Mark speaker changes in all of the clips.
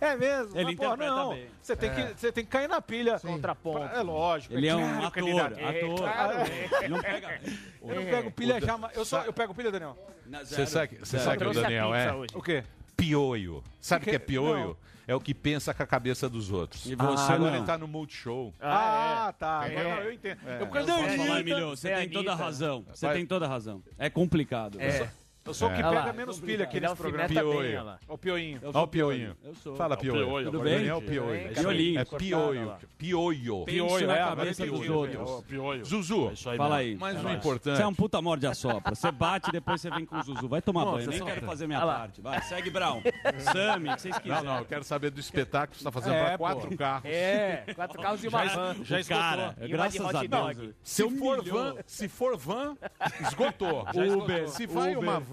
Speaker 1: É mesmo.
Speaker 2: Ele
Speaker 1: mas, pô,
Speaker 2: interpreta
Speaker 1: não.
Speaker 2: bem. É.
Speaker 1: Você tem, que, você tem que cair na pilha.
Speaker 2: Contraponto.
Speaker 1: É lógico.
Speaker 2: Ele é um
Speaker 1: claro que ele
Speaker 2: ator,
Speaker 1: dá-
Speaker 2: ator.
Speaker 1: claro.
Speaker 2: Ele não pega. É.
Speaker 1: Eu não pego pilha
Speaker 3: O da-
Speaker 1: já, mas eu, só, eu pego pilha, Daniel.
Speaker 2: Na
Speaker 3: Você
Speaker 2: zero.
Speaker 3: sabe, você
Speaker 2: Zero.
Speaker 3: sabe que o
Speaker 4: trouxe a
Speaker 3: Daniel
Speaker 4: pizza
Speaker 3: é?
Speaker 4: hoje.
Speaker 1: O quê?
Speaker 3: Pioio. Sabe o que é
Speaker 1: Que-
Speaker 3: pioio?
Speaker 1: não.
Speaker 3: É o que pensa com a cabeça dos outros.
Speaker 2: E
Speaker 5: é
Speaker 2: você
Speaker 3: Agora
Speaker 2: não.
Speaker 3: ele tá no Multishow.
Speaker 1: Ah, tá.
Speaker 4: É.
Speaker 1: Agora não, eu entendo. Eu,
Speaker 2: Cadê
Speaker 1: eu,
Speaker 2: o
Speaker 4: É
Speaker 2: Lima?
Speaker 4: Anitta,
Speaker 2: Emílio? Você
Speaker 4: é
Speaker 2: tem toda a
Speaker 4: Anitta.
Speaker 2: razão. Você
Speaker 3: Vai.
Speaker 2: tem toda a razão. É complicado.
Speaker 4: É.
Speaker 2: Eu
Speaker 1: eu sou o que
Speaker 3: É.
Speaker 1: pega
Speaker 4: Olha lá.
Speaker 1: menos pilha aqui
Speaker 4: Ele
Speaker 1: nesse programa.
Speaker 2: tá
Speaker 4: alfineta
Speaker 3: Pioio.
Speaker 4: bem, olha lá.
Speaker 1: Ó, O pioinho.
Speaker 2: sou-
Speaker 3: Olha o pioinho.
Speaker 2: Eu sou.
Speaker 3: Fala,
Speaker 6: pioio,
Speaker 3: pioio.
Speaker 2: tudo
Speaker 3: O
Speaker 2: bem?
Speaker 3: Daniel é
Speaker 4: É
Speaker 3: pioio.
Speaker 2: Piolinho.
Speaker 3: É
Speaker 4: Cortada lá.
Speaker 3: pioio. Pioio.
Speaker 2: Penso na
Speaker 1: é, agora
Speaker 2: cabeça
Speaker 1: entendi,
Speaker 2: dos
Speaker 1: né,
Speaker 2: outros.
Speaker 1: Pioio?
Speaker 6: Pioio.
Speaker 3: Zuzu,
Speaker 6: Isso aí
Speaker 2: Fala
Speaker 6: mesmo.
Speaker 2: aí.
Speaker 3: mais um
Speaker 6: nóis.
Speaker 3: importante.
Speaker 2: Você é um puta morde a sopra. Você bate e depois você vem com o Zuzu. Vai tomar banho. Nem quero fazer minha
Speaker 4: lá.
Speaker 2: parte. Vai, segue Brown. Sammy, o que vocês
Speaker 3: Não,
Speaker 2: quiserem.
Speaker 3: não, eu quero saber do espetáculo que você tá fazendo
Speaker 1: É,
Speaker 3: pra quatro carros.
Speaker 4: É, quatro carros e uma van.
Speaker 2: Já esgotou. Cara,
Speaker 4: E uma de
Speaker 2: graças
Speaker 4: hot
Speaker 2: a Deus.
Speaker 4: dog.
Speaker 3: Se for,
Speaker 2: humilhou.
Speaker 3: van, se for van, esgotou. Uber. Se vai uma van,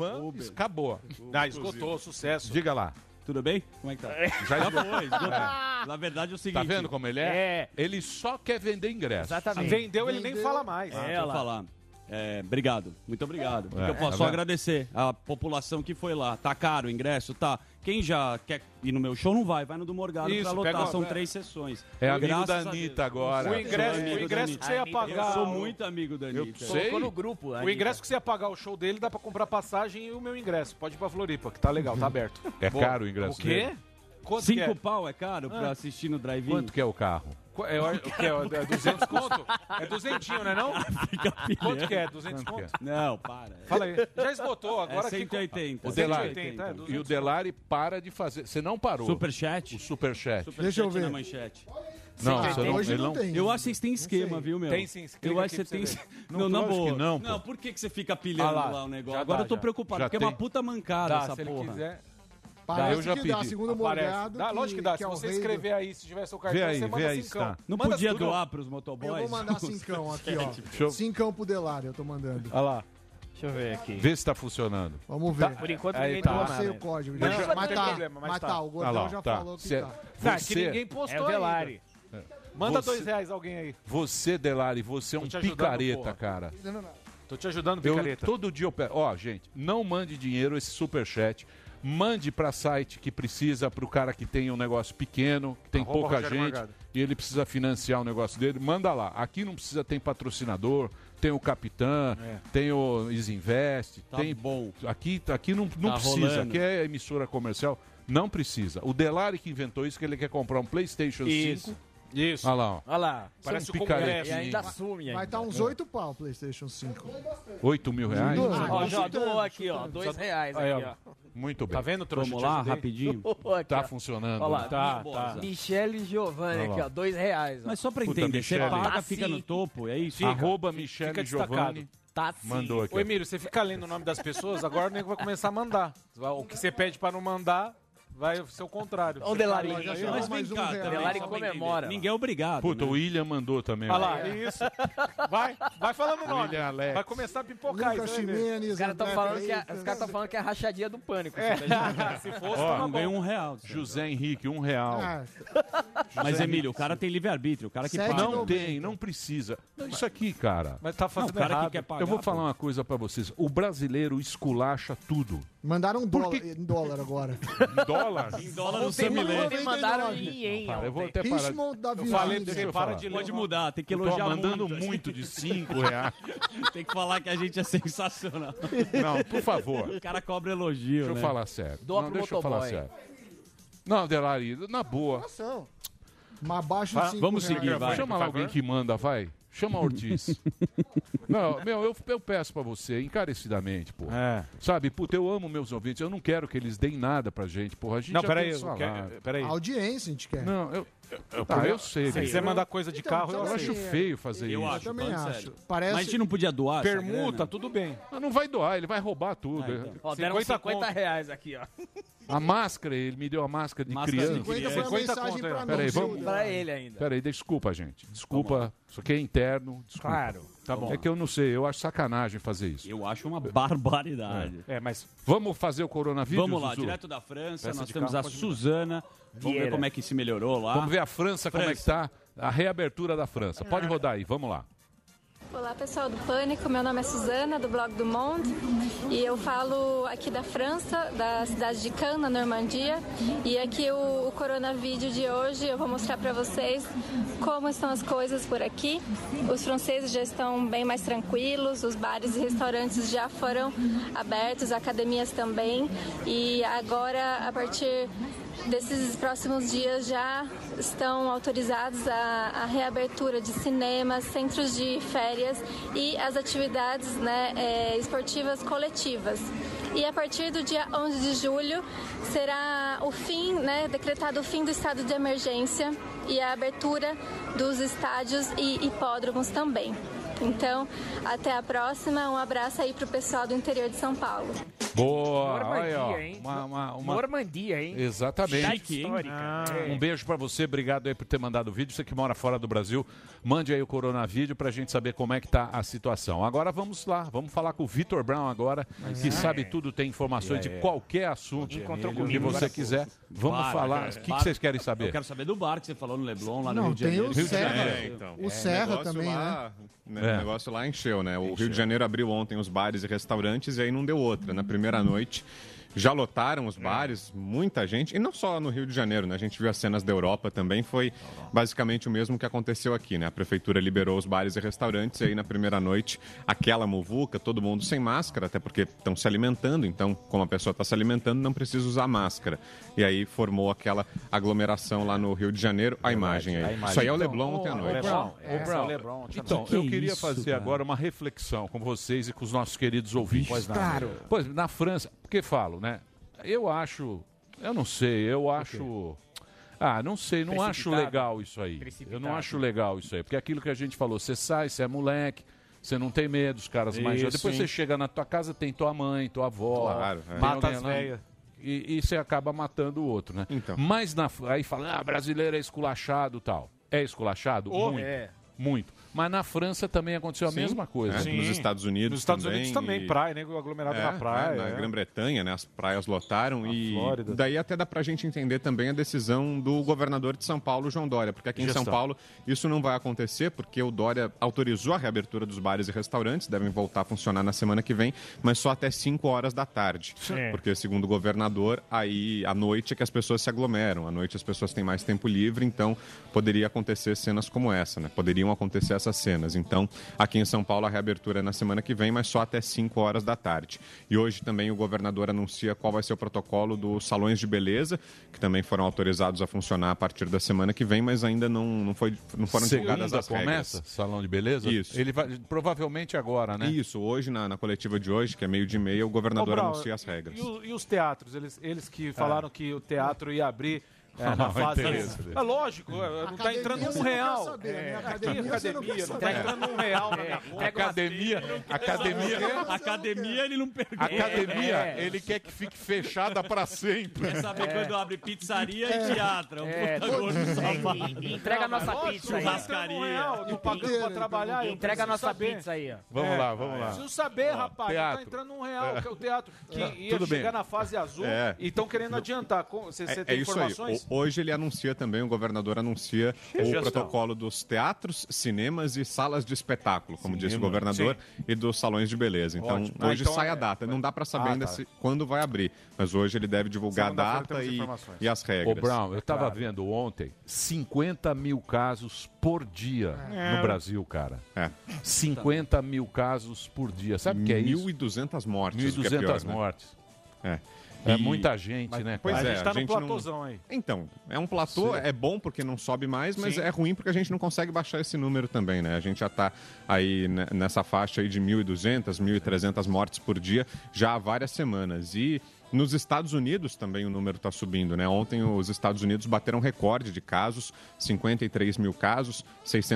Speaker 3: acabou.
Speaker 1: Ah, esgotou, sucesso.
Speaker 3: Diga lá.
Speaker 2: Tudo bem? Como é que tá?
Speaker 3: Já esgotou.
Speaker 2: Foi, esgotou. Na verdade é o
Speaker 3: Tá
Speaker 2: seguinte.
Speaker 3: vendo como ele é?
Speaker 4: É.
Speaker 3: Ele só quer vender ingresso.
Speaker 4: Exatamente.
Speaker 1: Vendeu, ele nem fala mais.
Speaker 2: Ah,
Speaker 4: É,
Speaker 2: deixa eu
Speaker 4: lá.
Speaker 2: falar. É, obrigado, muito obrigado. O que
Speaker 3: É,
Speaker 2: eu posso
Speaker 3: tá
Speaker 2: só
Speaker 3: vendo?
Speaker 2: agradecer a população que foi lá. Tá caro o ingresso? Tá. Quem já quer ir no meu show não vai, vai no do Morgado
Speaker 1: Isso,
Speaker 2: pra lotar.
Speaker 1: pega uma-
Speaker 2: São
Speaker 1: é.
Speaker 2: três sessões.
Speaker 3: É amigo
Speaker 2: Graças
Speaker 3: da
Speaker 2: a Deus.
Speaker 3: Anitta agora.
Speaker 1: O ingresso,
Speaker 2: Sou amigo
Speaker 1: o
Speaker 2: da
Speaker 1: ingresso que
Speaker 2: Anitta.
Speaker 1: você ia
Speaker 2: Eu
Speaker 1: pagar.
Speaker 2: sou muito amigo da
Speaker 3: Eu
Speaker 2: Anitta.
Speaker 3: sei.
Speaker 4: Colocou no grupo.
Speaker 1: O ingresso que você ia pagar o show dele dá pra comprar passagem e o meu ingresso. Pode ir pra Floripa, que tá legal, tá aberto.
Speaker 3: É
Speaker 1: Bom,
Speaker 3: caro o ingresso
Speaker 1: O quê?
Speaker 3: dele?
Speaker 1: Quanto que
Speaker 2: Cinco
Speaker 1: é?
Speaker 2: pau é caro pra assistir no drive-in?
Speaker 3: Quanto que é o carro?
Speaker 1: Qu- É, o que é? É 200 conto? É duzentinho, né não?
Speaker 2: Fica
Speaker 1: Quanto
Speaker 2: pilhando.
Speaker 1: que é? 200
Speaker 3: Quanto que é?
Speaker 1: conto?
Speaker 2: Não, para.
Speaker 1: Fala aí. Já esgotou,
Speaker 2: É
Speaker 1: agora que-
Speaker 2: 180.
Speaker 3: O Delari.
Speaker 1: 180, é, 200.
Speaker 3: E o Delari para de fazer. Você não parou.
Speaker 2: Superchat?
Speaker 3: O superchat.
Speaker 7: Deixa eu ver.
Speaker 2: Na manchete.
Speaker 3: Não, você não,
Speaker 7: hoje
Speaker 3: ele não.
Speaker 7: não tem.
Speaker 2: Eu acho que vocês têm esquema,
Speaker 7: sei.
Speaker 2: viu, meu?
Speaker 1: Tem sim, clica
Speaker 2: Eu acho que
Speaker 1: aqui
Speaker 2: você tem.
Speaker 1: pra você
Speaker 2: Não, na
Speaker 3: lógico
Speaker 2: boa.
Speaker 3: que não, pô.
Speaker 2: por que, que você fica pilhando
Speaker 1: Ah lá,
Speaker 2: lá, o negócio?
Speaker 1: já
Speaker 2: Agora
Speaker 1: dá,
Speaker 2: eu tô
Speaker 1: já.
Speaker 2: preocupado,
Speaker 3: Já
Speaker 2: porque
Speaker 3: tem.
Speaker 2: é uma puta mancada
Speaker 1: Dá,
Speaker 2: essa
Speaker 1: se ele
Speaker 2: porra.
Speaker 1: quiser,
Speaker 7: Parece
Speaker 3: eu já
Speaker 7: que dá,
Speaker 3: pedi.
Speaker 7: segundo o
Speaker 1: aparece.
Speaker 7: Morgado.
Speaker 1: Dá, lógico que dá.
Speaker 7: é
Speaker 1: Se
Speaker 7: o
Speaker 1: você
Speaker 7: rei do-
Speaker 1: escrever aí, se tiver seu cartão,
Speaker 3: aí,
Speaker 1: você
Speaker 3: vê
Speaker 1: manda
Speaker 3: aí,
Speaker 1: cincão.
Speaker 3: está.
Speaker 2: Não
Speaker 1: Manda
Speaker 2: podia
Speaker 1: tudo.
Speaker 2: doar pros
Speaker 7: Eu
Speaker 2: motoboys?
Speaker 7: vou mandar cincão aqui,
Speaker 1: tipo
Speaker 7: ó.
Speaker 3: Deixa eu
Speaker 7: Cincão pro Delari, eu tô mandando.
Speaker 1: Olha lá.
Speaker 4: Deixa eu ver aqui.
Speaker 3: ver se tá funcionando.
Speaker 7: Vamos ver.
Speaker 4: Por enquanto
Speaker 1: Aí
Speaker 4: ninguém
Speaker 1: tá.
Speaker 4: doou
Speaker 7: Eu sei
Speaker 4: nada.
Speaker 7: o código.
Speaker 1: Mas
Speaker 7: já.
Speaker 1: não
Speaker 7: Mas
Speaker 1: tem
Speaker 7: tá,
Speaker 1: problema, mas
Speaker 7: mas
Speaker 1: tá.
Speaker 7: tá, o Gordão
Speaker 3: Ah lá,
Speaker 7: já
Speaker 3: tá.
Speaker 7: falou que
Speaker 3: Cê-
Speaker 7: tá.
Speaker 1: Tá, que
Speaker 3: Você-
Speaker 1: ninguém postou
Speaker 4: É o Velari.
Speaker 1: ainda. Manda
Speaker 3: Você-
Speaker 1: dois reais alguém aí.
Speaker 3: Você, Delari, você é um
Speaker 1: te ajudando, porra.
Speaker 3: picareta, cara.
Speaker 1: Tô te ajudando,
Speaker 3: Eu,
Speaker 1: picareta.
Speaker 3: todo dia eu peço. Ó, gente, não mande dinheiro, esse superchat. Mande pra site que precisa, pro cara que tem um negócio pequeno, que tem
Speaker 1: Arroba
Speaker 3: pouca
Speaker 1: Rogério
Speaker 3: gente
Speaker 1: Morgado.
Speaker 3: e ele precisa financiar o negócio dele. Manda lá. Aqui não precisa, tem patrocinador, tem o Capitã, tem o Isinvest,
Speaker 2: Tá
Speaker 3: tem.
Speaker 2: bom.
Speaker 3: Aqui, aqui não, não
Speaker 2: Tá
Speaker 3: precisa,
Speaker 2: rolando.
Speaker 3: aqui é emissora comercial, não precisa. O Delari que inventou isso, que ele quer comprar um PlayStation
Speaker 4: Isso.
Speaker 3: 5.
Speaker 1: Isso.
Speaker 3: Olha lá, ó.
Speaker 4: Olha lá.
Speaker 3: Parece
Speaker 1: um
Speaker 3: um picareta.
Speaker 4: E ainda assume
Speaker 7: Vai
Speaker 4: ainda.
Speaker 7: estar uns 8 pau, PlayStation 5.
Speaker 3: 8 mil reais?
Speaker 7: Não.
Speaker 4: Ah, Ó,
Speaker 7: Tá
Speaker 4: já
Speaker 7: chutando,
Speaker 4: doou aqui, ó.
Speaker 7: chutando.
Speaker 4: Dois reais
Speaker 1: Aí,
Speaker 4: aqui, ó.
Speaker 1: ó.
Speaker 3: Muito bem.
Speaker 1: Tá vendo, trouxa?
Speaker 2: Vamos
Speaker 1: Te
Speaker 2: lá,
Speaker 1: ajudei.
Speaker 2: rapidinho?
Speaker 4: Doou aqui,
Speaker 3: Tá
Speaker 4: ó.
Speaker 3: funcionando.
Speaker 4: Olha lá.
Speaker 1: Tá, tá.
Speaker 2: Bosa.
Speaker 4: Michele Giovanni
Speaker 3: Olha
Speaker 4: aqui,
Speaker 3: lá.
Speaker 4: ó. Dois reais, ó.
Speaker 2: Mas só pra
Speaker 3: Puta,
Speaker 2: entender, você
Speaker 3: Michele.
Speaker 2: paga,
Speaker 4: Tá
Speaker 2: fica
Speaker 4: sim.
Speaker 2: no topo, é isso?
Speaker 3: Arroba Michele
Speaker 1: fica
Speaker 3: Giovanni
Speaker 4: Tá sim.
Speaker 3: mandou aqui.
Speaker 1: Ô, Emílio, você fica lendo o nome das pessoas, agora o nego vai começar a mandar. O que você pede pra não mandar, vai ser o contrário. tá
Speaker 4: Ó, o Delari.
Speaker 7: já
Speaker 1: Aí,
Speaker 7: chegou.
Speaker 1: ó.
Speaker 2: Mas vem
Speaker 7: Mais um
Speaker 2: cá,
Speaker 7: real.
Speaker 2: também,
Speaker 4: Delari
Speaker 2: só pra entender. É.
Speaker 4: comemora.
Speaker 2: Ninguém é obrigado.
Speaker 3: Puta,
Speaker 2: né?
Speaker 3: o William mandou também.
Speaker 1: Olha lá, isso. Vai, vai falando o nome.
Speaker 3: William Alex.
Speaker 1: Vai começar a pipocar
Speaker 7: Lucas
Speaker 1: isso. aí, né?
Speaker 7: Ximenes,
Speaker 4: Os caras estão
Speaker 7: André
Speaker 4: falando, que é-
Speaker 7: Freitas.
Speaker 4: os caras tão falando que é a rachadinha do pânico. sabe?
Speaker 1: Se fosse,
Speaker 3: Ó,
Speaker 1: tava
Speaker 2: Não
Speaker 1: bom.
Speaker 2: ganha um real.
Speaker 3: José Henrique, um real.
Speaker 7: Ah,
Speaker 2: Mas, Emílio, o cara tem livre-arbítrio. O cara que
Speaker 7: Sete
Speaker 2: paga.
Speaker 3: não
Speaker 7: não
Speaker 3: tem, não precisa. Não, isso aqui, cara.
Speaker 1: Mas tá
Speaker 2: Não, o
Speaker 1: fazendo
Speaker 2: cara
Speaker 1: errado.
Speaker 2: que quer pagar.
Speaker 3: Eu vou
Speaker 2: pô.
Speaker 3: falar uma coisa pra vocês. O brasileiro esculacha tudo.
Speaker 7: Mandaram um dólar,
Speaker 3: que-
Speaker 7: em dólar agora.
Speaker 3: Em dólar?
Speaker 2: Em dólar no
Speaker 4: Ontem
Speaker 2: Sam Levy.
Speaker 4: ontem mandaram
Speaker 7: 99.
Speaker 4: em ien,
Speaker 3: Cara, eu vou
Speaker 4: ontem.
Speaker 3: até parar. de-
Speaker 7: Richmond da
Speaker 1: Eu falei pra
Speaker 3: Deixa
Speaker 1: você,
Speaker 3: eu
Speaker 1: para
Speaker 3: falar.
Speaker 1: de ler.
Speaker 2: Pode mudar, tem que
Speaker 3: Tô
Speaker 2: elogiar
Speaker 3: mandando
Speaker 5: assim.
Speaker 2: muito.
Speaker 3: muito de cinco reais.
Speaker 2: Tem que falar que a gente é sensacional.
Speaker 3: Não, por favor.
Speaker 2: O cara cobra elogio,
Speaker 3: Deixa eu
Speaker 2: né?
Speaker 3: falar sério.
Speaker 4: Doa
Speaker 3: não,
Speaker 4: pro
Speaker 3: deixa eu falar
Speaker 4: motoboy.
Speaker 3: sério. Não, Delari, na boa.
Speaker 7: Nossa, Mas abaixo de 5
Speaker 2: vamos seguir, vai.
Speaker 3: Chama lá alguém que manda, vai. Chama a Ortiz. não, meu, eu, eu peço pra você, encarecidamente, pô.
Speaker 1: É.
Speaker 3: Sabe, puta, eu amo meus ouvintes, eu não quero que eles deem nada pra gente, porra. A gente
Speaker 1: Não,
Speaker 3: já
Speaker 1: peraí.
Speaker 3: tem
Speaker 1: eu
Speaker 3: um salário.
Speaker 7: é,
Speaker 1: quero- Peraí.
Speaker 7: Audiência, a gente quer.
Speaker 3: Não, eu. Eu,
Speaker 7: Ah,
Speaker 3: tá, eu sei,
Speaker 1: Se
Speaker 3: né?
Speaker 1: você mandar coisa de
Speaker 7: Então,
Speaker 1: carro, eu
Speaker 7: então
Speaker 3: Eu
Speaker 1: aceito.
Speaker 3: acho feio fazer
Speaker 2: Eu
Speaker 3: isso.
Speaker 7: Eu
Speaker 2: acho.
Speaker 7: também
Speaker 2: falando
Speaker 7: acho.
Speaker 2: sério. Mas a
Speaker 7: Parece
Speaker 2: gente não podia doar essa
Speaker 1: Permuta,
Speaker 2: grana?
Speaker 1: tudo bem.
Speaker 3: Mas não vai doar, ele vai roubar tudo.
Speaker 2: Ah, então.
Speaker 4: Ó, deram
Speaker 1: 50
Speaker 4: 50,
Speaker 1: conto.
Speaker 4: reais aqui, ó.
Speaker 3: A máscara, ele me deu a máscara de
Speaker 2: Máscara de
Speaker 3: criança.
Speaker 7: 50 foi uma
Speaker 1: 50
Speaker 7: mensagem
Speaker 1: conto, é.
Speaker 7: pra
Speaker 3: Peraí,
Speaker 7: nós.
Speaker 3: vamos-
Speaker 4: Pra ele ainda.
Speaker 3: Peraí, desculpa, gente.
Speaker 2: Tá
Speaker 3: Desculpa. Isso aqui é interno. Desculpa.
Speaker 4: Claro.
Speaker 3: Tá
Speaker 2: Vamos
Speaker 3: bom.
Speaker 2: lá.
Speaker 3: É que eu não sei, eu acho sacanagem fazer isso.
Speaker 2: Eu acho uma barbaridade.
Speaker 1: É, mas
Speaker 3: Vamos fazer o coronavírus?
Speaker 2: Vamos lá,
Speaker 3: Zuzu?
Speaker 2: direto da França,
Speaker 1: Peça
Speaker 2: nós
Speaker 1: de
Speaker 2: temos
Speaker 1: carro,
Speaker 2: a
Speaker 1: pode
Speaker 2: Suzana. Vamos ver
Speaker 4: Vieira.
Speaker 2: como é que se melhorou lá.
Speaker 7: Ah.
Speaker 3: Vamos ver a França, como é que tá a reabertura da França. Pode rodar aí, vamos lá.
Speaker 8: Olá pessoal do Pânico, meu nome é Suzana, do blog do Monde, e eu falo aqui da França, da cidade de Cannes, na Normandia, e aqui o, o Coronavídeo de hoje eu vou mostrar para vocês como estão as coisas por aqui. Os franceses já estão bem mais tranquilos, os bares e restaurantes já foram abertos, academias também, e agora a partir desses próximos dias já estão autorizados a, a reabertura de cinemas, centros de férias e as atividades né, eh, esportivas coletivas. E a partir do dia 11 de julho será o fim, né, decretado o fim do estado de emergência e a abertura dos estádios e hipódromos também. Então, até a próxima. Um abraço aí para o pessoal do interior de São Paulo.
Speaker 3: Boa,
Speaker 9: Normandia,
Speaker 3: olha, ó,
Speaker 9: hein?
Speaker 3: Uma, uma, uma-
Speaker 9: Normandia, hein?
Speaker 5: Tá
Speaker 3: Exatamente.
Speaker 9: Cidade histórica. É.
Speaker 3: Um beijo pra você, obrigado aí por ter mandado o vídeo. Você que mora fora do Brasil, mande aí o Coronavídeo pra gente saber como é que tá a situação. Agora vamos lá, vamos falar com o Vitor Brown agora, que sabe tudo, tem informações de qualquer assunto
Speaker 9: é. Encontrou
Speaker 3: que
Speaker 9: comigo.
Speaker 3: você quiser. Vamos
Speaker 5: Para,
Speaker 3: falar.
Speaker 5: cara.
Speaker 3: O que, que
Speaker 5: Para.
Speaker 3: vocês querem
Speaker 5: Eu
Speaker 3: saber?
Speaker 5: quero saber do bar que você falou no Leblon, lá no
Speaker 7: Não,
Speaker 5: Rio de
Speaker 7: tem
Speaker 5: Janeiro.
Speaker 7: o Serra.
Speaker 10: É, então.
Speaker 7: O Serra
Speaker 10: negócio
Speaker 7: também,
Speaker 10: lá, né?
Speaker 3: É.
Speaker 10: O negócio lá encheu, né? O Rio de Janeiro abriu ontem os bares e restaurantes e aí não deu outra. Na primeira noite já lotaram os bares, muita gente. E não só no Rio de Janeiro, né? A gente viu as cenas da Europa também. Foi basicamente o mesmo que aconteceu aqui, né? A prefeitura liberou os bares e restaurantes e aí na primeira noite aquela muvuca, todo mundo sem máscara, até porque estão se alimentando. Então, como a pessoa está se alimentando, não precisa usar máscara. E aí formou aquela aglomeração lá no Rio de Janeiro. A imagem aí. Isso aí é o Leblon ontem à noite.
Speaker 3: Brown,
Speaker 1: É,
Speaker 3: ô,
Speaker 1: só
Speaker 3: Brown.
Speaker 1: o Lebron. tá
Speaker 3: Então,
Speaker 5: Que
Speaker 3: eu
Speaker 5: que é
Speaker 3: queria
Speaker 5: isso,
Speaker 3: fazer
Speaker 5: cara?
Speaker 3: agora uma reflexão com vocês e com os nossos queridos ouvintes. Pois,
Speaker 7: Claro.
Speaker 3: na França, porque falo, né? Eu acho, eu não sei, eu acho. Ah, não sei, não acho
Speaker 9: Precipitado?
Speaker 3: legal isso aí. Eu não
Speaker 9: Precipitado.
Speaker 3: acho legal isso aí, porque é aquilo que a gente falou, você sai, você é moleque, você não tem medo, os caras mais.
Speaker 10: Isso,
Speaker 3: Depois
Speaker 10: hein?
Speaker 3: você chega na tua casa, tem tua mãe, tua avó,
Speaker 10: Claro, é.
Speaker 3: tem
Speaker 1: Mata
Speaker 3: alguém
Speaker 1: as
Speaker 3: lá.
Speaker 1: velhas.
Speaker 3: E, e você acaba matando o outro, né?
Speaker 10: Então.
Speaker 3: Mas na, aí fala, ah, brasileiro é esculachado e tal. É esculachado?
Speaker 1: Oh,
Speaker 3: Muito.
Speaker 9: é.
Speaker 3: Muito. Mas na França também aconteceu a
Speaker 10: Sim.
Speaker 3: mesma coisa.
Speaker 10: É,
Speaker 3: Sim.
Speaker 10: Nos Estados Unidos
Speaker 1: Nos Estados
Speaker 10: também,
Speaker 1: Unidos também,
Speaker 10: e-
Speaker 1: praia, né? Aglomerado
Speaker 10: É,
Speaker 1: na praia.
Speaker 10: é, na
Speaker 1: é.
Speaker 10: Grã-Bretanha, né? As praias lotaram e
Speaker 1: Flórida.
Speaker 10: daí até dá pra gente entender também a decisão do governador de São Paulo, João Dória, porque aqui
Speaker 3: Gestão.
Speaker 10: em São Paulo isso não vai acontecer, porque o Dória autorizou a reabertura dos bares e restaurantes, devem voltar a funcionar na semana que vem, mas só até 5 horas da tarde.
Speaker 3: É.
Speaker 10: Porque, segundo o governador, aí à noite é que as pessoas se aglomeram, à noite as pessoas têm mais tempo livre, então poderia acontecer cenas como essa, né? Poderiam acontecer essas cenas. Então, aqui em São Paulo a reabertura é na semana que vem, mas só até 5 horas da tarde. E hoje também o governador anuncia qual vai ser o protocolo dos salões de beleza, que também foram autorizados a funcionar a partir da semana que vem, mas ainda não, não, foi, não foram divulgadas
Speaker 3: Segunda
Speaker 10: as
Speaker 3: começa,
Speaker 10: regras.
Speaker 3: salão de beleza?
Speaker 10: Isso.
Speaker 3: Ele vai, provavelmente agora, né?
Speaker 10: Isso, hoje na, na coletiva de hoje, que é meio de meia, o
Speaker 1: Ô,
Speaker 10: governador
Speaker 1: Brown,
Speaker 10: anuncia as regras.
Speaker 1: E, o- e os teatros? Eles, eles que falaram que o teatro ia abrir é, na
Speaker 3: É. Não
Speaker 1: fase.
Speaker 3: interessa.
Speaker 1: É lógico, é, não tá
Speaker 7: Academia
Speaker 1: entrando
Speaker 7: você
Speaker 1: um
Speaker 7: não quer
Speaker 1: real.
Speaker 7: saber, né?
Speaker 1: Aqui,
Speaker 7: Academia
Speaker 1: academia,
Speaker 7: você não quer
Speaker 1: não tá
Speaker 7: saber.
Speaker 10: É.
Speaker 1: entrando um real na minha conta.
Speaker 3: Academia, academia,
Speaker 5: Academia ele não perdeu.
Speaker 3: academia,
Speaker 9: É.
Speaker 3: ele quer que fique fechada pra sempre.
Speaker 5: Quer
Speaker 1: É.
Speaker 5: saber quando abre pizzaria e teatro? É um
Speaker 9: É.
Speaker 5: puta gordo safado.
Speaker 9: Entrega a nossa pizza aí.
Speaker 1: Tá entrando um real, tô pagando pra trabalhar. eu
Speaker 9: Entrega a
Speaker 1: preciso
Speaker 9: nossa
Speaker 1: saber. É.
Speaker 9: pizza aí, ó.
Speaker 3: Vamos lá, vamos lá.
Speaker 1: Preciso saber, rapaz. não Tá
Speaker 3: teatro.
Speaker 1: entrando um real, que é o teatro. Que ia
Speaker 3: tudo bem.
Speaker 1: chegar na fase azul
Speaker 10: É.
Speaker 1: e estão querendo adiantar. Com- Você você
Speaker 10: É, é
Speaker 1: tem
Speaker 10: isso aí.
Speaker 1: informações?
Speaker 10: O- hoje ele anuncia também, o governador anuncia o protocolo dos teatros, cinemas e salas de espetáculo, como disse o governador, e dos salões de beleza. Então,
Speaker 1: Ótimo. Ah,
Speaker 10: hoje
Speaker 1: então
Speaker 10: sai
Speaker 1: é-
Speaker 10: a data. Não dá para saber
Speaker 1: Ah,
Speaker 10: ainda
Speaker 1: tá.
Speaker 10: se- quando vai abrir, mas hoje ele deve divulgar a
Speaker 1: Segunda-feira
Speaker 10: data
Speaker 1: temos
Speaker 10: e,
Speaker 1: informações.
Speaker 10: e as
Speaker 3: Ô,
Speaker 10: regras.
Speaker 3: Brown, eu tava vendo ontem 50 mil casos por dia no Brasil, cara.
Speaker 10: É.
Speaker 3: 50 mil casos por dia. Sabe o que é isso?
Speaker 10: 1.200 mortes. o que é
Speaker 3: 1.200
Speaker 10: pior, né?
Speaker 3: mortes.
Speaker 10: É.
Speaker 3: É
Speaker 10: E-
Speaker 3: muita gente, né,
Speaker 1: Pois
Speaker 3: cara?
Speaker 1: é, a gente tá num
Speaker 10: não-
Speaker 1: platôzão aí.
Speaker 10: Então, é um platô, é bom porque não sobe mais, mas é ruim porque a gente não consegue baixar esse número também, né? A gente já tá aí ne- nessa faixa aí de 1.200, 1.300 mortes por dia já há várias semanas. E nos Estados Unidos também o número está subindo, né? Ontem os Estados Unidos bateram recorde de casos, 53 mil casos,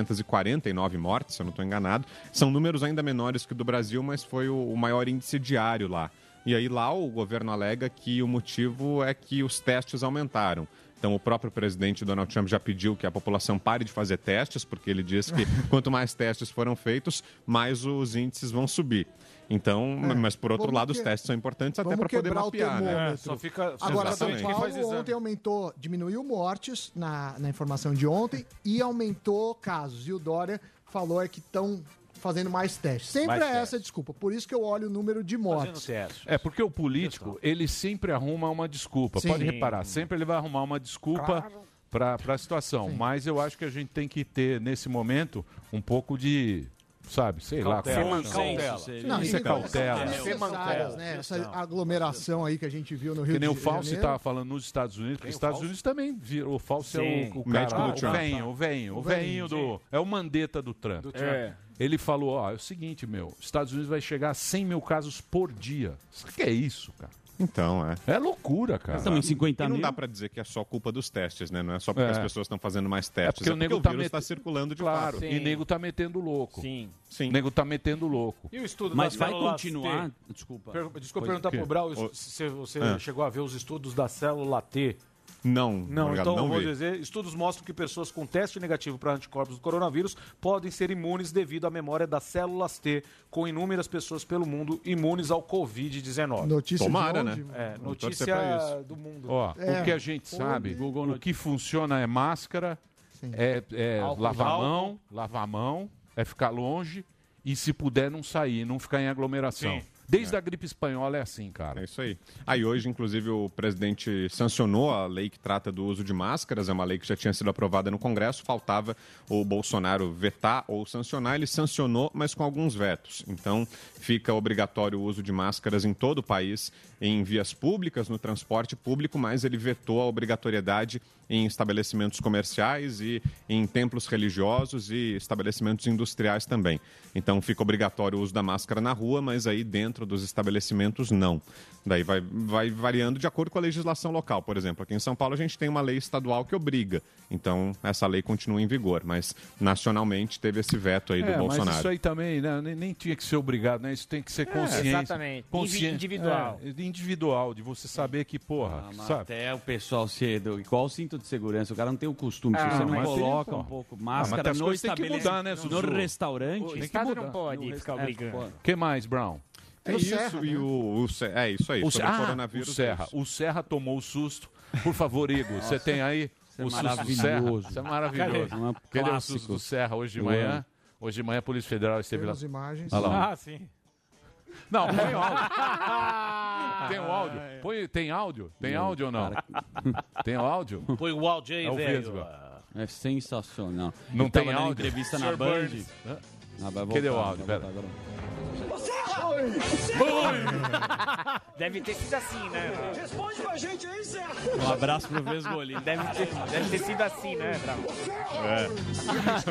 Speaker 10: 649 mortes, se eu não estou enganado. São números ainda menores que o do Brasil, mas foi o- o maior índice diário lá. E aí lá o governo alega que o motivo é que os testes aumentaram. Então o próprio presidente Donald Trump já pediu que a população pare de fazer testes, porque ele diz que quanto mais testes foram feitos, mais os índices vão subir. Então, mas por outro
Speaker 7: É. vamos
Speaker 10: lado, os
Speaker 7: que-
Speaker 10: testes são importantes até
Speaker 7: Vamos
Speaker 10: para poder
Speaker 7: quebrar o
Speaker 10: mapear, né?
Speaker 7: termômetro.
Speaker 1: É, só fica- só
Speaker 7: Agora,
Speaker 1: fica
Speaker 7: São
Speaker 10: sabendo quem
Speaker 7: Paulo
Speaker 1: faz exame.
Speaker 7: ontem aumentou, diminuiu mortes na, na informação de ontem e aumentou casos. E o Dória falou é que estão fazendo mais testes. Sempre
Speaker 3: Mais
Speaker 7: é
Speaker 3: testes.
Speaker 7: essa a desculpa. Por isso que eu olho o número de mortes.
Speaker 3: É, porque o político, ele sempre arruma uma desculpa.
Speaker 7: Sim.
Speaker 3: Pode reparar, sempre ele vai arrumar uma desculpa pra para a situação. Mas eu acho que a gente tem que ter, nesse momento, um pouco de, sabe, sei
Speaker 1: Cautela.
Speaker 3: lá. é
Speaker 1: Ser mancão.
Speaker 3: Isso,
Speaker 1: Não,
Speaker 3: isso é
Speaker 1: e-
Speaker 3: cautela.
Speaker 1: Ser
Speaker 7: Necessárias,
Speaker 1: mancada.
Speaker 7: né? Essa aglomeração aí que a gente viu no Rio
Speaker 3: Que
Speaker 7: de
Speaker 3: nem o
Speaker 7: Janeiro.
Speaker 3: Fauci estava falando nos Estados Unidos, porque os Estados Unidos também virou. O Fauci é
Speaker 10: Sim.
Speaker 3: o, o
Speaker 10: O médico
Speaker 3: cara,
Speaker 10: do
Speaker 3: ah,
Speaker 10: Trump.
Speaker 3: o veinho, o veinho,
Speaker 10: O
Speaker 3: o
Speaker 10: veinho,
Speaker 3: veinho do. É o Mandetta do Trump.
Speaker 1: Do Trump. É.
Speaker 3: Ele falou: ó, é o seguinte, meu, os Estados Unidos vai chegar a 100 mil casos por dia. Sabe o que é isso, cara?
Speaker 10: Então, é.
Speaker 3: É loucura, cara.
Speaker 10: Mas
Speaker 3: também 50
Speaker 10: e não
Speaker 3: mil?
Speaker 10: dá pra dizer que é só culpa dos testes, né? Não é só porque
Speaker 3: É.
Speaker 10: as pessoas estão fazendo mais
Speaker 3: É
Speaker 10: testes.
Speaker 3: porque o nego
Speaker 10: o
Speaker 3: tá
Speaker 10: vírus
Speaker 3: met-
Speaker 10: tá circulando de
Speaker 3: Claro,
Speaker 10: fato.
Speaker 3: e nego tá metendo louco. Sim.
Speaker 10: Sim.
Speaker 3: O nego tá metendo louco.
Speaker 1: E o estudo
Speaker 3: Mas
Speaker 1: das
Speaker 3: vai
Speaker 1: células
Speaker 3: continuar?
Speaker 1: T?
Speaker 5: Desculpa.
Speaker 1: Per- Desculpa
Speaker 3: Coisa-
Speaker 1: perguntar
Speaker 3: que-
Speaker 1: pro Brau
Speaker 3: o-
Speaker 1: se se você
Speaker 3: Ah.
Speaker 1: chegou a ver os estudos da célula T.
Speaker 10: Não,
Speaker 1: Não,
Speaker 10: Morgado,
Speaker 1: então eu
Speaker 10: não
Speaker 1: vou
Speaker 10: vi.
Speaker 1: dizer, estudos mostram que pessoas com teste negativo para anticorpos do coronavírus podem ser imunes devido à memória das células T, com inúmeras pessoas pelo mundo imunes ao Covid-19.
Speaker 7: Notícia
Speaker 3: Tomara, de hoje, né?
Speaker 1: É,
Speaker 3: Vamos torcer pra
Speaker 1: notícia
Speaker 3: isso.
Speaker 1: do mundo.
Speaker 3: Ó,
Speaker 1: É.
Speaker 3: o que a gente sabe, o que funciona é máscara, é, é
Speaker 1: Álcool
Speaker 3: lavar a
Speaker 1: gel.
Speaker 3: mão, lavar a mão, é ficar longe e se puder não sair, não ficar em aglomeração.
Speaker 10: Sim.
Speaker 3: Desde a gripe espanhola é assim, cara.
Speaker 10: É isso aí. Aí hoje, inclusive, o presidente sancionou a lei que trata do uso de máscaras, é uma lei que já tinha sido aprovada no Congresso, faltava o Bolsonaro vetar ou sancionar, ele sancionou, mas com alguns vetos. Então, fica obrigatório o uso de máscaras em todo o país, em vias públicas, no transporte público, mas ele vetou a obrigatoriedade em estabelecimentos comerciais e em templos religiosos e estabelecimentos industriais também. Então fica obrigatório o uso da máscara na rua, mas aí dentro dos estabelecimentos não. Daí vai, vai variando de acordo com a legislação local. Por exemplo, aqui em São Paulo a gente tem uma lei estadual que obriga. Então essa lei continua em vigor, mas nacionalmente teve esse veto aí do
Speaker 3: É,
Speaker 10: Bolsonaro.
Speaker 3: Mas isso aí também, né? Nem, nem tinha que ser obrigado, né? Isso tem que
Speaker 1: É,
Speaker 3: ser consciente.
Speaker 10: exatamente. Invi- individual.
Speaker 3: É, individual, de você saber que, porra,
Speaker 5: Ah, mas
Speaker 3: É. sabe?
Speaker 5: Até o pessoal cedo. Igual o cinto de segurança, o cara não tem o costume.
Speaker 3: Ah,
Speaker 5: Se você não
Speaker 3: mas-
Speaker 5: coloca
Speaker 3: Sim,
Speaker 5: um
Speaker 3: pô.
Speaker 5: pouco
Speaker 3: Ah, mas
Speaker 5: máscara tá
Speaker 3: as
Speaker 5: no
Speaker 3: coisas têm que
Speaker 5: estabelecimento,
Speaker 3: mudar, né,
Speaker 5: no
Speaker 3: Zuzu?
Speaker 5: restaurante... um
Speaker 3: O Estado É, não
Speaker 5: pode
Speaker 11: é
Speaker 9: ficar obrigando.
Speaker 3: O que mais, Brown?
Speaker 10: É isso, e o, o Ce- é isso aí.
Speaker 3: O,
Speaker 10: sobre
Speaker 3: ah,
Speaker 10: o coronavírus.
Speaker 3: o
Speaker 10: é
Speaker 3: Serra.
Speaker 10: isso.
Speaker 3: O Serra tomou o susto. Por favor, Igor, você tem aí
Speaker 10: é
Speaker 3: o susto do Serra?
Speaker 10: maravilhoso.
Speaker 3: Isso é maravilhoso.
Speaker 10: Cadê? Um
Speaker 3: Cadê o
Speaker 10: clássico
Speaker 3: susto do Serra hoje de
Speaker 10: do
Speaker 3: manhã?
Speaker 10: ano.
Speaker 3: Hoje de manhã a Polícia Federal esteve lá.
Speaker 7: Temos imagens.
Speaker 3: Olha lá.
Speaker 1: Ah, sim.
Speaker 3: Não, põe o
Speaker 5: Ah,
Speaker 3: áudio.
Speaker 5: um
Speaker 3: Tem o áudio. Põe, tem áudio? Tem
Speaker 5: Não,
Speaker 3: áudio ou não? Tem áudio?
Speaker 5: Põe o áudio
Speaker 3: aí, É o velho. Vesgo.
Speaker 5: É sensacional.
Speaker 3: Não
Speaker 5: Eu
Speaker 3: tem
Speaker 5: tava dando
Speaker 3: áudio?
Speaker 5: entrevista na
Speaker 3: Sr.
Speaker 5: Band.
Speaker 3: Burns. Hã?
Speaker 5: Ah, vai
Speaker 3: Cadê o
Speaker 5: voltar,
Speaker 3: áudio?
Speaker 5: vai
Speaker 3: Pera.
Speaker 5: voltar agora.
Speaker 9: Deve ter sido assim, né?
Speaker 12: Responde pra gente aí, Zé.
Speaker 5: Um abraço pro Vesgolino.
Speaker 9: Deve ter, deve ter sido assim, né, Bravo?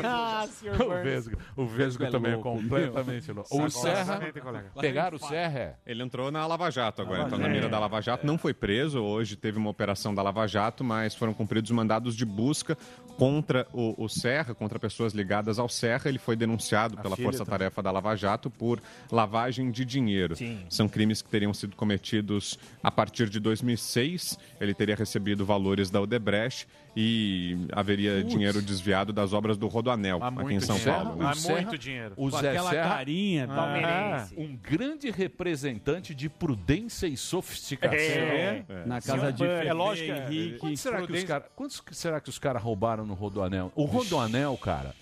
Speaker 12: Ah, senhor
Speaker 3: O Vesgo, o Vesgo
Speaker 10: É
Speaker 3: também é
Speaker 10: louco,
Speaker 3: completamente
Speaker 10: meu.
Speaker 3: louco. O
Speaker 10: Agora,
Speaker 3: Serra.
Speaker 10: exatamente, colega.
Speaker 3: Pegaram o Serra? é?
Speaker 10: Ele entrou na Lava Jato agora,
Speaker 3: Lava É.
Speaker 10: então na mira
Speaker 3: Jato.
Speaker 10: da Lava Jato. Não foi preso, hoje teve uma operação da Lava Jato, mas foram cumpridos mandados de busca contra o, o Serra, contra pessoas ligadas ao Serra. Ele foi denunciado pela
Speaker 11: filha
Speaker 10: Força Tarefa da Lava Jato por lavagem de dinheiro. São crimes que teriam sido cometidos a partir de 2006. Ele teria recebido valores da Odebrecht e haveria
Speaker 3: Putz.
Speaker 10: dinheiro desviado das obras do Rodoanel,
Speaker 3: Há
Speaker 10: aqui em
Speaker 3: muito
Speaker 10: São
Speaker 3: dinheiro.
Speaker 10: Paulo. né?
Speaker 3: O Serra- O
Speaker 5: Com
Speaker 3: Zé
Speaker 5: aquela
Speaker 3: Serra,
Speaker 5: carinha palmeirense.
Speaker 3: É, Um grande representante de prudência e sofisticação.
Speaker 5: É. Na casa de Ferreira,
Speaker 3: É lógico. é.
Speaker 5: Henrique.
Speaker 3: Quanto será que os
Speaker 5: Prudência.
Speaker 3: cara- Quantos que será que os caras roubaram no Rodoanel? O Rodoanel, cara,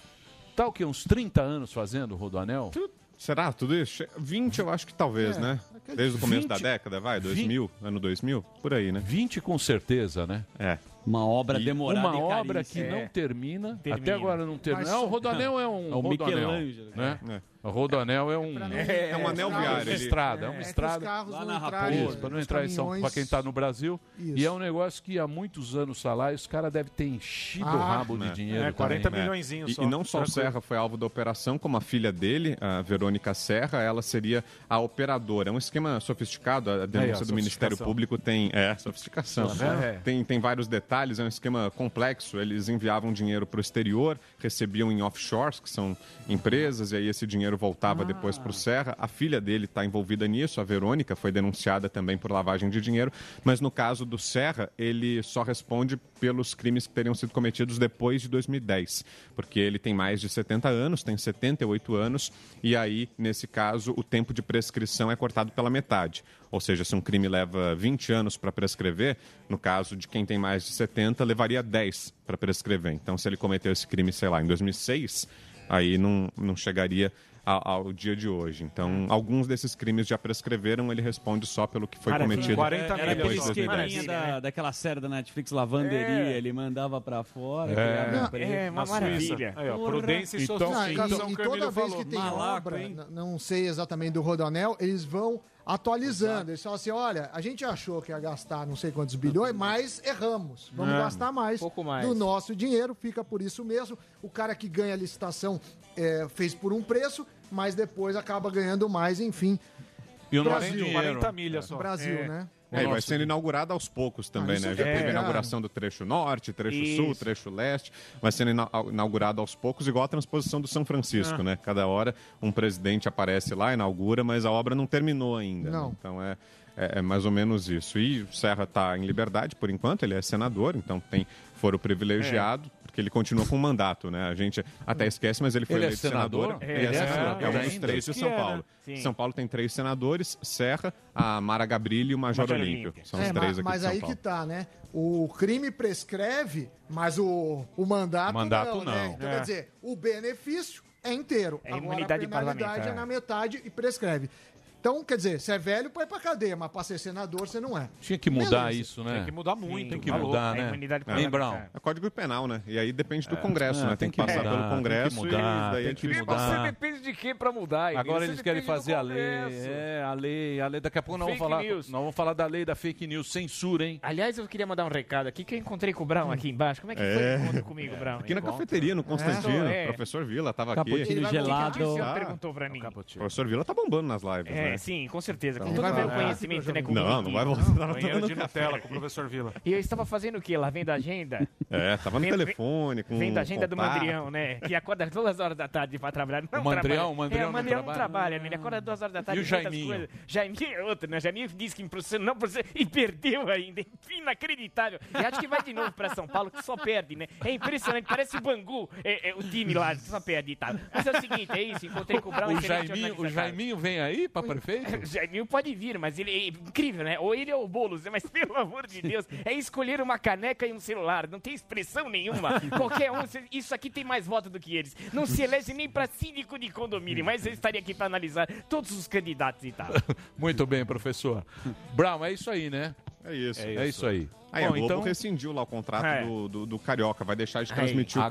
Speaker 3: tá o quê? Uns 30 anos fazendo o Rodoanel?
Speaker 10: Será tudo isso? Che- 20 eu acho que talvez,
Speaker 3: É,
Speaker 10: né?
Speaker 3: aquele-
Speaker 10: Desde o começo da
Speaker 3: 20,
Speaker 10: década, vai? 2000, ano 2000, por aí, né?
Speaker 3: 20 com certeza, né?
Speaker 10: É.
Speaker 5: Uma obra demorada
Speaker 3: Uma
Speaker 5: e
Speaker 3: obra que
Speaker 5: caríssima.
Speaker 3: não
Speaker 5: É.
Speaker 3: termina, até
Speaker 5: Termina.
Speaker 3: agora não termina.
Speaker 5: Mas-
Speaker 3: Não, o Rodoanel é um,
Speaker 5: É o
Speaker 3: Rodoanel,
Speaker 5: Michelangelo,
Speaker 3: né?
Speaker 10: né?
Speaker 3: O Rodoanel é um
Speaker 10: É, é um anel viário
Speaker 3: uma
Speaker 10: ali.
Speaker 3: estrada, é
Speaker 10: É,
Speaker 3: uma
Speaker 10: é que os
Speaker 3: estrada
Speaker 10: carros Lá não
Speaker 3: na
Speaker 10: na entrarem,
Speaker 3: Raposa,
Speaker 10: né?
Speaker 3: para não
Speaker 10: os
Speaker 3: entrar em São
Speaker 10: caminhões.
Speaker 3: para quem tá no Brasil.
Speaker 10: Isso.
Speaker 3: E é um negócio que há muitos anos salários, os cara deve ter enchido o rabo de
Speaker 10: né?
Speaker 3: dinheiro. também.
Speaker 1: milhõezinhos
Speaker 10: E-
Speaker 1: só.
Speaker 10: E não só o
Speaker 1: Tranquilo.
Speaker 10: Serra foi alvo da operação, como a filha dele, a Verônica Serra, ela seria a operadora. É um esquema sofisticado, a denúncia do
Speaker 3: sofisticação.
Speaker 10: Ministério Público tem... É, sofisticação.
Speaker 3: Tá vendo? É.
Speaker 10: Tem, tem vários detalhes, é um esquema complexo. Eles enviavam dinheiro para o exterior, recebiam em offshores, que são empresas, e aí esse dinheiro
Speaker 3: Ah.
Speaker 10: voltava depois para o Serra. A filha dele está envolvida nisso, a Verônica, foi denunciada também por lavagem de dinheiro. Mas no caso do Serra, ele só responde pelos crimes que teriam sido cometidos depois de 2010, porque ele tem mais de 70 anos, tem 78 anos, e aí, nesse caso, o tempo de prescrição é cortado pela metade. Ou seja, se um crime leva 20 anos para prescrever, no caso de quem tem mais de 70, levaria 10 para prescrever. Então, se ele cometeu esse crime, sei lá, em 2006, aí não, não chegaria a- ao dia de hoje. Então, alguns desses crimes já prescreveram, ele responde só pelo que foi
Speaker 1: Cara,
Speaker 10: cometido
Speaker 1: 40
Speaker 5: Era aquele
Speaker 10: depois de
Speaker 5: esqueminha
Speaker 10: 2010.
Speaker 5: da,
Speaker 3: É.
Speaker 5: daquela série da Netflix, lavanderia,
Speaker 1: É.
Speaker 5: ele mandava pra fora.
Speaker 10: É.
Speaker 5: criava
Speaker 7: Não,
Speaker 5: empresa.
Speaker 9: é, uma
Speaker 1: Na
Speaker 9: maravilha.
Speaker 1: Suíça. Aí, ó,
Speaker 5: Porra.
Speaker 1: prudência e
Speaker 3: Então,
Speaker 7: Ah, e-
Speaker 1: sofisticação
Speaker 7: e,
Speaker 1: que o
Speaker 7: toda
Speaker 1: Emílio
Speaker 7: vez
Speaker 1: falou.
Speaker 7: que tem
Speaker 5: Malaco,
Speaker 7: obra,
Speaker 5: hein?
Speaker 7: n- não sei exatamente do Rodanel, eles vão atualizando. Eles falam assim, olha, a gente achou que ia gastar não sei quantos bilhões, mas erramos. Vamos gastar mais,
Speaker 9: Pouco mais.
Speaker 7: do nosso dinheiro, fica por isso mesmo. O cara que ganha a licitação é, fez por um preço, mas depois acaba ganhando mais, enfim,
Speaker 3: E o nosso
Speaker 1: 40,
Speaker 3: dinheiro.
Speaker 1: 40 milhas só.
Speaker 7: Brasil, né?
Speaker 10: É, e vai
Speaker 3: Nossa,
Speaker 10: sendo inaugurado aos poucos também,
Speaker 7: isso
Speaker 10: né? Já
Speaker 7: é,
Speaker 10: teve a
Speaker 7: cara.
Speaker 10: inauguração do trecho norte, trecho sul,
Speaker 9: Isso.
Speaker 10: trecho leste. Vai sendo ina- inaugurado aos poucos, igual a transposição do São Francisco, né? Cada hora um presidente aparece lá, inaugura, mas a obra não terminou ainda. né?
Speaker 7: Não.
Speaker 10: Então é, é, é mais ou menos isso. E o Serra está em liberdade por enquanto, ele é senador, então tem foro privilegiado. Porque ele continua com o mandato, né? A gente até esquece, mas ele foi
Speaker 3: Ele é
Speaker 10: eleito senador.
Speaker 3: senador?
Speaker 10: Ele é,
Speaker 9: Ele é
Speaker 10: senador. É um
Speaker 3: senador.
Speaker 10: dos três de
Speaker 1: Que
Speaker 10: São
Speaker 1: é, né?
Speaker 10: Paulo.
Speaker 9: Sim.
Speaker 10: São Paulo tem três senadores, Serra, a Mara Gabrilli e o Major,
Speaker 9: Major
Speaker 10: Olímpio.
Speaker 9: Olímpio.
Speaker 10: São os
Speaker 7: É, ma-
Speaker 10: três aqui
Speaker 7: mas
Speaker 10: de São
Speaker 7: aí
Speaker 10: Paulo.
Speaker 7: que tá, né? O crime prescreve, mas o, o mandato,
Speaker 3: Mandato
Speaker 7: não, né?
Speaker 3: não.
Speaker 7: Então,
Speaker 9: É.
Speaker 7: quer dizer, o benefício é inteiro.
Speaker 9: É imunidade
Speaker 7: Agora, a penalidade
Speaker 9: parlamentar.
Speaker 7: é na metade e prescreve. Então, quer dizer, você é velho, põe pra cadeia, mas pra ser senador, você não é.
Speaker 3: Tinha que mudar
Speaker 7: Beleza.
Speaker 3: isso, né?
Speaker 1: Tem que mudar muito.
Speaker 3: Tem que
Speaker 1: tá louco.
Speaker 3: mudar,
Speaker 9: A
Speaker 3: né?
Speaker 9: imunidade
Speaker 3: Hein,
Speaker 9: parlamentar.
Speaker 3: Brown?
Speaker 10: É código penal, né? E aí depende do Congresso,
Speaker 3: Ah,
Speaker 10: né?
Speaker 3: tem
Speaker 10: Tem que
Speaker 3: que
Speaker 10: passar
Speaker 3: mudar,
Speaker 10: pelo
Speaker 3: tem que
Speaker 10: Congresso
Speaker 3: mudar,
Speaker 10: e daí
Speaker 3: tem
Speaker 10: é
Speaker 3: que
Speaker 10: difícil.
Speaker 3: mudar.
Speaker 11: Você depende de quem pra mudar?
Speaker 3: Agora eles querem fazer a lei.
Speaker 11: É.
Speaker 3: É, a lei, a lei. Daqui a pouco nós vamos,
Speaker 11: Fake
Speaker 3: falar, nós
Speaker 11: news.
Speaker 3: vamos falar da lei da fake news, censura, hein?
Speaker 11: Aliás, eu queria mandar um recado aqui que eu encontrei com o Brown aqui embaixo. Como é que foi
Speaker 10: É.
Speaker 11: o encontro comigo, Brown?
Speaker 10: Aqui na cafeteria, no Constantino,
Speaker 11: É.
Speaker 10: professor Vila
Speaker 3: Tá
Speaker 10: estava
Speaker 5: Capotino
Speaker 10: aqui.
Speaker 7: vai
Speaker 5: gelado.
Speaker 11: O senhor
Speaker 10: Ah.
Speaker 11: perguntou pra mim.
Speaker 10: O professor Vila tá bombando nas lives,
Speaker 11: É,
Speaker 10: né?
Speaker 11: sim, com certeza. Com
Speaker 10: Então,
Speaker 11: todo o
Speaker 7: vai
Speaker 11: meu
Speaker 7: voltar.
Speaker 11: conhecimento, né?
Speaker 10: Não, não
Speaker 11: cognitivo.
Speaker 10: vai voltar.
Speaker 1: Banheiro de Nutella com o professor Vila.
Speaker 11: E eu estava fazendo o quê? Lá vem da agenda?
Speaker 10: É, tava no
Speaker 11: Vem- vem-
Speaker 10: telefone, com
Speaker 11: Vem da agenda do
Speaker 10: contato.
Speaker 11: Mandrião, né? Que acorda duas horas da tarde pra trabalhar. Não
Speaker 3: O Mandrião?
Speaker 11: trabalha.
Speaker 3: O Mandrião
Speaker 11: é,
Speaker 3: não
Speaker 11: o Mandrião não
Speaker 3: trabalha?
Speaker 11: trabalha, né? Ele acorda duas horas da tarde
Speaker 3: E o
Speaker 11: inventa as
Speaker 3: Jaiminho?
Speaker 11: coisas. Jaiminho é outro, né? Jaiminho disse que processou, não processou e perdeu ainda. Inacreditável. E acho que vai de novo pra São Paulo, que só perde, né? É impressionante, parece o Bangu, é, é, o time lá, só perde e tal. Mas é o seguinte, é isso, encontrei com o Brown,
Speaker 3: O
Speaker 11: excelente
Speaker 3: Jaiminho,
Speaker 11: jornalista,
Speaker 3: o
Speaker 11: cara.
Speaker 3: Jaiminho vem aí pra prefeito?
Speaker 11: Jamil pode vir, mas ele é incrível, né? Ou ele é o Boulos, né? mas pelo amor de Deus, é escolher uma caneca e um celular, não tem expressão nenhuma. Qualquer um, se- isso aqui tem mais voto do que eles. Não se elege nem pra síndico de condomínio, mas eu estaria aqui pra analisar todos os candidatos e tal.
Speaker 3: Muito bem, professor. Brown, é isso aí, né?
Speaker 10: É isso.
Speaker 3: É isso, aí.
Speaker 10: Aí a
Speaker 3: Bom,
Speaker 10: Globo
Speaker 3: então,
Speaker 10: rescindiu lá o contrato
Speaker 11: É.
Speaker 10: do, do, do Carioca, vai deixar de transmitir
Speaker 3: a
Speaker 10: o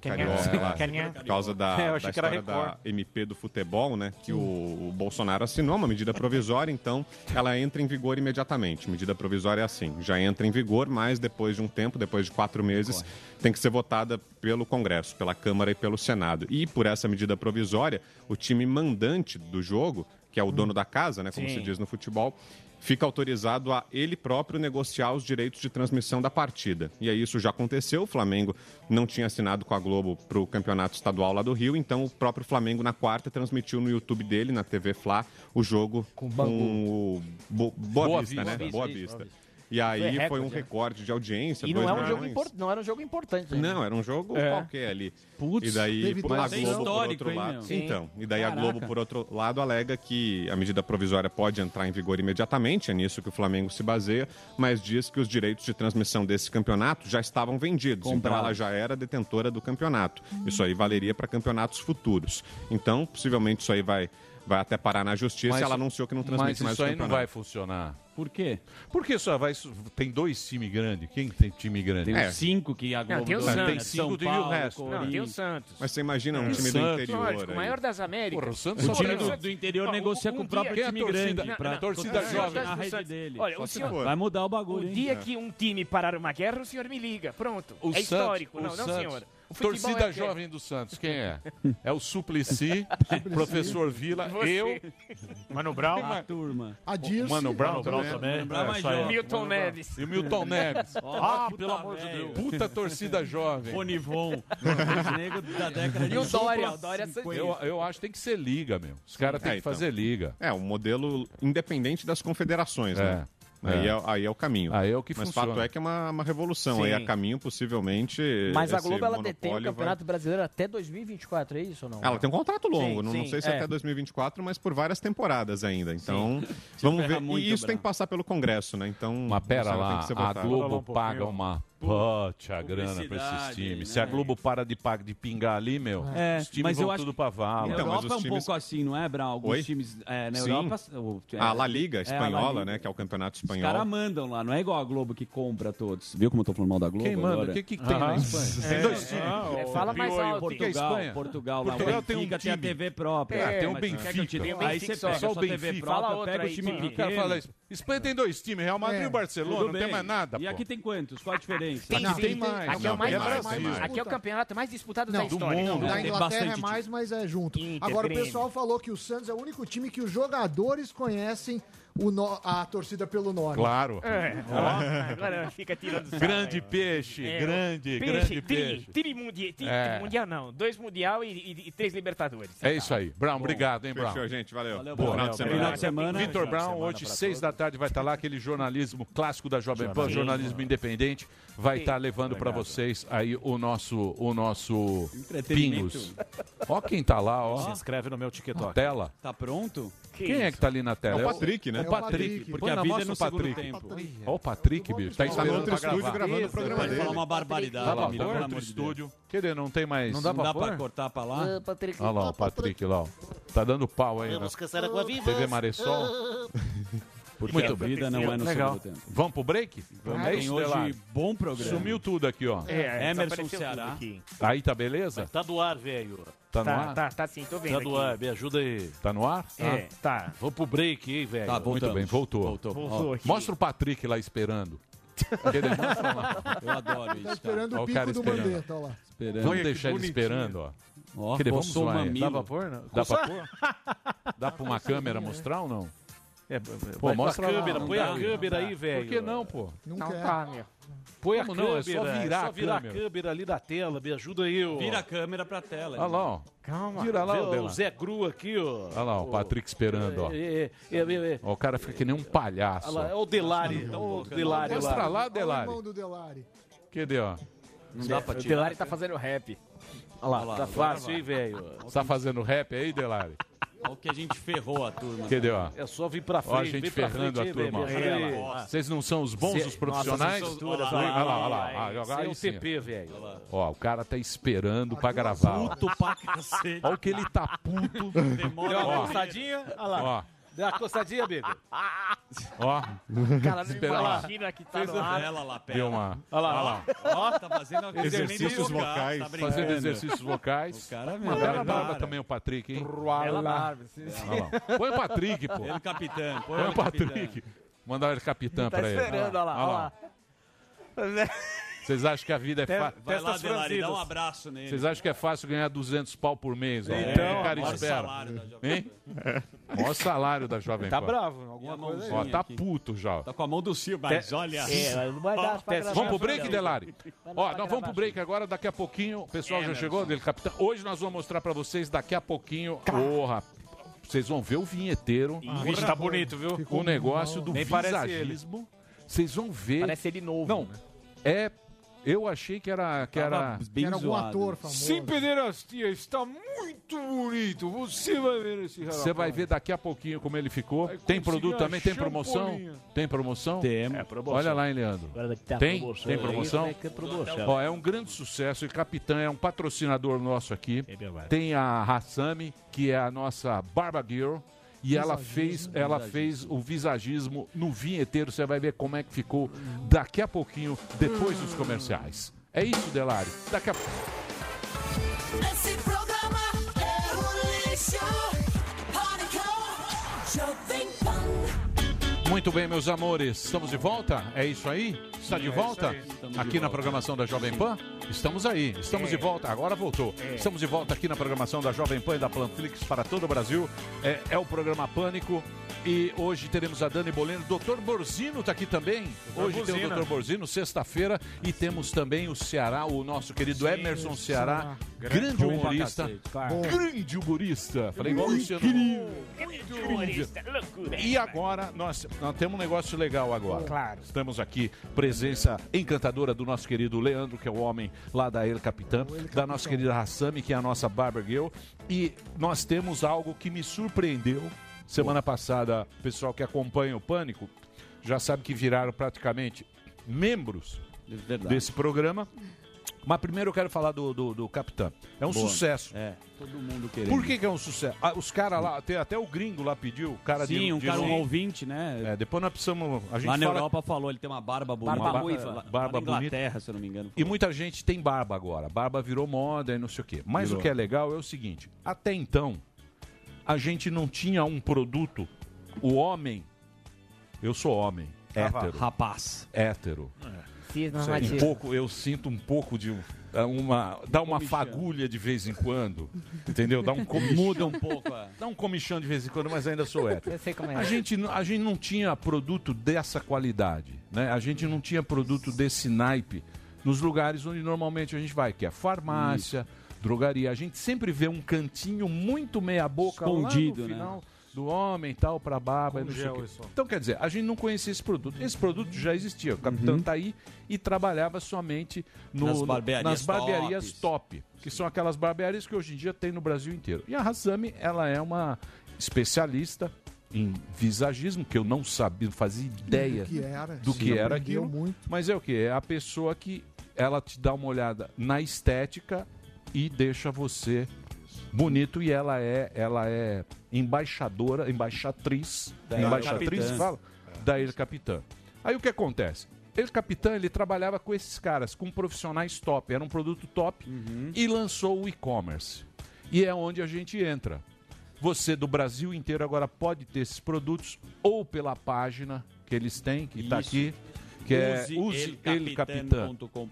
Speaker 3: Globo.
Speaker 10: Carioca lá,
Speaker 11: Quem é?
Speaker 10: por causa da,
Speaker 1: É, eu achei
Speaker 10: da
Speaker 1: que era
Speaker 10: história da
Speaker 1: Record.
Speaker 10: MP do futebol, né, que o, o Bolsonaro assinou uma medida provisória, então ela entra em vigor imediatamente. Medida provisória é assim, já entra em vigor, mas depois de um tempo, depois de quatro meses, tem que ser votada pelo Congresso, pela Câmara e pelo Senado. E por essa medida provisória, o time mandante do jogo, que é o dono da casa, né, como se diz no futebol, fica autorizado a ele próprio negociar os direitos de transmissão da partida. E aí isso já aconteceu, o Flamengo não tinha assinado com a Globo para o campeonato estadual lá do Rio, então o próprio Flamengo na quarta transmitiu no YouTube dele, na TV Fla, o jogo com, o Bo- Boa,
Speaker 3: Boa
Speaker 10: Vista,
Speaker 3: Vista,
Speaker 10: né?
Speaker 3: isso,
Speaker 10: Boa
Speaker 3: isso,
Speaker 10: Vista. E aí
Speaker 11: Foi
Speaker 10: foi
Speaker 11: recorde,
Speaker 10: um
Speaker 11: né?
Speaker 10: recorde de audiência.
Speaker 11: E não,
Speaker 10: dois
Speaker 11: é um jogo
Speaker 10: milhões.
Speaker 11: impor- não era um jogo importante. né?
Speaker 10: Não, era um jogo qualquer ali.
Speaker 5: Putz,
Speaker 10: e daí
Speaker 7: teve
Speaker 10: a
Speaker 7: dois.
Speaker 10: Globo por
Speaker 5: Histórico,
Speaker 10: outro
Speaker 5: hein,
Speaker 10: lado.
Speaker 5: meu?
Speaker 11: Sim.
Speaker 10: Então, e daí
Speaker 5: Caraca.
Speaker 10: a Globo por outro lado alega que a medida provisória pode entrar em vigor imediatamente, é nisso que o Flamengo se baseia, mas diz que os direitos de transmissão desse campeonato já estavam vendidos, então
Speaker 5: Comprados.
Speaker 10: ela já era detentora do campeonato. Isso aí valeria para campeonatos futuros. Então, possivelmente isso aí vai vai até parar na justiça,
Speaker 3: Mas-
Speaker 10: ela anunciou que não
Speaker 3: mas
Speaker 10: transmite mais
Speaker 3: isso
Speaker 10: o
Speaker 3: aí não
Speaker 10: campeonato.
Speaker 3: vai funcionar.
Speaker 5: Por quê?
Speaker 3: Porque só vai. Tem dois times grandes. Quem tem time grande?
Speaker 5: Tem
Speaker 10: É.
Speaker 5: os cinco que a Globo
Speaker 11: Não, tem os
Speaker 5: domina, né?
Speaker 11: anos. Tem
Speaker 5: São
Speaker 3: cinco e o
Speaker 5: Paulo,
Speaker 3: resto.
Speaker 11: Não, tem o
Speaker 5: Corinthians.
Speaker 11: Santos.
Speaker 10: Mas você imagina um time
Speaker 3: Santos,
Speaker 10: do interior
Speaker 11: Lógico, o
Speaker 10: aí.
Speaker 11: maior das Américas.
Speaker 3: Porra, o Santos
Speaker 5: O
Speaker 3: só
Speaker 5: time
Speaker 3: tem-
Speaker 5: do, do interior
Speaker 11: Ó,
Speaker 5: negocia
Speaker 11: um-
Speaker 5: com o
Speaker 11: um
Speaker 5: próprio
Speaker 11: dia-
Speaker 5: time
Speaker 3: E é a torcida?
Speaker 5: grande.
Speaker 3: Não,
Speaker 5: pra-
Speaker 3: não, torcida
Speaker 5: pra-
Speaker 3: jovem.
Speaker 5: Na
Speaker 11: do
Speaker 5: rede
Speaker 11: Santos.
Speaker 5: dele.
Speaker 11: Olha,
Speaker 10: Só
Speaker 11: o
Speaker 10: se
Speaker 11: senhor,
Speaker 10: for.
Speaker 5: Vai mudar o
Speaker 11: O
Speaker 5: bagulho, hein?
Speaker 11: dia que um time parar uma guerra, o senhor me liga. Pronto.
Speaker 3: O
Speaker 11: é
Speaker 3: Santos-
Speaker 11: histórico.
Speaker 3: o
Speaker 11: não, não,
Speaker 3: Santos.
Speaker 11: senhor. O futebol
Speaker 3: Torcida
Speaker 11: é o quê?
Speaker 3: jovem do Santos, quem é? É o Suplicy, professor Vila,
Speaker 11: Você.
Speaker 3: eu,
Speaker 1: Mano Brown.
Speaker 5: A turma.
Speaker 7: A Dirce,
Speaker 3: Mano Brown, também.
Speaker 1: também.
Speaker 5: Lembrar mais
Speaker 1: isso aí.
Speaker 5: jovem.
Speaker 11: Milton Neves.
Speaker 3: e o Milton Neves.
Speaker 5: Ah,
Speaker 1: pelo amor de Deus.
Speaker 3: Puta torcida jovem.
Speaker 5: Bonivon. Os negros da década de
Speaker 11: E o
Speaker 5: 50.
Speaker 11: Dória, o
Speaker 5: é
Speaker 3: é
Speaker 11: Dória Santos.
Speaker 3: Eu, eu acho que tem que ser liga, meu. Os caras têm
Speaker 10: É,
Speaker 3: que
Speaker 10: então.
Speaker 3: fazer liga.
Speaker 10: É, um modelo independente das confederações,
Speaker 3: É,
Speaker 10: né? Aí é. aí é o caminho.
Speaker 3: Aí é o que
Speaker 10: Mas
Speaker 3: funciona.
Speaker 10: fato é que é uma, uma revolução. Aí a caminho, possivelmente.
Speaker 13: Mas a
Speaker 10: esse
Speaker 13: Globo ela detém o
Speaker 10: monopólio vai-
Speaker 13: Campeonato Brasileiro até 2024, é isso ou não?
Speaker 10: Ela tem um contrato longo,
Speaker 13: Sim,
Speaker 10: não, não
Speaker 13: sim,
Speaker 10: sei se
Speaker 13: é.
Speaker 10: até 2024, mas por várias temporadas ainda. Então, vamos
Speaker 5: ferra
Speaker 10: ver.
Speaker 5: muito,
Speaker 10: e isso
Speaker 5: Brau.
Speaker 10: tem que passar pelo Congresso, né? Então,
Speaker 3: Mas pera
Speaker 10: ela
Speaker 3: lá, a
Speaker 10: votada.
Speaker 1: Falar um
Speaker 3: Globo
Speaker 1: pouquinho.
Speaker 3: paga uma Pote a grana pra esses
Speaker 5: Publicidade,
Speaker 3: times.
Speaker 5: né?
Speaker 3: Se a Globo para de, pa- de pingar ali, meu,
Speaker 5: É,
Speaker 3: os times
Speaker 5: mas
Speaker 3: vão
Speaker 5: eu acho
Speaker 3: tudo pra vala.
Speaker 10: Então,
Speaker 5: Na Europa é um pouco assim, não é, Brau? Alguns
Speaker 3: Oi?
Speaker 5: times é, na
Speaker 3: Sim. Ah,
Speaker 5: Europa... o- é-
Speaker 10: A La Liga
Speaker 5: é, a La
Speaker 10: espanhola,
Speaker 5: Liga.
Speaker 10: né? Que é o campeonato
Speaker 5: Os
Speaker 10: espanhol.
Speaker 5: caras mandam lá, não é igual a Globo que compra todos. Viu como eu tô falando mal da Globo
Speaker 3: Quem manda?
Speaker 5: agora?
Speaker 3: O que que tem na Espanha? Tem dois times. É, fala mais
Speaker 5: Pior,
Speaker 3: alto.
Speaker 5: Portugal,
Speaker 3: O que que é Espanha?
Speaker 5: Portugal, lá,
Speaker 3: Portugal
Speaker 5: o Benfica
Speaker 3: tem um
Speaker 5: tem a
Speaker 3: time.
Speaker 5: TV própria.
Speaker 3: É, tem um
Speaker 5: mas quer que eu te dê
Speaker 3: Benfica.
Speaker 5: um Aí você pega
Speaker 3: Só o
Speaker 5: sua TV
Speaker 3: Benfica.
Speaker 5: própria, pega o time
Speaker 3: O cara fala
Speaker 5: pequeno.
Speaker 3: isso. Espanha tem dois times, Real Madrid e
Speaker 5: É,
Speaker 3: Barcelona,
Speaker 5: tudo
Speaker 3: não tem
Speaker 5: bem.
Speaker 3: mais nada,
Speaker 5: E
Speaker 3: pô.
Speaker 5: aqui tem quantos? Qual a diferença?
Speaker 3: Tem, Não, tem tem, mais.
Speaker 11: Aqui é, o mais,
Speaker 3: É
Speaker 11: mais-
Speaker 3: Brasil.
Speaker 11: mais- aqui é o campeonato mais disputado da
Speaker 7: Não, do
Speaker 11: história. então, né?
Speaker 7: mundo.
Speaker 11: Não,
Speaker 7: Da
Speaker 11: tem
Speaker 7: Inglaterra é
Speaker 11: bastante
Speaker 7: mais, mas é junto.
Speaker 11: Inter,
Speaker 7: Agora, o
Speaker 11: Grêmio.
Speaker 7: pessoal falou que o Santos é o único time que os jogadores conhecem o no- a torcida pelo nome.
Speaker 3: Claro.
Speaker 11: É. Ó, agora fica tirando sarro
Speaker 3: Grande
Speaker 11: aí.
Speaker 3: peixe,
Speaker 11: É, peixe,
Speaker 3: grande, grande
Speaker 11: tri,
Speaker 3: peixe.
Speaker 11: Tri, mundi- tri-
Speaker 3: É.
Speaker 11: tri mundial não, dois mundial e, e- e três libertadores. Tá.
Speaker 3: É isso aí. Brown, obrigado, hein, Brown.
Speaker 10: Fechou, gente. Valeu.
Speaker 3: Boa.
Speaker 10: Bom final de semana.
Speaker 3: Final de semana. Vitor
Speaker 10: Final de
Speaker 3: Brown,
Speaker 10: semana
Speaker 3: hoje,
Speaker 10: pra
Speaker 3: seis da tarde, vai estar lá. Aquele jornalismo clássico da Jovem Pan,
Speaker 10: Jornalismo.
Speaker 3: jornalismo independente, vai
Speaker 10: Sim.
Speaker 3: estar levando para vocês aí o nosso, o nosso
Speaker 5: Entretenimento.
Speaker 3: Pingos. Ó quem tá lá, ó.
Speaker 1: Se inscreve no meu TikTok.
Speaker 3: Na tela.
Speaker 5: Tá pronto?
Speaker 3: Quem é que tá ali na tela?
Speaker 5: É o Patrick, né?
Speaker 3: O Patrick.
Speaker 5: Porque
Speaker 3: Põe
Speaker 5: a
Speaker 3: na
Speaker 5: vida é
Speaker 3: mostra
Speaker 5: no
Speaker 3: o
Speaker 5: segundo
Speaker 3: Patrick.
Speaker 5: tempo.
Speaker 3: Ó o Patrick, bicho. Tá
Speaker 5: Tá no
Speaker 3: esperando
Speaker 5: outro
Speaker 3: pra
Speaker 5: estúdio
Speaker 3: gravar.
Speaker 5: gravando o
Speaker 2: tá
Speaker 5: Isso, programa vai dele. falar uma barbaridade
Speaker 3: Tá
Speaker 5: lá,
Speaker 3: lá,
Speaker 5: Mira, pelo
Speaker 3: outro
Speaker 5: amor de
Speaker 3: estúdio. Querendo, não tem mais...
Speaker 5: Não dá pra pôr? cortar pra lá? Ah, Patrick.
Speaker 3: Olha lá, o Patrick lá. ó. Tá dando pau aí.
Speaker 5: Vamos
Speaker 3: né?
Speaker 5: caçar água viva.
Speaker 3: TV Maressol.
Speaker 5: Porque a vida não é no
Speaker 3: Legal.
Speaker 5: segundo tempo.
Speaker 3: Vamos pro break?
Speaker 5: Vamos.
Speaker 3: É
Speaker 5: Tem
Speaker 3: isso,
Speaker 5: hoje
Speaker 3: Delari.
Speaker 5: bom programa.
Speaker 3: Sumiu tudo aqui, ó.
Speaker 11: É, é,
Speaker 5: Emerson
Speaker 11: desapareceu
Speaker 5: Ceará.
Speaker 11: tudo aqui.
Speaker 3: Aí tá beleza?
Speaker 1: Tá do ar, velho.
Speaker 3: Tá no Tá, ar?
Speaker 11: tá, tá sim, tô vendo
Speaker 1: Tá do
Speaker 11: aqui.
Speaker 1: ar, me ajuda aí.
Speaker 3: Tá no ar?
Speaker 1: É,
Speaker 11: tá.
Speaker 1: Vou pro break, hein, velho.
Speaker 3: Tá, Muito bem, voltou.
Speaker 1: Voltou
Speaker 3: Ó,
Speaker 1: aqui.
Speaker 3: Mostra o Patrick lá esperando.
Speaker 5: Eu adoro isso.
Speaker 7: Tá esperando
Speaker 3: Ó,
Speaker 7: o
Speaker 3: o
Speaker 7: pico
Speaker 3: cara
Speaker 7: do
Speaker 3: esperando.
Speaker 7: Mandetta, olha lá.
Speaker 5: Esperando.
Speaker 3: Vamos deixar ele esperando, ó. Que ele- vamos
Speaker 5: coçou o
Speaker 3: zoar ele. Dá
Speaker 5: mamilo.
Speaker 3: pra pôr? não? Dá pra pôr? Dá pra uma câmera mostrar ou não? É,
Speaker 1: Pô, mostra a câmera, põe a câmera aí, velho.
Speaker 3: Por que não, pô?
Speaker 7: Não,
Speaker 1: quer.
Speaker 11: tá, meu.
Speaker 1: Põe a
Speaker 3: Como
Speaker 1: câmera.
Speaker 3: não? É só virar a
Speaker 1: virar
Speaker 3: câmera.
Speaker 1: ali da tela, me ajuda aí, ó.
Speaker 5: Vira a câmera pra tela.
Speaker 3: Olha lá, ó.
Speaker 1: Calma.
Speaker 3: Vira lá,
Speaker 1: Vê
Speaker 3: ó,
Speaker 1: o
Speaker 3: Delano.
Speaker 1: Zé Gru aqui, ó.
Speaker 3: Olha lá, ó, o Patrick esperando, ó.
Speaker 1: É, é, é, é, é.
Speaker 3: Ó, O cara fica que nem um
Speaker 1: Olha
Speaker 3: palhaço.
Speaker 1: lá, é o Delari. Ó, o Delari lá.
Speaker 3: Mostra lá,
Speaker 7: Olha
Speaker 3: Delari.
Speaker 7: o irmão do Delari.
Speaker 3: Cadê, ó?
Speaker 5: Não
Speaker 3: é
Speaker 5: dá pra
Speaker 11: O
Speaker 5: tirar.
Speaker 11: Delari tá fazendo rap.
Speaker 1: Olha lá,
Speaker 5: Olha lá,
Speaker 1: tá
Speaker 5: agora
Speaker 1: fácil,
Speaker 5: vai.
Speaker 1: hein, velho.
Speaker 3: Tá fazendo rap aí, Delari?
Speaker 5: Olha o que a gente ferrou a turma.
Speaker 3: Cadê, ó?
Speaker 1: É só vir pra
Speaker 3: Ó, a
Speaker 1: frente.
Speaker 3: gente
Speaker 1: vem pra
Speaker 3: ferrando
Speaker 1: frente
Speaker 3: a
Speaker 1: aí, velho,
Speaker 3: turma.
Speaker 1: me ajuda aí.
Speaker 3: ó. Vocês não são os bons, os profissionais?
Speaker 1: Nossa,
Speaker 3: Olha
Speaker 1: essas
Speaker 3: lá, olha lá, Ah, olha
Speaker 1: Aí,
Speaker 3: lá. ó,
Speaker 1: Isso é
Speaker 3: Agora
Speaker 1: o
Speaker 3: sim, ó.
Speaker 1: TP, velho.
Speaker 3: Ó, o cara tá esperando pra gravar. ó.
Speaker 5: Puto pra cacete.
Speaker 3: Olha o que ele tá puto.
Speaker 5: Demora
Speaker 1: Deu uma
Speaker 5: pra vir.
Speaker 1: coçadinha. Olha lá.
Speaker 3: Ó,
Speaker 1: Deu uma coçadinha, amigo.
Speaker 3: ó.
Speaker 11: Cara, não
Speaker 3: Espera lá.
Speaker 11: imagina que tá
Speaker 1: Fez
Speaker 11: no
Speaker 1: a-
Speaker 11: ar.
Speaker 5: Ela lá, pera.
Speaker 3: Deu uma.
Speaker 1: Olha lá.
Speaker 5: Ó, tá fazendo
Speaker 3: um
Speaker 5: uma coisa
Speaker 10: Exercícios
Speaker 5: nem vocal,
Speaker 10: vocais.
Speaker 5: Tá brincando.
Speaker 3: Fazendo exercícios vocais.
Speaker 5: Cara, meu,
Speaker 3: Uma bela
Speaker 5: cara.
Speaker 3: barba também o Patrick, hein?
Speaker 11: Ela barba, sim, sim.
Speaker 3: Olha lá. Põe o Patrick, pô.
Speaker 5: Ele capitão. Põe
Speaker 3: Põe
Speaker 5: ele
Speaker 3: o Patrick. Mandar ele capitã
Speaker 11: Tá
Speaker 3: pra ele.
Speaker 11: esperando, olha lá,
Speaker 3: Olha
Speaker 11: olha
Speaker 3: lá.
Speaker 11: lá.
Speaker 3: Vocês acham que a vida é fácil?
Speaker 5: Vai lá,
Speaker 1: Testas
Speaker 5: Delari, dá um
Speaker 1: franzidas.
Speaker 5: abraço nele.
Speaker 3: Vocês acham que é fácil ganhar 200 pau por mês? Ó.
Speaker 5: Então,
Speaker 3: o cara
Speaker 5: maior
Speaker 3: espera.
Speaker 5: salário da Jovem
Speaker 3: Hein? Maior salário da Jovem
Speaker 1: Tá
Speaker 3: Pan.
Speaker 1: bravo.
Speaker 5: E
Speaker 1: Alguma
Speaker 5: a
Speaker 1: coisa aí.
Speaker 5: mãozinha
Speaker 3: Ó, tá
Speaker 5: aqui.
Speaker 3: puto já. ó.
Speaker 5: Tá com a mão do Silvio, mas olha.
Speaker 11: É, não vai dar pra gravar.
Speaker 3: Vamos pro break, Delari? Ó,
Speaker 11: pra
Speaker 3: nós vamos
Speaker 11: gravar,
Speaker 3: pro break agora, daqui a pouquinho. O
Speaker 5: É,
Speaker 3: pessoal já chegou, dele capitão. Hoje nós vamos mostrar pra vocês, daqui a pouquinho.
Speaker 11: Tá.
Speaker 3: Porra, vocês vão ver o vinheteiro,
Speaker 1: O bicho tá bonito, viu?
Speaker 3: o um negócio do
Speaker 1: Nem parece ele.
Speaker 3: visagismo. Vocês vão ver.
Speaker 11: Parece ele novo. né?
Speaker 3: Não, é. Eu achei que era. Que era...
Speaker 5: bem
Speaker 7: Era algum ator famoso.
Speaker 1: Sem pederastia, está muito bonito. Você vai ver esse rapaz.
Speaker 3: Você vai ver daqui a pouquinho como ele ficou.
Speaker 1: Aí
Speaker 3: Tem
Speaker 1: consegui
Speaker 3: produto
Speaker 1: a
Speaker 3: também, tem promoção?
Speaker 1: champolinha.
Speaker 3: Tem promoção? É
Speaker 5: Temos.
Speaker 3: Olha lá, hein, Leandro. Tem? Tem é promoção? Ó, é um grande sucesso e Capitã é um patrocinador nosso aqui. Tem a Hassami, que é a nossa Barba Girl. E ela fez, ela fez o visagismo no vinheteiro. Você vai ver como é que ficou daqui a pouquinho, depois dos comerciais. É isso, Delari. Daqui a
Speaker 14: Esse programa é um lixo. Pânico, Jovem Pan.
Speaker 3: Muito bem, meus amores. Estamos de volta? É isso aí? Está de volta? É. Aqui na programação da Jovem Pan? Estamos aí, estamos de volta. Agora voltou. Estamos de volta aqui na programação da Jovem Pan e da Planflix para todo o Brasil. É, é o programa Pânico. E hoje teremos a Dani Boleno. Doutor Borzino está aqui também. Hoje tem o
Speaker 1: Borzino.
Speaker 3: Doutor Borzino, sexta-feira. E temos também o Ceará, o nosso querido Emerson Ceará. Grande humorista. Grande humorista. Falei igual o Luciano.
Speaker 11: Humorista, loucura.
Speaker 3: E agora, nós, nós temos um negócio legal agora. Claro. Estamos aqui, presença encantadora do nosso querido Leandro, que é o homem lá da El Capitã, da nossa querida Hassami, que é a nossa Barber Girl. E nós temos algo que me surpreendeu. Semana passada, o pessoal que acompanha o Pânico já sabe que viraram praticamente membros
Speaker 5: É Verdade.
Speaker 3: desse programa. Mas primeiro eu quero falar do, do, do Capitã. É um
Speaker 5: Boa.
Speaker 3: sucesso.
Speaker 5: É, todo mundo querendo.
Speaker 3: Por que, que é um sucesso? Ah, os caras lá, até, até o gringo lá pediu, o cara de-
Speaker 5: Sim, um
Speaker 3: de
Speaker 5: cara, um
Speaker 3: nome.
Speaker 5: ouvinte, né?
Speaker 3: É, depois nós precisamos. A gente
Speaker 5: Lá na
Speaker 3: fala-
Speaker 5: Europa falou, ele tem uma barba bonita.
Speaker 3: Barba
Speaker 5: Uma
Speaker 3: ruiva.
Speaker 5: Lá- lá
Speaker 3: Barba
Speaker 5: na
Speaker 3: bonita.
Speaker 5: Inglaterra, se eu não me engano.
Speaker 3: E muita gente tem barba agora. Barba virou moda e não sei o quê. Mas
Speaker 5: Virou.
Speaker 3: o que é legal é o seguinte: até então, a gente não tinha um produto. O homem. Eu sou homem.
Speaker 5: Rapa-
Speaker 3: Hétero.
Speaker 5: Rapaz.
Speaker 3: Hétero.
Speaker 13: Cis
Speaker 3: Sei, Um
Speaker 13: normativo.
Speaker 3: pouco, eu sinto um pouco de um- é uma dá uma fagulha de vez em quando, entendeu? Dá um comichão.
Speaker 5: Muda um pouco, é.
Speaker 3: Dá um comichão de vez em quando, mas ainda sou hétero.
Speaker 13: Eu sei como é.
Speaker 3: A gente não- a gente não tinha produto dessa qualidade, né? A gente não tinha produto desse naipe nos lugares onde normalmente a gente vai, que é farmácia, drogaria. A gente sempre vê um cantinho muito meia boca
Speaker 5: Escondido,
Speaker 3: lá no
Speaker 5: né?
Speaker 3: final do homem e tal para barba, e não sei
Speaker 1: gel
Speaker 3: o quê.
Speaker 1: isso.
Speaker 3: Então, quer dizer, a gente não conhecia esse produto. Esse produto já existia. O Capitão tá aí e trabalhava somente no-
Speaker 5: Nas
Speaker 3: no-
Speaker 5: barbearias
Speaker 3: nas barbearias
Speaker 5: tops.
Speaker 3: top, que são aquelas barbearias que hoje em dia tem no Brasil inteiro. E a Hazami, ela é uma especialista em visagismo, que eu não sabia, não fazia ideia
Speaker 7: Do que era.
Speaker 3: do que
Speaker 7: Sim,
Speaker 3: era
Speaker 7: aprendeu
Speaker 3: aquilo.
Speaker 7: muito.
Speaker 3: Mas é o que? É a pessoa que ela te dá uma olhada na estética e deixa você bonito e ela é ela é embaixadora, embaixatriz,
Speaker 5: Da
Speaker 3: da embaixatriz
Speaker 5: Capitã.
Speaker 3: fala, da El Capitã. Aí o que acontece? El Capitã, ele trabalhava com esses caras, com profissionais top, era um produto top
Speaker 5: Uhum.
Speaker 3: e lançou o e-commerce. E é onde a gente entra. Você do Brasil inteiro agora pode ter esses produtos ou pela página que eles têm, que está
Speaker 5: Isso.
Speaker 3: tá aqui, que é
Speaker 5: Use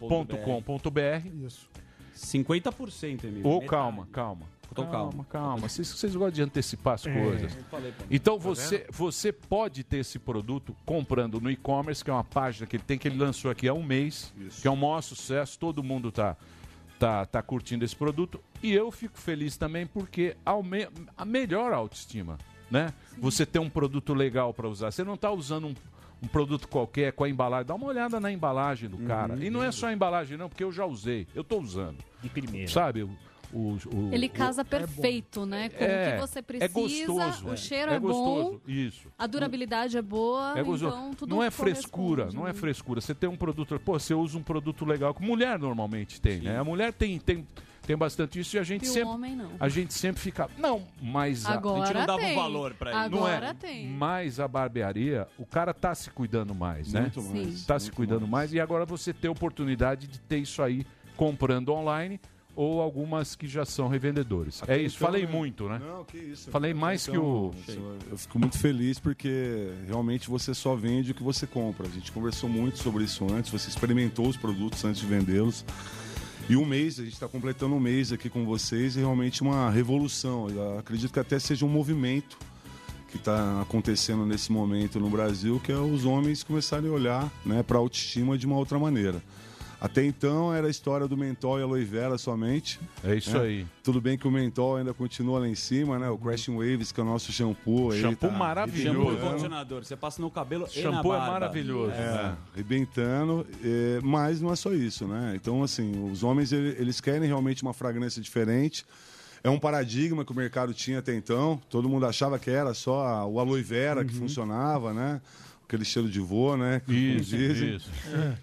Speaker 3: useelcapitã.com.br.
Speaker 7: Isso.
Speaker 5: 50%, Emílio.
Speaker 3: Ô,
Speaker 5: metade. Então,
Speaker 3: calma, calma.
Speaker 5: Tô calmo.
Speaker 3: calma. Vocês, vocês gostam de antecipar as coisas.
Speaker 5: É. falei pra mim. Tá
Speaker 3: Então você, você pode ter esse produto comprando no e-commerce, que é uma página que ele tem, que ele lançou aqui há um mês, que é um maior sucesso, todo mundo tá, tá, tá curtindo esse produto. E eu fico feliz também porque aume- a melhor autoestima, né? Você ter um produto legal para usar. Você não tá usando um, um produto qualquer com a embalagem. Dá uma olhada na embalagem do cara.
Speaker 5: Uhum.
Speaker 3: e não é só a embalagem, não, porque eu já usei. Eu tô usando.
Speaker 9: De primeira.
Speaker 3: Sabe? O, o- o-
Speaker 15: Ele
Speaker 3: o-
Speaker 15: casa perfeito, né? Com o que você precisa,
Speaker 3: é gostoso,
Speaker 15: o cheiro é,
Speaker 3: gostoso,
Speaker 15: bom,
Speaker 3: Isso.
Speaker 15: a durabilidade é boa,
Speaker 3: É gostoso.
Speaker 15: então tudo
Speaker 3: não é frescura, não é
Speaker 15: corresponde, né?
Speaker 3: frescura. Você tem um produto, pô, você usa um produto legal, que mulher normalmente tem, né? A mulher tem, tem, tem bastante isso e a gente
Speaker 15: E o
Speaker 3: sempre
Speaker 15: homem não.
Speaker 3: a gente sempre fica, não, mas a-
Speaker 15: Agora
Speaker 5: gente não dava um
Speaker 15: tem.
Speaker 5: valor pra ele.
Speaker 3: não
Speaker 15: Agora
Speaker 3: é,
Speaker 15: tem.
Speaker 3: mas a barbearia, o cara tá se cuidando mais, né?
Speaker 5: Muito mais.
Speaker 15: Sim.
Speaker 3: Tá se cuidando mais e agora você tem a oportunidade de ter isso aí comprando online ou algumas que já são revendedores. é isso,
Speaker 5: então,
Speaker 3: falei muito, né?
Speaker 16: Não, que isso.
Speaker 3: Falei
Speaker 16: Até
Speaker 3: mais que o-
Speaker 16: eu- Eu fico muito feliz porque realmente você só vende o que você compra. A gente conversou muito sobre isso antes, você experimentou os produtos antes de vendê-los. E um mês, a gente está completando um mês aqui com vocês, é realmente uma revolução. Eu acredito que até seja um movimento que está acontecendo nesse momento no Brasil, que é os homens começarem a olhar né, para a autoestima de uma outra maneira. Até então era a história do mentol e aloe vera somente.
Speaker 3: É isso
Speaker 16: né?
Speaker 3: aí.
Speaker 16: Tudo bem que o mentol ainda continua lá em cima, né? O Crashing Waves, que é o nosso shampoo. aí,
Speaker 3: Shampoo
Speaker 16: tá
Speaker 3: maravilhoso.
Speaker 5: Shampoo e
Speaker 16: arrebentando.
Speaker 5: condicionador. Você passa no cabelo e na
Speaker 3: Shampoo é
Speaker 5: barba.
Speaker 3: maravilhoso. né?
Speaker 16: É, arrebentando, é, mas não é só isso, né? Então, assim, os homens ele- eles querem realmente uma fragrância diferente. É um paradigma que o mercado tinha até então. Todo mundo achava que era só o aloe vera
Speaker 3: Uhum.
Speaker 16: que funcionava, né? Aquele cheiro de vô, né? Como
Speaker 3: Isso,
Speaker 16: dizem.
Speaker 3: isso.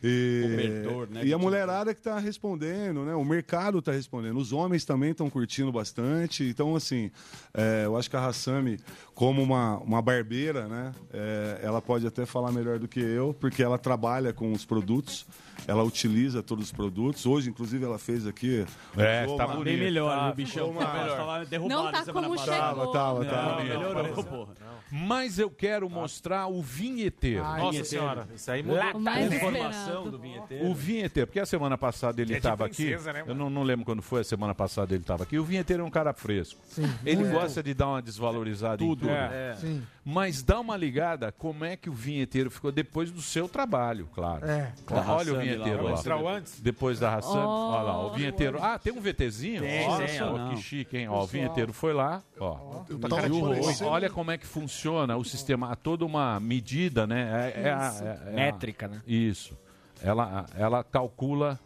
Speaker 16: E,
Speaker 5: Comedor, né,
Speaker 16: e a
Speaker 5: que
Speaker 16: mulherada que está respondendo, né? O mercado está respondendo, os homens também estão curtindo bastante. Então, assim, é, eu acho que a Hassami, como uma, uma barbeira, né? é, ela pode até falar melhor do que eu, porque ela trabalha com os produtos, ela utiliza todos os produtos. Hoje, inclusive, ela fez aqui.
Speaker 3: É,
Speaker 16: usou
Speaker 3: tá
Speaker 16: uma-
Speaker 5: Bem
Speaker 3: bonito.
Speaker 5: melhor,
Speaker 16: Tá,
Speaker 5: o bichão.
Speaker 16: ficou uma-
Speaker 5: Tava- Tava derrubado
Speaker 15: Não tá
Speaker 5: semana
Speaker 15: como
Speaker 5: passada.
Speaker 15: chegou.
Speaker 16: Tava, tava,
Speaker 5: Não,
Speaker 16: tava.
Speaker 5: melhorou, porra.
Speaker 3: Mas eu quero mostrar o vinheteiro.
Speaker 1: Nossa senhora, isso aí mudou.
Speaker 15: O mais
Speaker 5: Informação
Speaker 15: esperado.
Speaker 5: do vinheteiro.
Speaker 3: tá. O vinheteiro, porque a semana passada
Speaker 9: É
Speaker 3: ele
Speaker 9: de
Speaker 3: estava aqui.
Speaker 9: princesa, né, mano?
Speaker 3: eu não, não lembro quando foi a semana passada ele estava aqui. O vinheteiro é um cara fresco. ele gosta de dar uma desvalorizada em tudo.
Speaker 1: é.
Speaker 7: Sim.
Speaker 3: Mas dá uma ligada como é que o vinheteiro ficou depois do seu trabalho, claro.
Speaker 7: É.
Speaker 3: Olha
Speaker 5: Da
Speaker 3: o
Speaker 5: Hassami
Speaker 3: vinheteiro
Speaker 5: lá,
Speaker 3: lá.
Speaker 5: mostrar
Speaker 1: o antes?
Speaker 3: Depois da Hassan.
Speaker 15: Oh,
Speaker 3: Olha lá, o vinheteiro. Ah, tem um VTzinho?
Speaker 9: Tem,
Speaker 3: Olha
Speaker 9: tem,
Speaker 3: só,
Speaker 5: ó.
Speaker 3: que chique, hein? Ó, o vinheteiro foi lá, ó.
Speaker 16: Tá
Speaker 3: Olha,
Speaker 16: aparecendo.
Speaker 3: olha como é que funciona o sistema. Há toda uma medida, né? É, é a- é- é a-
Speaker 9: Métrica, né?
Speaker 3: isso. Ela, ela calcula,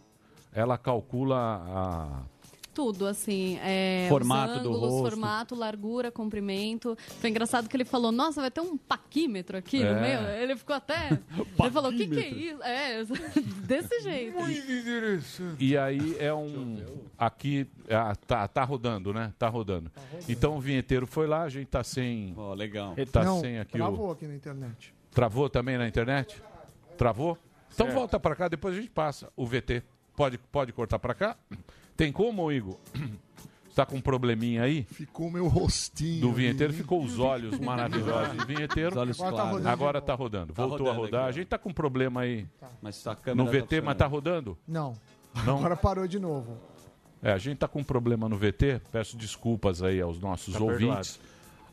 Speaker 3: ela calcula a,
Speaker 15: tudo, assim. é, os
Speaker 5: Formato do
Speaker 15: ângulos,
Speaker 5: rosto.
Speaker 15: Formato, largura, comprimento. Foi engraçado que ele falou, nossa, vai ter um paquímetro aqui
Speaker 5: É.
Speaker 15: no meio. Ele ficou até... ele falou, o que que é isso? É, desse jeito.
Speaker 3: E aí é um. Aqui. ah, tá, tá rodando, né? Tá rodando. Então o vinheteiro foi lá, a gente tá sem.
Speaker 5: Ó, legal.
Speaker 3: Tá
Speaker 7: Não,
Speaker 3: sem aqui o.
Speaker 7: travou aqui na internet.
Speaker 3: Travou também na internet? Travou? Então
Speaker 7: Certo.
Speaker 3: volta pra cá, depois a gente passa o VT. Pode, pode cortar pra cá? Tem como, Igor? Tá com um probleminha aí?
Speaker 17: Ficou meu rostinho.
Speaker 3: Do vinheteiro ficou os olhos maravilhosos do vinheteiro.
Speaker 5: Os olhos Agora tá claros. rodando
Speaker 3: Agora
Speaker 5: de
Speaker 3: tá
Speaker 5: novo.
Speaker 3: rodando.
Speaker 5: Tá
Speaker 3: Voltou
Speaker 5: rodando
Speaker 3: a rodar.
Speaker 5: aqui, ó.
Speaker 3: a gente tá com um problema aí
Speaker 5: Mas a câmera
Speaker 3: no
Speaker 5: tá
Speaker 3: VT, mas
Speaker 5: funcionando.
Speaker 3: tá rodando?
Speaker 7: Não.
Speaker 3: Não?
Speaker 7: Agora parou de novo.
Speaker 3: É, a gente tá com um problema no VT. Peço desculpas aí aos nossos
Speaker 7: Tá
Speaker 3: ouvintes,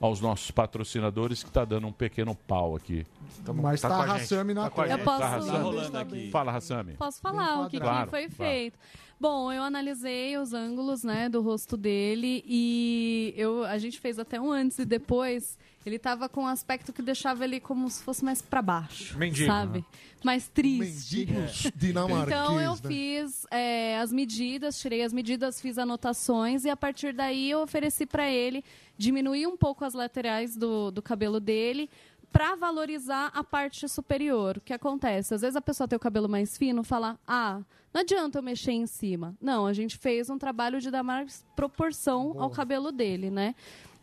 Speaker 3: aos nossos patrocinadores que tá dando um pequeno pau aqui.
Speaker 7: Mas tá tá com a a gente. Hassami na Tá com a tela.
Speaker 15: Eu
Speaker 7: gente.
Speaker 15: posso-
Speaker 3: Tá Hassami.
Speaker 15: Tá rolando
Speaker 7: aqui.
Speaker 3: Fala, Hassami.
Speaker 15: Posso falar o que, que
Speaker 3: Claro,
Speaker 15: foi
Speaker 3: claro.
Speaker 15: feito. Bom, eu analisei os ângulos né, do rosto dele e eu, a gente fez até um antes e depois. Ele tava com um aspecto que deixava ele como se fosse mais para baixo,
Speaker 17: Mendigo,
Speaker 15: sabe?
Speaker 17: né?
Speaker 15: Mais triste.
Speaker 17: Mendigos dinamarqueses.
Speaker 15: Então eu
Speaker 17: né?
Speaker 15: fiz é, as medidas, tirei as medidas, fiz anotações e a partir daí eu ofereci para ele diminuir um pouco as laterais do, do cabelo dele para valorizar a parte superior. O que acontece? Às vezes a pessoa tem o cabelo mais fino, fala: "Ah, não adianta eu mexer em cima". Não, a gente fez um trabalho de dar mais proporção ao cabelo dele, né?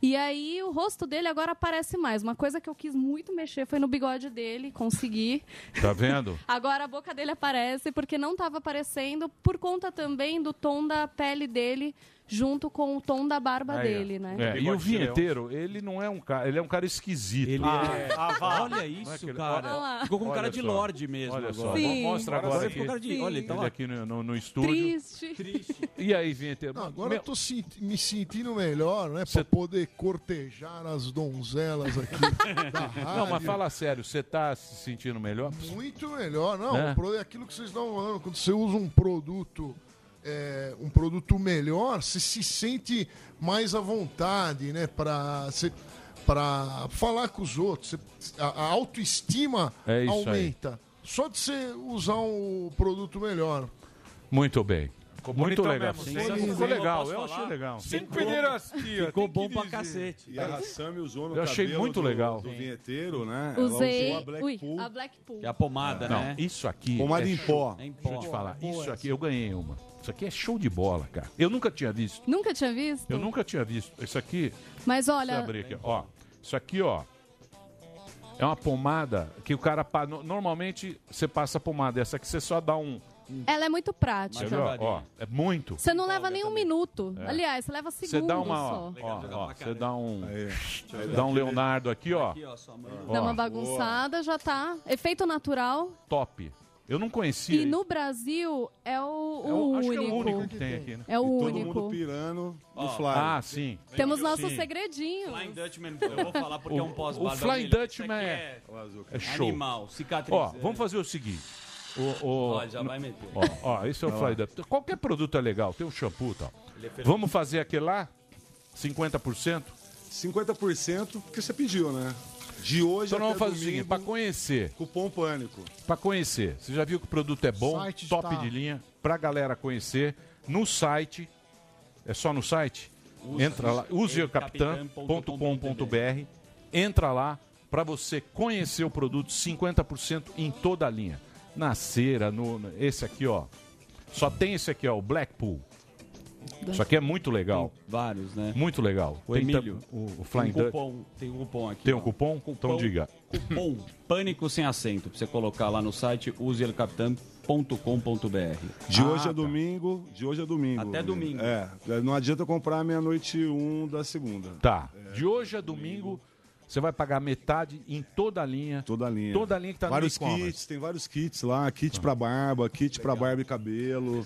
Speaker 15: E aí o rosto dele agora aparece mais. Uma coisa que eu quis muito mexer foi no bigode dele, consegui.
Speaker 3: Tá vendo?
Speaker 15: Agora a boca dele aparece porque não estava aparecendo por conta também do tom da pele dele junto com o tom da barba
Speaker 3: Aí, ó.
Speaker 15: dele, né?
Speaker 3: É, e o
Speaker 17: Bigode de
Speaker 3: vinheteiro, ele não é um cara, ele é um cara esquisito. Ele
Speaker 5: é- Ah, vá. Olha isso, cara. Olha lá. Ficou com cara de lorde mesmo
Speaker 3: Olha só,
Speaker 5: agora. Sim.
Speaker 3: Mo- mostra
Speaker 5: Agora
Speaker 3: agora
Speaker 5: ficou
Speaker 3: aqui.
Speaker 5: cara de- olha, ele tá
Speaker 3: ele
Speaker 5: lá.
Speaker 3: aqui no, no- no estúdio. E aí, vinheteiro?
Speaker 17: Não, agora
Speaker 3: Meu,
Speaker 17: eu tô senti- me sentindo melhor, né? Pra poder cortejar as donzelas aqui da rádio.
Speaker 3: Não, mas fala sério, você tá se sentindo melhor?
Speaker 17: Muito melhor, não.
Speaker 3: É.
Speaker 17: o pro- é aquilo que vocês estão falando, quando você usa um produto, é, um produto melhor, você se sente mais à vontade, né? Pra, você- pra falar com os outros. Você- a, a autoestima
Speaker 3: É isso aí.
Speaker 17: aumenta. Só de você usar um produto melhor.
Speaker 3: Muito bem. Muito
Speaker 17: bonitão
Speaker 3: legal.
Speaker 17: mesmo,
Speaker 3: Sim,
Speaker 17: sem-
Speaker 3: ficou
Speaker 17: sem-
Speaker 3: legal,
Speaker 17: posso
Speaker 3: eu
Speaker 17: falar?
Speaker 3: achei legal.
Speaker 17: Sem
Speaker 16: Ficou-
Speaker 17: pederastia,
Speaker 16: Ficou
Speaker 17: tem
Speaker 16: bom
Speaker 17: que
Speaker 16: pra
Speaker 17: dizer.
Speaker 16: cacete. E a Hassami usou no
Speaker 3: Eu achei
Speaker 16: cabelo
Speaker 3: muito
Speaker 16: do-
Speaker 3: legal.
Speaker 16: do vinheteiro, né? Ela
Speaker 15: Usei
Speaker 16: usou a Black
Speaker 15: ui, a Blackpool.
Speaker 5: É a pomada,
Speaker 3: Não,
Speaker 5: né?
Speaker 3: isso aqui.
Speaker 16: Pomada
Speaker 3: é
Speaker 16: em
Speaker 3: show.
Speaker 16: pó.
Speaker 5: É em
Speaker 3: Deixa eu
Speaker 5: pó.
Speaker 3: te falar,
Speaker 5: Boa
Speaker 3: isso
Speaker 5: essa.
Speaker 3: aqui eu ganhei uma. Isso aqui é show de bola, cara. Eu nunca tinha visto.
Speaker 15: Nunca tinha visto?
Speaker 3: Eu nunca tinha visto. Isso aqui.
Speaker 15: Mas
Speaker 3: Deixa
Speaker 15: olha,
Speaker 3: eu abrir aqui, ó. Isso aqui, ó. É uma pomada que o cara. pa- no- Normalmente você passa a pomada. Essa aqui você só dá um.
Speaker 15: ela é muito
Speaker 3: Você
Speaker 15: prática.
Speaker 3: viu? Ó, é muito.
Speaker 15: Você não leva nem um minuto.
Speaker 3: É.
Speaker 15: Aliás, você leva
Speaker 3: Você
Speaker 15: segundos
Speaker 3: dá uma,
Speaker 15: só.
Speaker 3: ó, ó, ó, você dá um, dá um Leonardo aqui, ó.
Speaker 15: Dá uma
Speaker 3: Ó,
Speaker 15: bagunçada, já tá. Efeito natural.
Speaker 3: Top. Eu não conhecia.
Speaker 15: E no Brasil é o, o
Speaker 3: É o- acho que é
Speaker 15: único.
Speaker 3: o único que tem aqui, né?
Speaker 15: É o
Speaker 3: E
Speaker 16: Todo
Speaker 15: único.
Speaker 16: mundo pirando no
Speaker 3: Ó.
Speaker 16: Flyer.
Speaker 3: Ah, sim.
Speaker 15: Temos nossos
Speaker 16: Sim.
Speaker 15: segredinhos.
Speaker 5: Flying Dutchman, eu vou falar porque é um
Speaker 3: o
Speaker 5: pós-bada.
Speaker 3: Flying Dutchman é, é show.
Speaker 5: Animal,
Speaker 3: Ó,
Speaker 5: cicatrizante.
Speaker 3: vamos fazer o seguinte. O, o-
Speaker 5: Ó, já vai meter.
Speaker 3: Ó, ó, esse é o
Speaker 5: Vai
Speaker 3: Fly
Speaker 5: lá.
Speaker 3: Dutch. Qualquer produto é legal, tem um shampoo e tal.
Speaker 16: Ele é feliz.
Speaker 3: Vamos fazer aquele lá? 50%?
Speaker 16: 50% porque você pediu, né? De hoje
Speaker 3: Então nós
Speaker 16: até
Speaker 3: vamos fazer o
Speaker 16: domingo,
Speaker 3: seguinte, pra conhecer.
Speaker 16: Cupom Pânico.
Speaker 3: Pra conhecer. Você já viu que o produto é bom,
Speaker 16: Site
Speaker 3: top
Speaker 16: está-
Speaker 3: de linha, pra galera conhecer no site. É só no site?
Speaker 16: Usa-
Speaker 3: entra lá,
Speaker 5: é
Speaker 3: useocapitã.com.br. Entra lá pra você conhecer o produto 50% em toda a linha. Na cera, no, no- esse aqui, ó. Só tem esse aqui, ó, o Blackpool. Isso aqui é muito legal.
Speaker 5: vários, né?
Speaker 3: Muito legal.
Speaker 5: O
Speaker 3: Tem tam-
Speaker 5: Emílio.
Speaker 3: o, o
Speaker 5: tem
Speaker 3: Flying
Speaker 5: um
Speaker 3: Dutch.
Speaker 5: cupom, Tem um cupom aqui.
Speaker 3: Tem um
Speaker 5: ó.
Speaker 3: cupom? Então diga.
Speaker 5: Cupom Pânico Sem Acento, pra você colocar lá no site uselcapitão.com.br.
Speaker 16: De
Speaker 3: é
Speaker 16: hoje
Speaker 5: Ah, tá.
Speaker 16: a domingo, de hoje a Ah, tá. domingo.
Speaker 5: Até domingo.
Speaker 16: É, não adianta comprar meia-noite um da segunda.
Speaker 3: Tá. De hoje a domingo, você vai pagar metade em toda a linha.
Speaker 16: Toda a linha.
Speaker 3: Toda a linha que tá
Speaker 16: vários
Speaker 3: no e-commerce.
Speaker 16: kits, tem vários kits lá, kit pra barba, kit pra barba e cabelo,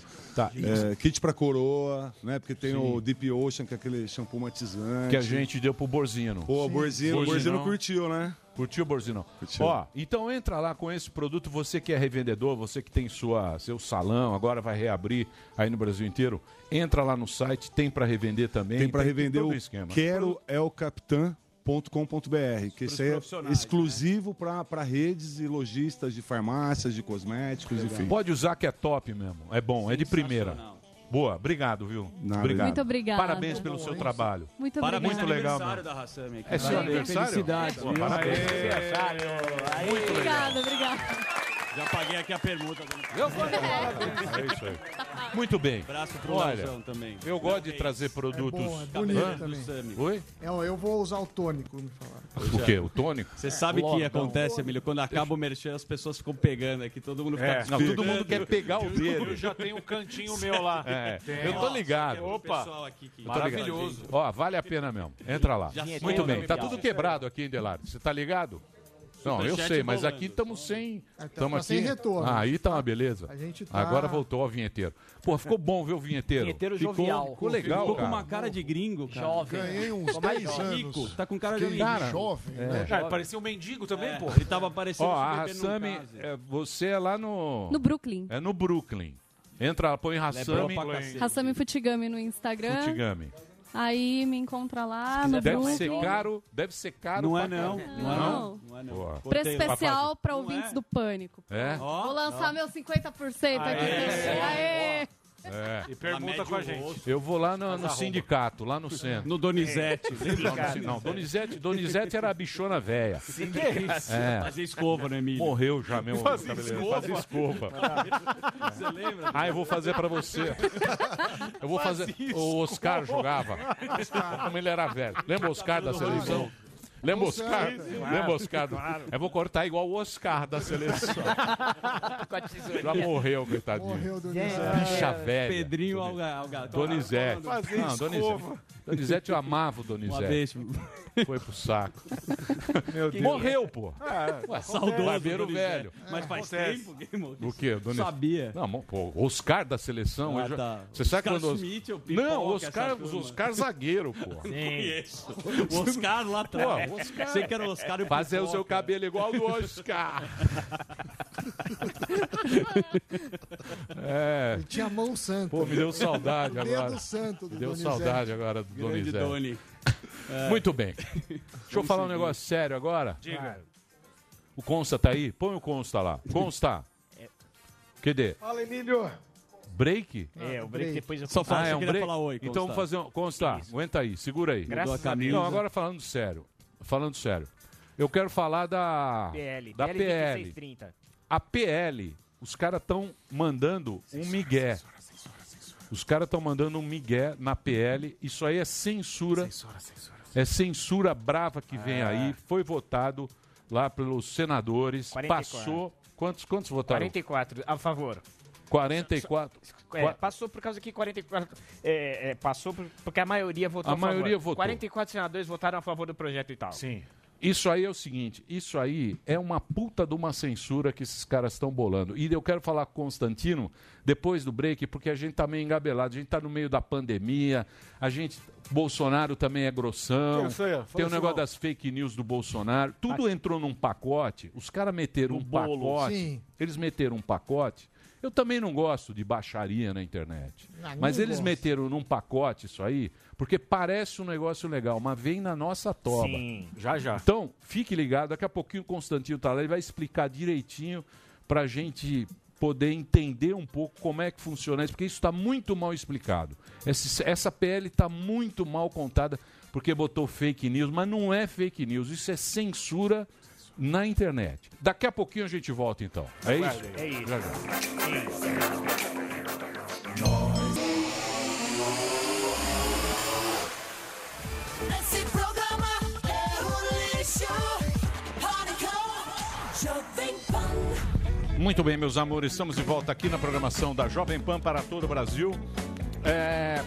Speaker 16: é, kit pra coroa, né? Porque tem
Speaker 3: Tá. Sim.
Speaker 16: o Deep Ocean, que é aquele shampoo matizante.
Speaker 3: Que a gente deu pro Borzino.
Speaker 16: né, Pô, o Borzino, o Borzino curtiu, né?
Speaker 3: Curtiu, Borzino? Ó, então entra lá com esse produto, você que é revendedor, você que tem sua, seu salão, agora vai reabrir aí no Brasil inteiro, entra lá no site, tem pra revender também.
Speaker 16: Tem pra revender
Speaker 3: todo
Speaker 16: o
Speaker 3: um esquema.
Speaker 16: Quero é o capitã.com.br, que isso aí
Speaker 3: né?
Speaker 16: é exclusivo pra para redes e lojistas de farmácias, de cosméticos, enfim.
Speaker 3: Pode usar que é top mesmo, é bom, é de primeira. Boa, obrigado, viu? Obrigado.
Speaker 15: Muito obrigada.
Speaker 3: Parabéns pelo seu trabalho.
Speaker 15: Muito
Speaker 3: Parabéns. Muito
Speaker 15: obrigada.
Speaker 3: legal.
Speaker 5: Aniversário
Speaker 3: meu.
Speaker 5: da Hassami aqui.
Speaker 3: É seu
Speaker 5: Parabéns.
Speaker 3: aniversário?
Speaker 5: Felicidades,
Speaker 3: Boa,
Speaker 5: viu?
Speaker 3: parabéns.
Speaker 5: Aê.
Speaker 3: Aniversário.
Speaker 5: Aê.
Speaker 3: Muito legal.
Speaker 15: Obrigada, obrigada.
Speaker 5: Já paguei aqui a permuta.
Speaker 3: Eu vou É isso aí. Muito bem.
Speaker 5: Abraço pro
Speaker 3: Olha,
Speaker 5: Leozão também.
Speaker 3: Eu gosto de trazer produtos.
Speaker 7: É bom, é bonito
Speaker 3: Hã?
Speaker 7: também.
Speaker 3: Oi?
Speaker 7: É, ó, eu vou usar o tônico, me falaram.
Speaker 3: O quê? O tônico?
Speaker 5: Você sabe o que
Speaker 3: Lordão.
Speaker 5: acontece, Emílio? Quando acaba o merchan, as pessoas ficam pegando aqui, todo mundo fica
Speaker 3: É, não, todo mundo quer pegar o dedo.
Speaker 5: Eu já
Speaker 1: Tem um cantinho meu lá.
Speaker 3: É,
Speaker 1: Tem. é um
Speaker 3: eu tô ligado.
Speaker 1: Opa.
Speaker 3: Eu tô ligado.
Speaker 1: Maravilhoso.
Speaker 3: Ó, vale a pena mesmo. Entra lá.
Speaker 1: Já sei.
Speaker 3: Muito bem. Tá
Speaker 1: Legal.
Speaker 3: tudo quebrado aqui, Indelar. Você tá ligado? Não, eu
Speaker 1: Superchat né?
Speaker 3: sei, mas
Speaker 1: rolando.
Speaker 3: aqui estamos sem.
Speaker 1: tá-
Speaker 3: Estamos
Speaker 1: tá
Speaker 3: aqui.
Speaker 1: sem retorno.
Speaker 3: Ah, aí tá uma beleza.
Speaker 1: A gente tá-
Speaker 3: Agora voltou ao vinheteiro. Pô, ficou bom ver o vinheteiro.
Speaker 5: Vinheteiro
Speaker 3: ficou,
Speaker 5: jovial.
Speaker 3: Ficou legal,
Speaker 5: Ficou com
Speaker 3: cara.
Speaker 5: uma cara de gringo, cara.
Speaker 1: Jovem. Ganhei uns
Speaker 5: Ficou mais
Speaker 1: 10
Speaker 5: jovem.
Speaker 1: anos.
Speaker 5: Rico, Tá com cara de
Speaker 1: Fiquei
Speaker 5: amigo.
Speaker 1: jovem,
Speaker 5: É.
Speaker 1: né?
Speaker 5: Jovem.
Speaker 1: Ah, parecia um mendigo também,
Speaker 3: É.
Speaker 1: pô.
Speaker 5: Ele tava parecendo
Speaker 3: Ó,
Speaker 5: um
Speaker 3: a
Speaker 5: bebê num
Speaker 3: Hassami,
Speaker 5: case.
Speaker 3: é, você é lá no.
Speaker 15: No Brooklyn.
Speaker 3: É no Brooklyn. Entra lá, põe
Speaker 5: Lembrou
Speaker 3: Hassami.
Speaker 5: é pra cacete.
Speaker 15: Hassami Futigami no Instagram.
Speaker 3: Futigami.
Speaker 15: Aí me encontra lá no
Speaker 3: Deve
Speaker 15: Brooklyn.
Speaker 3: ser caro, deve ser caro.
Speaker 5: Não
Speaker 3: pra
Speaker 5: é não,
Speaker 3: caramba.
Speaker 5: não é não.
Speaker 3: Não é não.
Speaker 15: Preço especial para ouvintes do Pânico.
Speaker 3: É?
Speaker 15: Vou lançar meu 50% aqui.
Speaker 3: Aê.
Speaker 15: Aê!
Speaker 3: É.
Speaker 1: E pergunta com a gente.
Speaker 3: Eu vou lá no, no
Speaker 1: arromba.
Speaker 3: sindicato, lá no centro.
Speaker 5: No Donizete.
Speaker 3: Não, no sin- não, Donizete, Donizete era a bichona velha.
Speaker 5: Sindicato. Fazia escova, né, Emílio?
Speaker 3: É. Morreu já, meu
Speaker 5: Fazia
Speaker 3: cabeleireiro.
Speaker 5: escova?
Speaker 3: Fazia escova.
Speaker 5: Você lembra?
Speaker 3: Ah, eu vou fazer pra você. Eu vou fazer. O Oscar jogava. Como ele era velho. Lembra o Oscar da seleção? Lembra o Oscar? Lembra o Oscar? Eu vou cortar igual o Oscar da seleção. Já morreu, coitadinho. Morreu,
Speaker 7: É.
Speaker 5: Donizete.
Speaker 3: Bicha velha.
Speaker 5: Pedrinho Alga- Alga-
Speaker 3: Donizete.
Speaker 5: Fazer
Speaker 3: Não, Donizete.
Speaker 5: escova.
Speaker 3: Donizete, eu amava o
Speaker 5: Uma vez.
Speaker 3: Donizete. Foi pro saco.
Speaker 5: Deus.
Speaker 3: Morreu, pô.
Speaker 5: Ah,
Speaker 3: Ué,
Speaker 5: saudoso
Speaker 3: Barbeiro
Speaker 5: Donizete.
Speaker 3: velho.
Speaker 5: Mas faz
Speaker 3: Acontece.
Speaker 5: tempo que morreu.
Speaker 3: O quê? O Donizete?
Speaker 5: Sabia.
Speaker 3: Não, mo- pô, Oscar da seleção.
Speaker 5: Ah,
Speaker 3: eu já-
Speaker 5: tá.
Speaker 3: Você sabe
Speaker 5: Oscar
Speaker 3: quando.
Speaker 5: Schmidt, o Pipoca,
Speaker 3: Não, Oscar,
Speaker 5: essa
Speaker 3: os
Speaker 5: turma.
Speaker 3: Oscar zagueiro, pô.
Speaker 5: Conheço. O Oscar lá atrás.
Speaker 3: Pô, Oscar.
Speaker 5: Sei que era o Oscar e o
Speaker 3: Fazer o
Speaker 5: Pipoca.
Speaker 3: seu cabelo igual do Oscar. É.
Speaker 7: Ele tinha a mão santa.
Speaker 3: Pô, me deu saudade
Speaker 7: O dedo
Speaker 3: agora.
Speaker 7: santo do
Speaker 3: me deu
Speaker 7: Donizete.
Speaker 3: saudade agora do
Speaker 5: Grande
Speaker 3: Donizete.
Speaker 5: Doni. É.
Speaker 3: Muito bem. Deixa eu
Speaker 5: Vamos
Speaker 3: falar um
Speaker 5: seguir.
Speaker 3: negócio sério agora.
Speaker 5: Diga.
Speaker 3: O Consta tá aí? Põe o Consta lá. Consta. Cadê?
Speaker 12: Fala, Emílio.
Speaker 3: Break?
Speaker 12: É, o break depois eu
Speaker 3: Só
Speaker 12: falo.
Speaker 3: fala,
Speaker 12: Ah,
Speaker 3: você
Speaker 12: é um
Speaker 3: queria
Speaker 12: break?
Speaker 3: falar oi. Então
Speaker 12: Constar.
Speaker 3: vamos fazer um. Consta, aguenta aí, segura aí.
Speaker 12: Graças Mudou a a camisa.
Speaker 3: Não, agora falando sério. Falando sério. Eu quero falar da.
Speaker 12: PL,
Speaker 3: Da
Speaker 12: PL
Speaker 3: PL.
Speaker 12: 2630.
Speaker 3: A PL, os caras estão mandando um migué. Os caras estão mandando um migué na PL. Isso aí é censura. Ah. É censura brava que vem aí. Foi votado lá pelos senadores.
Speaker 12: 44.
Speaker 3: Passou. Quantos, quantos votaram?
Speaker 12: 44, a favor.
Speaker 3: 44.
Speaker 12: É,
Speaker 3: Qua-
Speaker 12: Passou por causa que 44. É, é, passou por- porque a maioria votou
Speaker 3: A
Speaker 12: a favor.
Speaker 3: maioria votou.
Speaker 12: 44 senadores votaram a favor do projeto e tal.
Speaker 1: Sim.
Speaker 3: Isso aí é o seguinte, isso aí é uma puta de uma censura que esses caras estão bolando. E eu quero falar com o Constantino depois do break, porque a gente tá meio engabelado, a gente tá no meio da pandemia, a gente. Bolsonaro também é grossão.
Speaker 1: Eu sei, fala
Speaker 3: tem o
Speaker 1: isso
Speaker 3: negócio
Speaker 1: não.
Speaker 3: das fake news do Bolsonaro. Tudo entrou num pacote. Os caras meteram um
Speaker 1: bolo.
Speaker 3: pacote.
Speaker 1: Sim.
Speaker 3: Eles meteram um pacote. Eu também não gosto de baixaria na internet.
Speaker 1: Ah,
Speaker 3: mas
Speaker 1: ninguém
Speaker 3: eles
Speaker 1: gosta.
Speaker 3: meteram num pacote isso aí, porque parece um negócio legal, mas vem na nossa toba.
Speaker 1: Sim. Já, já.
Speaker 3: Então, fique ligado, daqui a pouquinho o Constantino tá lá, ele vai explicar direitinho pra gente poder entender um pouco como é que funciona isso, porque isso está muito mal explicado. Esse- essa PL está muito mal contada, porque botou fake news, mas não é fake news, isso é censura na internet. Daqui a pouquinho a gente volta então. É isso?
Speaker 12: É isso.
Speaker 3: Já, já.
Speaker 14: Esse programa é o lixo. Honeycomb, Jovem Pan.
Speaker 3: Muito bem, meus amores, estamos de volta aqui na programação da Jovem Pan para todo o Brasil. É,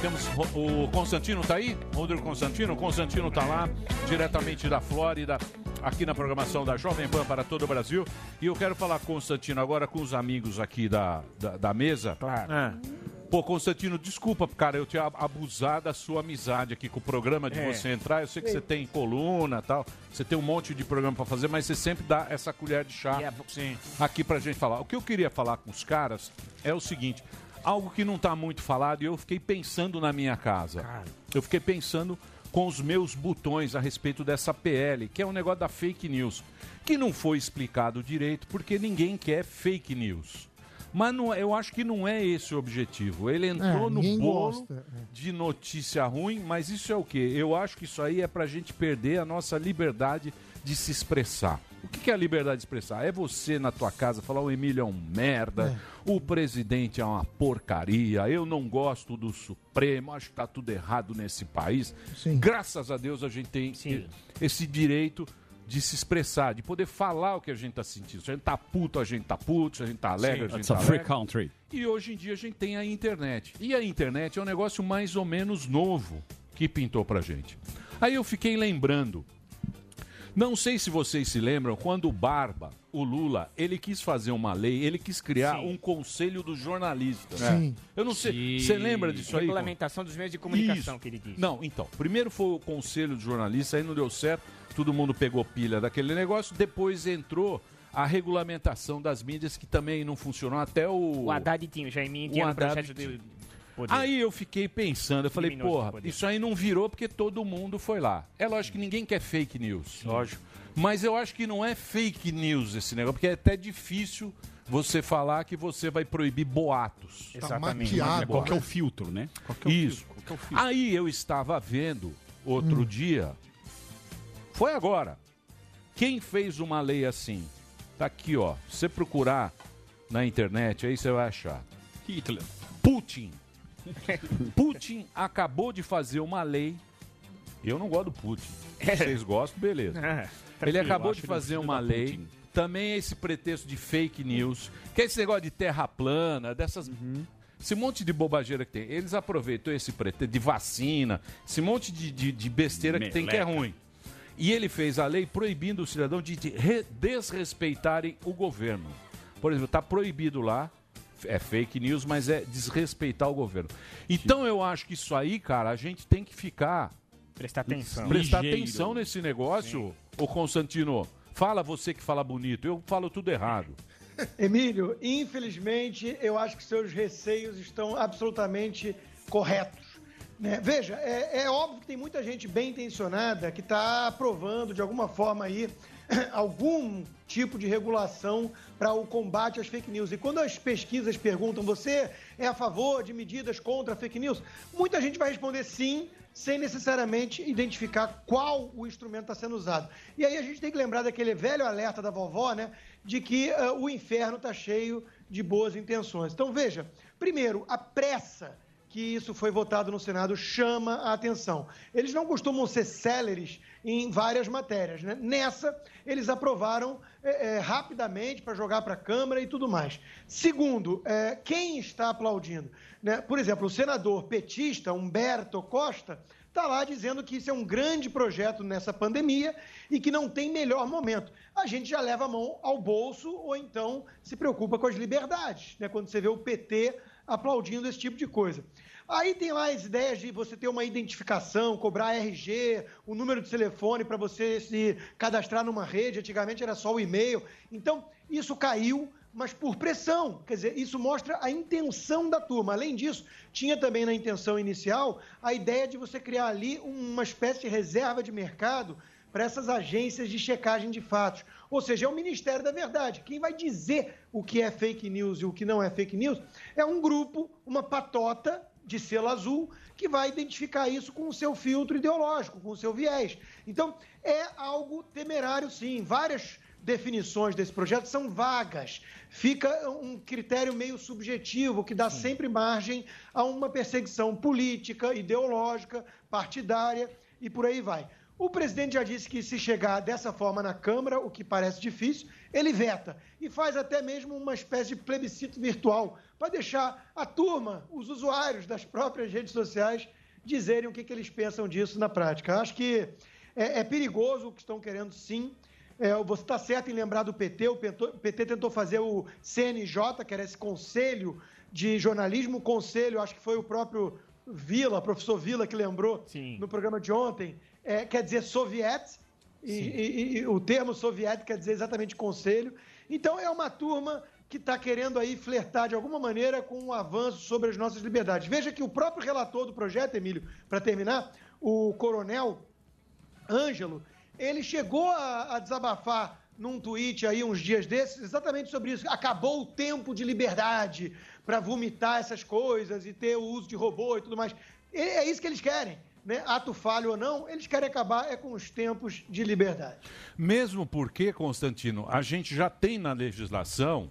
Speaker 3: temos Ro- o Constantino tá aí? Rodrigo Constantino, o Constantino tá lá, diretamente da Flórida, aqui na programação da Jovem Pan para todo o Brasil. E eu quero falar, Constantino, agora com os amigos aqui da, da, da mesa. Claro. Pô, Constantino, desculpa, cara, eu te ab- abusar da sua amizade aqui com o programa, de
Speaker 1: É.
Speaker 3: você entrar. Eu sei que você tem coluna tal, você tem um monte de programa para fazer, mas você sempre dá essa colher de chá
Speaker 1: Sim.
Speaker 3: aqui pra gente falar. O que eu queria falar com os caras é o seguinte: algo que não tá muito falado e eu fiquei pensando na minha casa. Eu fiquei pensando com os meus botões a respeito dessa PL, que é um negócio da fake news, que não foi explicado direito porque ninguém quer fake news. Mas não, eu acho que não é esse o objetivo. Ele entrou
Speaker 7: É,
Speaker 3: no
Speaker 7: ninguém
Speaker 3: bolo
Speaker 7: gosta,
Speaker 3: de notícia ruim, mas isso é o quê? Eu acho que isso aí é pra gente perder a nossa liberdade de se expressar. O que que é a liberdade de expressar? É você na tua casa falar o Emílio é um merda, o presidente é uma porcaria, eu não gosto do Supremo, acho que tá tudo errado nesse país. Graças a Deus a gente tem esse direito de se expressar, de poder falar o que a gente tá sentindo. Se a gente tá puto, a gente tá puto, se a gente tá alegre, a gente
Speaker 5: It's
Speaker 3: tá
Speaker 5: a free
Speaker 3: alegre.
Speaker 5: country.
Speaker 3: E hoje em dia a gente tem a internet. E a internet é um negócio mais ou menos novo que pintou pra gente. Aí eu fiquei lembrando. Não sei se vocês se lembram quando o Barba, o Lula, ele quis fazer uma lei, ele quis criar um conselho dos jornalistas.
Speaker 11: Sim.
Speaker 3: Eu não sei, você lembra disso aí?
Speaker 11: Regulamentação dos meios de comunicação,
Speaker 3: Isso.
Speaker 11: que ele diz.
Speaker 3: Não, então, primeiro foi o conselho de jornalista, aí não deu certo, todo mundo pegou pilha daquele negócio, depois entrou a regulamentação das mídias que também não funcionou até o
Speaker 11: O Haddad tinha, o Jaiminho tinha
Speaker 3: O
Speaker 11: no
Speaker 3: Haddad
Speaker 11: projeto de... poder.
Speaker 3: Aí eu fiquei pensando, eu falei,
Speaker 11: Criminoso
Speaker 3: porra,
Speaker 11: do poder.
Speaker 3: isso aí não virou porque todo mundo foi lá. É lógico que ninguém quer fake news. Lógico. Mas eu acho que não é fake news esse negócio, porque é até difícil você falar que você vai proibir boatos.
Speaker 2: Tá
Speaker 5: Exatamente. maquiado, Qual que é
Speaker 2: um
Speaker 5: o né? filtro, né? Qual que é o
Speaker 3: Isso.
Speaker 5: filtro? Qual que é o filtro?
Speaker 3: Aí eu estava vendo outro dia, foi agora, quem fez uma lei assim? Tá aqui, ó. Se você procurar na internet, aí você vai achar.
Speaker 5: Hitler.
Speaker 3: Putin. Putin acabou de fazer uma lei. Eu não gosto do Putin. Vocês gostam, beleza.
Speaker 5: É,
Speaker 3: Ele
Speaker 5: tranquilo,
Speaker 3: acabou
Speaker 5: acho
Speaker 3: de
Speaker 5: que não
Speaker 3: fazer
Speaker 5: precisa
Speaker 3: uma
Speaker 5: dar
Speaker 3: lei.
Speaker 5: Putin.
Speaker 3: Também é esse pretexto de fake news, que é esse negócio de terra plana, dessas.
Speaker 5: Uhum.
Speaker 3: Esse monte de bobageira que tem. Eles aproveitam esse pretexto de vacina, esse monte de, de- de besteira que tem que é
Speaker 5: Meleca.
Speaker 3: ruim. E ele fez a lei proibindo o cidadão de de re- desrespeitarem o governo. Por exemplo, está proibido lá, é fake news, mas é desrespeitar o governo. Então eu acho que isso aí, cara, a gente tem que ficar.
Speaker 11: Prestar atenção.
Speaker 3: Prestar
Speaker 11: Ligeiro.
Speaker 3: atenção nesse negócio, ô Constantino. Fala você que fala bonito, eu falo tudo errado.
Speaker 18: Emílio, infelizmente, eu acho que seus receios estão absolutamente corretos. né? Veja, é, é óbvio que tem muita gente bem intencionada que está aprovando de alguma forma aí algum tipo de regulação para o combate às fake news. E quando as pesquisas perguntam você é a favor de medidas contra a fake news, muita gente vai responder sim, sem necessariamente identificar qual o instrumento está sendo usado. E aí a gente tem que lembrar daquele velho alerta da vovó, né? De que ah, o inferno está cheio de boas intenções. Então veja, primeiro, a pressa que isso foi votado no Senado chama a atenção. Eles não costumam ser céleres em várias matérias. Né? Nessa, eles aprovaram eh, eh, rapidamente para jogar para a Câmara e tudo mais. Segundo, eh, quem está aplaudindo? né? Por exemplo, o senador petista Humberto Costa está lá dizendo que isso é um grande projeto nessa pandemia e que não tem melhor momento. A gente já leva a mão ao bolso ou então se preocupa com as liberdades, né? quando você vê o PT aplaudindo esse tipo de coisa. Aí tem lá as ideias de você ter uma identificação, cobrar RG, o número de telefone para você se cadastrar numa rede, antigamente era só o e-mail. Então, isso caiu, mas por pressão. Quer dizer, isso mostra a intenção da turma. Além disso, tinha também na intenção inicial a ideia de você criar ali uma espécie de reserva de mercado para essas agências de checagem de fatos. Ou seja, é o Ministério da Verdade. Quem vai dizer o que é fake news e o que não é fake news é um grupo, uma patota de selo azul, que vai identificar isso com o seu filtro ideológico, com o seu viés. Então, é algo temerário, sim. Várias definições desse projeto são vagas. Fica um critério meio subjetivo, que dá sempre margem a uma perseguição política, ideológica, partidária e por aí vai. O presidente já disse que se chegar dessa forma na Câmara, o que parece difícil, ele veta e faz até mesmo uma espécie de plebiscito virtual para deixar a turma, os usuários das próprias redes sociais, dizerem o que, que eles pensam disso na prática. Acho que é, é perigoso o que estão querendo, sim. É, você está certo em lembrar do PT. O PT o PT tentou fazer o CNJ, que era esse conselho de jornalismo. O conselho, acho que foi o próprio Vila, professor Vila, que lembrou no programa de ontem. É, quer dizer, soviético. E, e- e o termo soviético quer dizer exatamente conselho. Então, é uma turma que está querendo aí flertar de alguma maneira com um avanço sobre as nossas liberdades. Veja que o próprio relator do projeto, Emílio, para terminar, o coronel Ângelo, ele chegou a, a desabafar num tweet aí uns dias desses exatamente sobre isso. Acabou o tempo de liberdade para vomitar essas coisas e ter o uso de robô e tudo mais. E é isso que eles querem. Né? Ato falho ou não, eles querem acabar é com os tempos de liberdade.
Speaker 3: Mesmo porque, Constantino, a gente já tem na legislação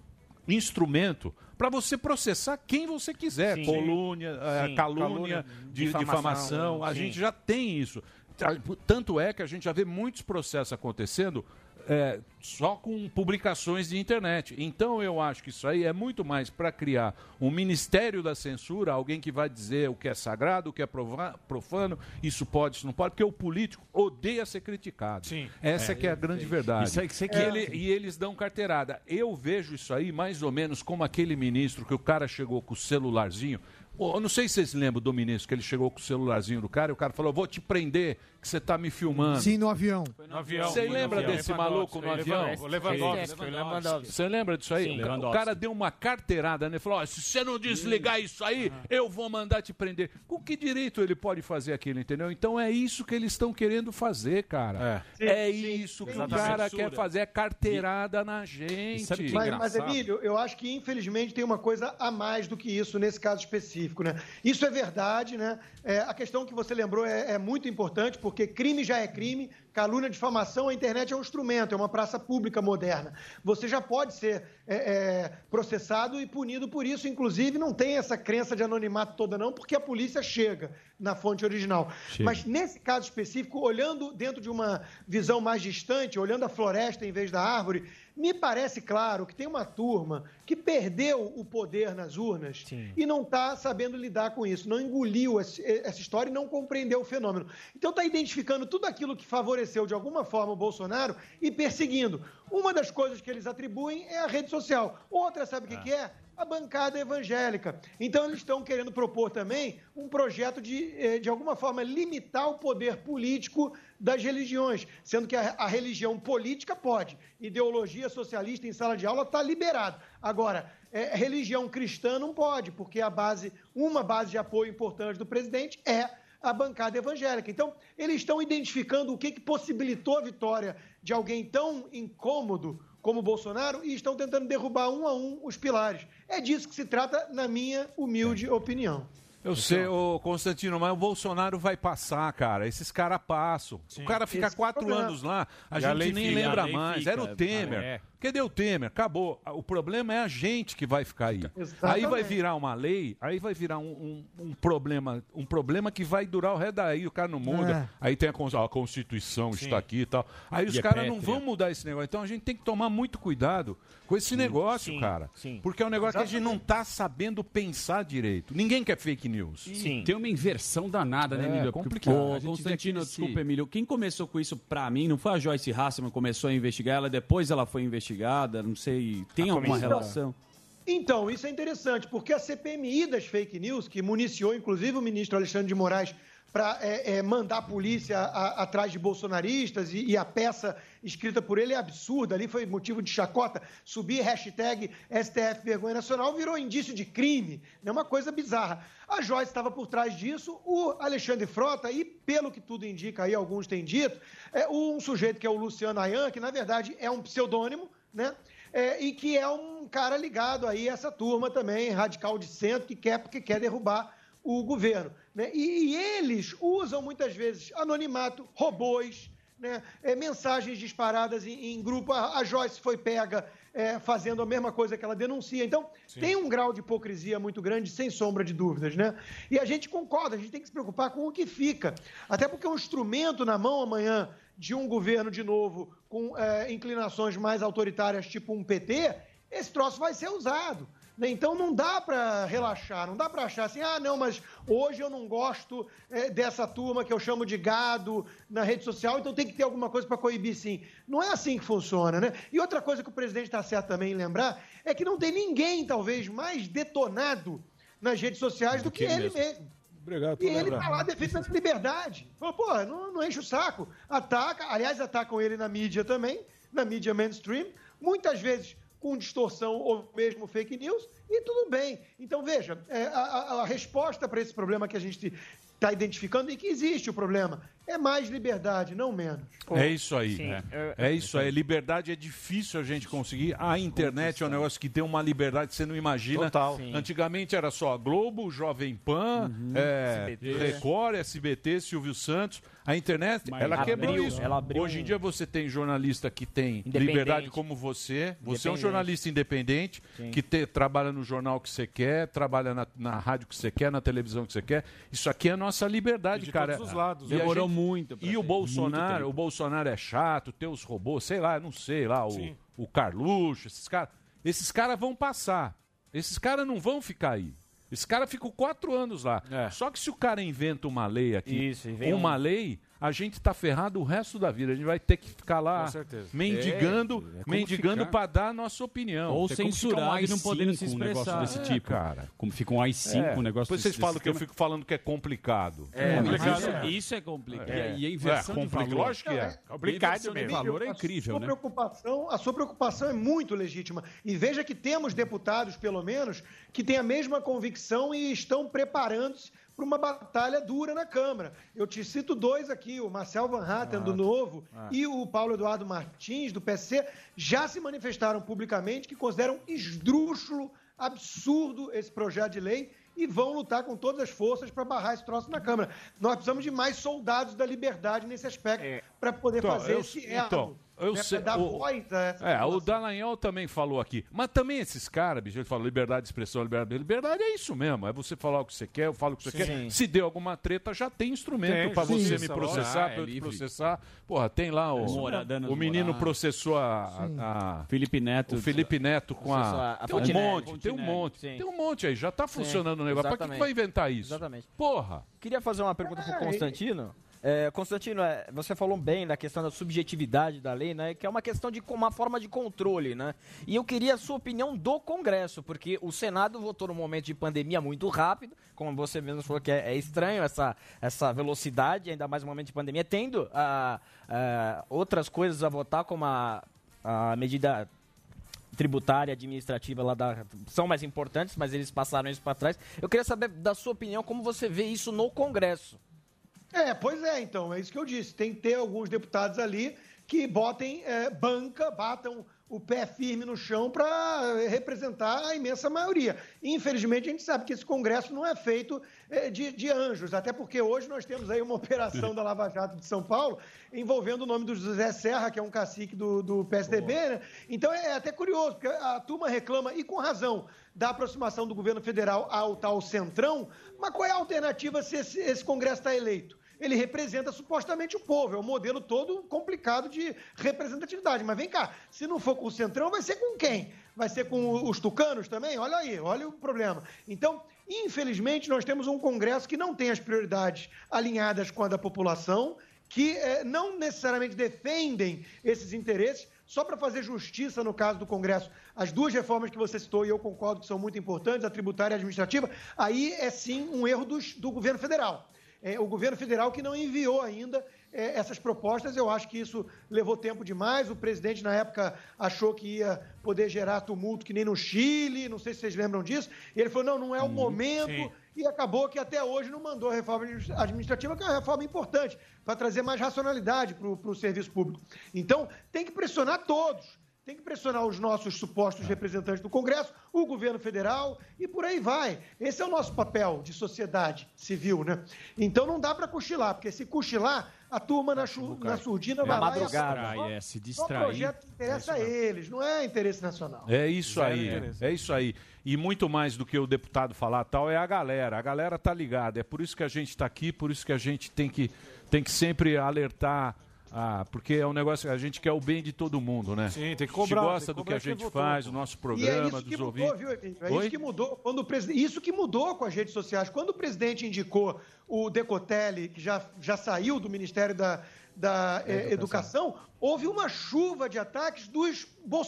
Speaker 3: instrumento para você processar quem você quiser. Colúnia, eh,
Speaker 10: Sim,
Speaker 3: calúnia,
Speaker 10: calúnia,
Speaker 3: de- difamação.
Speaker 10: difamação,
Speaker 3: A
Speaker 10: sim.
Speaker 3: gente já tem isso. Tá, Tanto é que a gente já vê muitos processos acontecendo eh, só com publicações de internet. Então eu acho que isso aí é muito mais para criar um ministério da censura, alguém que vai dizer o que é sagrado, o que é prova- profano, isso pode, isso não pode, porque o político odeia ser criticado. Essa
Speaker 1: É,
Speaker 3: é, que é a
Speaker 1: eu
Speaker 3: grande
Speaker 1: sei.
Speaker 3: verdade.
Speaker 1: Isso aí que você
Speaker 3: E
Speaker 1: quer.
Speaker 3: ele- e eles dão carteirada. Eu vejo isso aí mais ou menos como aquele ministro que o cara chegou com o celularzinho. Ô, Eu não sei se vocês lembram do ministro que ele chegou com o celularzinho do cara e o cara falou: Vou te prender, que você tá me filmando.
Speaker 7: Sim, no avião.
Speaker 3: No avião. Você lembra desse maluco no avião? Você lembra disso aí?
Speaker 1: Sim,
Speaker 3: O ca- o
Speaker 1: Lewandowski.
Speaker 3: cara deu uma carteirada, né? Falou: ó, se você não desligar isso aí, eu vou mandar te prender. Com que direito ele pode fazer aquilo, entendeu? Então é isso que eles estão querendo fazer, cara. É,
Speaker 1: um
Speaker 3: isso que o
Speaker 17: Exatamente.
Speaker 3: cara
Speaker 17: Censura.
Speaker 3: quer fazer, é carteirada na gente.
Speaker 18: mas, mas, Emílio, eu acho que infelizmente tem uma coisa a mais do que isso nesse caso específico, né? Isso é verdade, né? É, a questão que você lembrou é, é muito importante, porque crime já é crime, calúnia, difamação, a internet é um instrumento, é uma praça pública moderna. Você já pode ser é, é, processado e punido por isso, inclusive não tem essa crença de anonimato toda não, porque a polícia chega na fonte original.
Speaker 4: Chega.
Speaker 18: Mas nesse caso específico, olhando dentro de uma visão mais distante, olhando a floresta em vez da árvore, me parece claro que tem uma turma que perdeu o poder nas urnas e não está sabendo lidar com isso, não engoliu esse- essa história e não compreendeu o fenômeno. Então está identificando tudo aquilo que favoreceu de alguma forma o Bolsonaro e perseguindo. Uma das coisas que eles atribuem é a rede social. Outra, sabe o que que é? a bancada evangélica. Então, eles estão querendo propor também um projeto de, eh, de alguma forma, limitar o poder político das religiões, sendo que a, a religião política pode. Ideologia socialista em sala de aula está liberado. Agora, eh, religião cristã não pode, porque a base, uma base de apoio importante do presidente é a bancada evangélica. Então, eles estão identificando o que, que possibilitou a vitória de alguém tão incômodo como o Bolsonaro e estão tentando derrubar um a um os pilares. É disso que se trata, na minha humilde opinião.
Speaker 3: Eu sei, ô Constantino, mas o Bolsonaro vai passar, cara. Esses caras passam. O cara fica
Speaker 1: Esse é o
Speaker 3: quatro
Speaker 1: problema.
Speaker 3: anos lá, a
Speaker 1: E a
Speaker 3: gente
Speaker 1: lei
Speaker 3: nem
Speaker 1: fica, a
Speaker 3: lembra
Speaker 1: lei
Speaker 3: mais.
Speaker 1: fica,
Speaker 3: Era o Temer.
Speaker 1: é.
Speaker 3: Cadê o Temer? Acabou. O problema é a gente que vai ficar aí.
Speaker 1: Exatamente.
Speaker 3: Aí vai virar uma lei, aí vai virar um, um- um problema, um problema que vai durar o resto daí, o cara não
Speaker 2: É.
Speaker 3: muda. Aí tem a, cons- ó, a Constituição está aqui e tal. Aí
Speaker 1: E
Speaker 3: os
Speaker 1: é
Speaker 3: caras não
Speaker 1: pétrea.
Speaker 3: vão mudar esse negócio. Então a gente tem que tomar muito cuidado com esse negócio,
Speaker 1: sim,
Speaker 3: cara.
Speaker 1: sim.
Speaker 3: Porque é um negócio que a gente não está sabendo pensar direito. Ninguém quer fake news.
Speaker 1: Sim.
Speaker 2: É. Tem uma inversão danada, né,
Speaker 3: É,
Speaker 2: Emílio?
Speaker 3: complicado.
Speaker 2: Ô,
Speaker 3: A gente vê
Speaker 2: Constantino,
Speaker 3: que esse-
Speaker 2: desculpa, Emílio. Quem começou com isso pra mim não foi a Joyce Hasselman que começou a investigar ela, depois ela foi investigada, não sei. Tem
Speaker 18: A
Speaker 2: alguma
Speaker 18: comissão.
Speaker 2: relação?
Speaker 18: Então, isso é interessante, porque a CPMI das fake news, que municiou inclusive o ministro Alexandre de Moraes para mandar a polícia a- atrás de bolsonaristas, e, e a peça escrita por ele é absurda, ali foi motivo de chacota, subir hashtag STF Vergonha Nacional virou indício de crime, é uma coisa bizarra. A Joyce estava por trás disso, o Alexandre Frota, e pelo que tudo indica aí, alguns têm dito, é um sujeito que é o Luciano Ayan, que na verdade é um pseudônimo, né? É, e que é um cara ligado aí a essa turma também, radical de centro, que quer porque quer derrubar o governo. né? E, e eles usam muitas vezes anonimato, robôs, né? É, mensagens disparadas em, em grupo. A, a Joyce foi pega é, fazendo a mesma coisa que ela denuncia. Então, tem um grau de hipocrisia muito grande, sem sombra de dúvidas. Né? E a gente concorda, a gente tem que se preocupar com o que fica. Até porque um instrumento na mão amanhã de um governo de novo com eh, inclinações mais autoritárias, tipo um PT, esse troço vai ser usado. né? Então não dá para relaxar, não dá para achar assim, ah, não, mas hoje eu não gosto eh, dessa turma que eu chamo de gado na rede social, então tem que ter alguma coisa para coibir sim. Não é assim que funciona, né? E outra coisa que o presidente está certo também em lembrar é que não tem ninguém, talvez, mais detonado nas redes sociais do, que,
Speaker 1: que ele
Speaker 18: ele
Speaker 1: mesmo.
Speaker 18: mesmo.
Speaker 1: Obrigado
Speaker 18: E ele tá lá defendendo essa liberdade. Falou, pô, não, não enche o saco. Ataca, aliás, atacam ele na mídia também, na mídia mainstream, muitas vezes com distorção ou mesmo fake news, e tudo bem. Então, veja, é, a, a- a resposta para esse problema que a gente está identificando e que existe o problema. É mais liberdade, não menos.
Speaker 3: É isso aí. né? É isso aí. Liberdade é difícil a gente conseguir. A internet é um negócio que tem uma liberdade que você não imagina.
Speaker 1: Total. Sim. Uhum.
Speaker 3: Antigamente era só Globo, Jovem Pan, é,
Speaker 1: SBT.
Speaker 3: Record, SBT, Silvio Santos. A internet,
Speaker 1: Mas
Speaker 3: ela quebrou
Speaker 1: abriu,
Speaker 3: isso.
Speaker 1: ela abriu um
Speaker 3: Hoje em dia você tem jornalista que tem
Speaker 1: Independente.
Speaker 3: liberdade como você. Você é um
Speaker 1: Independente.
Speaker 3: jornalista independente
Speaker 1: Sim.
Speaker 3: que te- trabalha no jornal que você quer, trabalha na, na rádio que você quer, na televisão que você quer. Isso aqui é a nossa liberdade,
Speaker 1: E de
Speaker 3: cara.
Speaker 1: todos os lados.
Speaker 3: E a
Speaker 1: Demorou
Speaker 3: gente-
Speaker 1: muito pra
Speaker 3: E o
Speaker 1: ter.
Speaker 3: Bolsonaro,
Speaker 1: Muito tempo.
Speaker 3: o Bolsonaro é chato, tem os robôs, sei lá, não sei lá, o,
Speaker 1: Sim.
Speaker 3: o Carluxo, esses caras. Esses caras vão passar. Esses caras não vão ficar aí. Esse cara ficou quatro anos lá. Só que se o cara inventa uma lei aqui,
Speaker 1: Isso, e vem
Speaker 3: uma
Speaker 1: um-
Speaker 3: lei, a gente tá ferrado o resto da vida. A gente vai ter que ficar lá
Speaker 1: Com certeza.
Speaker 3: mendigando,
Speaker 1: É, é como
Speaker 3: mendigando
Speaker 1: ficar.
Speaker 3: para dar a nossa opinião.
Speaker 5: Ou
Speaker 3: É como ficar
Speaker 5: censurar
Speaker 3: um
Speaker 5: e não podendo se
Speaker 3: AI-5, um
Speaker 5: expressar.
Speaker 3: negócio desse
Speaker 5: É,
Speaker 3: tipo,
Speaker 5: cara. Como fica um AI-5, um negócio desse-
Speaker 3: Depois vocês falam
Speaker 5: desse
Speaker 3: que eu
Speaker 5: tema.
Speaker 3: fico falando que é complicado.
Speaker 5: É, mas
Speaker 3: Complicado.
Speaker 5: isso é- isso é complicado. E a
Speaker 3: é,
Speaker 5: inversão de
Speaker 3: complicado.
Speaker 5: valor.
Speaker 3: Lógico que
Speaker 5: Não,
Speaker 3: é.
Speaker 5: é complicado
Speaker 3: Inversão de
Speaker 5: mesmo.
Speaker 3: valor é
Speaker 18: a
Speaker 3: incrível,
Speaker 18: sua
Speaker 3: né?
Speaker 18: preocupação, a sua preocupação é muito legítima. E veja que temos deputados, pelo menos, que têm a mesma convicção e estão preparando-se para uma batalha dura na Câmara. Eu te cito dois aqui, o Marcel Van Hatten, do Novo,
Speaker 4: Ah.
Speaker 18: e o Paulo Eduardo Martins, do PSC, já se manifestaram publicamente que consideram esdrúxulo, absurdo esse projeto de lei e vão lutar com todas as forças para barrar esse troço na Câmara. Nós precisamos de mais soldados da liberdade nesse aspecto
Speaker 4: É.
Speaker 18: para poder
Speaker 3: Então,
Speaker 18: fazer
Speaker 3: eu-
Speaker 18: esse erro.
Speaker 3: então, eu
Speaker 18: né?
Speaker 3: sei-
Speaker 18: Pra dar
Speaker 3: o-
Speaker 18: voz a essa
Speaker 3: É, o
Speaker 18: população.
Speaker 3: Dallagnol também falou aqui. Mas também esses caras, bicho, ele falou liberdade de expressão, liberdade. Liberdade é isso mesmo. É você falar o que você quer, eu falo o que você
Speaker 1: Sim.
Speaker 3: quer. Se deu alguma treta, já tem instrumento
Speaker 1: Tem,
Speaker 3: pra você
Speaker 1: justiça,
Speaker 3: me
Speaker 1: lógico.
Speaker 3: processar,
Speaker 1: Ah,
Speaker 3: pra eu
Speaker 1: é
Speaker 3: te
Speaker 1: livre.
Speaker 3: processar. Porra, tem lá
Speaker 19: É.
Speaker 3: o.
Speaker 5: É, Morada nas
Speaker 3: o menino
Speaker 5: moradas.
Speaker 3: processou a. a-
Speaker 5: Felipe Neto.
Speaker 3: O Felipe Neto com
Speaker 5: Processou a-
Speaker 3: a.
Speaker 5: a
Speaker 3: tem um
Speaker 5: Fontenelle.
Speaker 3: monte, tem um
Speaker 5: Fontenelle,
Speaker 3: monte.
Speaker 5: sim.
Speaker 3: Tem um monte aí. Já tá
Speaker 4: Sim,
Speaker 3: funcionando o negócio. Pra que que
Speaker 4: exatamente.
Speaker 3: vai inventar isso?
Speaker 4: Exatamente.
Speaker 3: Porra!
Speaker 4: Queria fazer uma pergunta pro
Speaker 3: Ah, e-
Speaker 4: Constantino. É, Constantino, é, você falou bem da questão da subjetividade da lei, né? Que é uma questão de co- uma forma de controle, né? E eu queria a sua opinião do Congresso, porque o Senado votou num momento de pandemia muito rápido, como você mesmo falou que é, é estranho essa, essa velocidade, ainda mais no momento de pandemia, tendo ah, ah, outras coisas a votar, como a, a medida tributária, administrativa lá da, são mais importantes, mas eles passaram isso para trás. Eu queria saber da sua opinião como você vê isso no Congresso.
Speaker 18: É, pois é, então, é isso que eu disse. Tem que ter alguns deputados ali que botem é, banca, batam o pé firme no chão para representar a imensa maioria. Infelizmente, a gente sabe que esse Congresso não é feito é, de, de anjos, até porque hoje nós temos aí uma operação da Lava Jato de São Paulo envolvendo o nome do José Serra, que é um cacique do, do PSDB, né? Então é até curioso, porque a turma reclama, e com razão, da aproximação do governo federal ao tal centrão, mas qual é a alternativa se esse, esse Congresso está eleito? Ele representa supostamente o povo, é um modelo todo complicado de representatividade. Mas vem cá, se não for com o Centrão, vai ser com quem? Vai ser com o- os tucanos também? Olha aí, olha o problema. Então, infelizmente, nós temos um Congresso que não tem as prioridades alinhadas com a da população, que eh, não necessariamente defendem esses interesses, só para fazer justiça no caso do Congresso, as duas reformas que você citou, e eu concordo que são muito importantes, a tributária e a administrativa, aí é sim um erro dos- do governo federal. É, o governo federal que não enviou ainda é, essas propostas, eu acho que isso levou tempo demais. O presidente, na época, achou que ia poder gerar tumulto que nem no Chile, não sei se vocês lembram disso. E ele falou: não, não é o momento.
Speaker 19: sim.
Speaker 18: E acabou que até hoje não mandou a reforma administ- administrativa, que é uma reforma importante, para trazer mais racionalidade para o serviço público. Então, tem que pressionar todos. Tem que pressionar os nossos supostos representantes do Congresso, o governo federal e por aí vai. Esse é o nosso papel de sociedade civil, né? Então não dá para cochilar, porque se cochilar, a turma na, chu- na
Speaker 3: É
Speaker 18: surdina vai lá e
Speaker 5: Distrai,
Speaker 18: aprova
Speaker 5: é, se
Speaker 18: Só
Speaker 5: distrair.
Speaker 18: projeto que interessa a eles, não é interesse nacional.
Speaker 3: É isso
Speaker 18: Zero
Speaker 3: aí,
Speaker 18: interesse.
Speaker 3: é isso aí. E muito mais do que o deputado falar tal é a galera. A galera tá ligada. É por isso que a gente tá aqui, por isso que a gente tem que, tem que sempre alertar. ah, porque é um negócio que a gente quer o bem de todo mundo, né?
Speaker 1: Sim, tem que
Speaker 3: A
Speaker 1: cobrar,
Speaker 3: gente
Speaker 1: tem
Speaker 3: gosta
Speaker 1: que
Speaker 3: do que
Speaker 1: cobrar
Speaker 3: a
Speaker 1: quem
Speaker 3: gente
Speaker 1: votou,
Speaker 3: faz,
Speaker 1: pô.
Speaker 3: do nosso
Speaker 18: e é
Speaker 3: programa,
Speaker 18: isso
Speaker 3: dos
Speaker 18: que mudou,
Speaker 3: ouvintes.
Speaker 18: viu, Emílio? É
Speaker 3: Oi?
Speaker 18: isso que mudou. Quando o presi- Isso que mudou com as redes sociais. Quando o presidente indicou o Decotelli, que já, já saiu do Ministério da, da
Speaker 3: É,
Speaker 18: eh, educação. houve uma chuva de ataques dos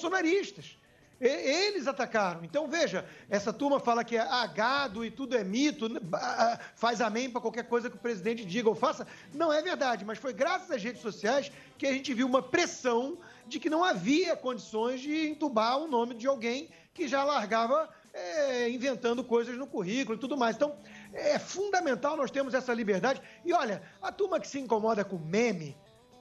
Speaker 18: bolsonaristas. E- Eles atacaram. Então, veja, essa turma fala que é ah, gado e tudo é mito, né, ba- ah, faz amém para qualquer coisa que o presidente diga ou faça. Não é verdade, mas foi graças às redes sociais que a gente viu uma pressão de que não havia condições de entubar é, o nome de alguém que já largava eh, inventando coisas no currículo e tudo mais. Então, é fundamental nós termos essa liberdade. E olha, a turma que se incomoda com meme,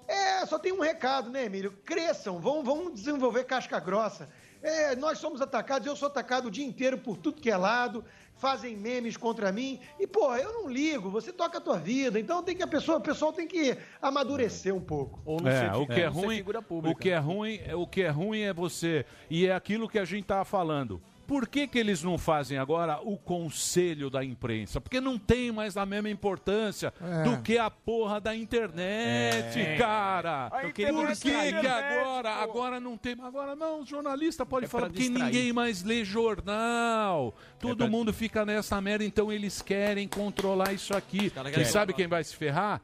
Speaker 18: é, só tem um recado, né, Emílio? Cresçam, vão, vão desenvolver casca grossa. É, nós somos atacados, eu sou atacado o dia inteiro por tudo que é lado, fazem memes contra mim. E, pô, eu não ligo, você toca a tua vida. Então tem que a pessoa, o pessoal tem que amadurecer um pouco. Ou
Speaker 3: É, o que é ruim, o que é ruim, o que é ruim é você e é aquilo que a gente tava falando. Por que, que eles não fazem agora o conselho da imprensa? Porque não tem mais a mesma importância
Speaker 16: É.
Speaker 3: do que a porra da internet,
Speaker 16: É.
Speaker 3: cara.
Speaker 16: A
Speaker 3: Por que,
Speaker 16: internet
Speaker 3: que
Speaker 16: tá
Speaker 1: É,
Speaker 16: internet,
Speaker 3: agora,
Speaker 16: pô.
Speaker 3: agora não tem? Agora não, jornalista pode
Speaker 16: É
Speaker 3: falar
Speaker 16: pra
Speaker 3: porque
Speaker 16: distrair.
Speaker 3: ninguém mais lê jornal. Todo mundo fica nessa merda, então eles querem controlar isso aqui. E
Speaker 16: querem
Speaker 3: sabe quem vai se ferrar?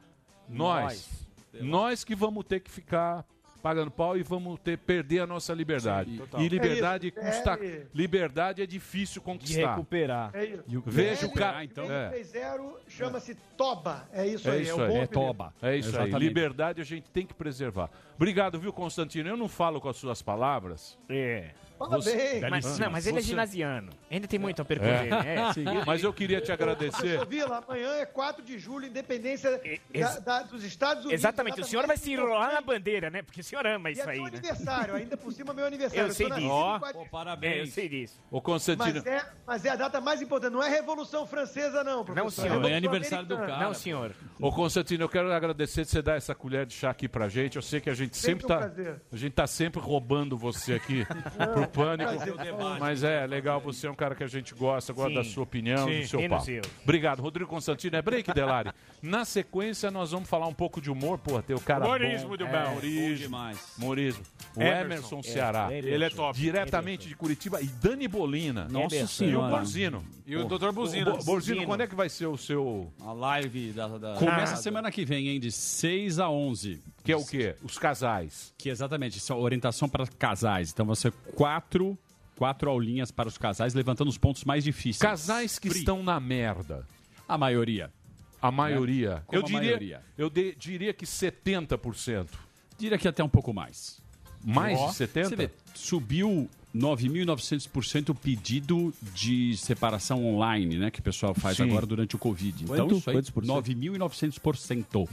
Speaker 3: Nós.
Speaker 16: Nós.
Speaker 3: Nós que vamos ter que ficar pagando pau e vamos ter perder a nossa liberdade.
Speaker 16: total.
Speaker 3: e liberdade
Speaker 16: É isso,
Speaker 3: custa,
Speaker 16: deve-
Speaker 3: liberdade é difícil conquistar.
Speaker 18: recuperar. É isso.
Speaker 3: E o- Veja o cara, então.
Speaker 18: Então,
Speaker 3: É.
Speaker 18: 3-0 chama-se Toba. É isso
Speaker 3: É
Speaker 18: aí.
Speaker 3: isso
Speaker 18: o bom
Speaker 3: aí.
Speaker 18: apelido.
Speaker 3: É isso aí.
Speaker 2: Exatamente.
Speaker 3: Liberdade a gente tem que preservar. Obrigado, viu, Constantino? Eu não falo com as suas palavras.
Speaker 11: É.
Speaker 3: Fala Você- bem. Dá
Speaker 11: Mas,
Speaker 3: licença.
Speaker 11: não, mas ele é
Speaker 3: Você-
Speaker 11: ginasiano. Ainda tem muito a percorrer.
Speaker 3: É.
Speaker 11: né? É.
Speaker 3: Sim. Mas eu queria te agradecer.
Speaker 18: Professor Vila, amanhã é 4 de julho, independência da- da- dos Estados Unidos.
Speaker 11: Exatamente, o senhor vai se enrolar na
Speaker 18: Exatamente.
Speaker 11: bandeira, né? Porque o senhor ama
Speaker 18: E é
Speaker 11: isso aí.
Speaker 18: meu
Speaker 11: né?
Speaker 18: aniversário, ainda por cima é meu aniversário.
Speaker 11: Eu sei
Speaker 18: sou
Speaker 11: disso.
Speaker 18: nascido em
Speaker 11: Ó.
Speaker 18: quatro-
Speaker 11: Parabéns. eu sei disso.
Speaker 3: Ô, Constantino.
Speaker 18: Mas é, mas é a data mais importante, não é Revolução Francesa, não, professor.
Speaker 11: Não, senhor.
Speaker 18: Revolução
Speaker 3: Amanhã é aniversário do
Speaker 18: Americana.
Speaker 3: cara. Ô, Constantino, eu quero agradecer de você dar essa colher de chá aqui pra gente. Eu sei que a gente sempre,
Speaker 18: Sempre um
Speaker 3: tá.
Speaker 18: prazer. é um
Speaker 3: A gente tá sempre roubando você aqui pro pânico.
Speaker 18: prazer, por favor.
Speaker 3: Mas é legal, você é um cara que a gente gosta, gosta
Speaker 18: Sim.
Speaker 3: da sua opinião,
Speaker 18: Sim.
Speaker 3: do seu
Speaker 18: E no
Speaker 3: papo.
Speaker 18: seu.
Speaker 3: Obrigado, Rodrigo Constantino. É break, Delari. Na sequência, nós vamos falar um pouco de humor, porra, ter o cara.
Speaker 2: Humorismo
Speaker 3: bom.
Speaker 2: do
Speaker 3: é,
Speaker 2: bom. Bom
Speaker 3: Humorismo.
Speaker 2: demais.
Speaker 3: Humorismo. O
Speaker 2: Emerson.
Speaker 3: Emerson
Speaker 2: É,
Speaker 3: Ceará.
Speaker 2: Emerson. Ele é top.
Speaker 3: Diretamente de Curitiba. E Dani Bolina.
Speaker 2: Nossa
Speaker 3: E o
Speaker 2: senhora.
Speaker 3: Borzino.
Speaker 2: E o Dr. Buzina.
Speaker 3: Bo- Borzino, quando é que vai ser o seu.
Speaker 2: A live da. da-
Speaker 19: Começa
Speaker 2: da-
Speaker 19: semana que vem, hein? De 6 a 11.
Speaker 3: Que é o quê? Os casais.
Speaker 19: Que exatamente, isso é orientação para casais. Então vão ser quatro, quatro aulinhas para os casais, levantando os pontos mais difíceis.
Speaker 3: Casais que estão na merda.
Speaker 19: A maioria. Né?
Speaker 3: A maioria.
Speaker 19: Como
Speaker 3: eu
Speaker 19: a
Speaker 3: diria,
Speaker 19: maioria.
Speaker 3: Eu de- diria que 70%.
Speaker 19: Diria que até um pouco mais.
Speaker 3: Mais de
Speaker 19: Ó,
Speaker 3: 70?
Speaker 19: Você vê, subiu 9.900% o pedido de separação online, né? Que o pessoal faz
Speaker 3: Sim.
Speaker 19: agora durante o Covid.
Speaker 3: Quanto?
Speaker 19: Então, isso aí,
Speaker 3: Quantos por cento?
Speaker 19: 9.900%.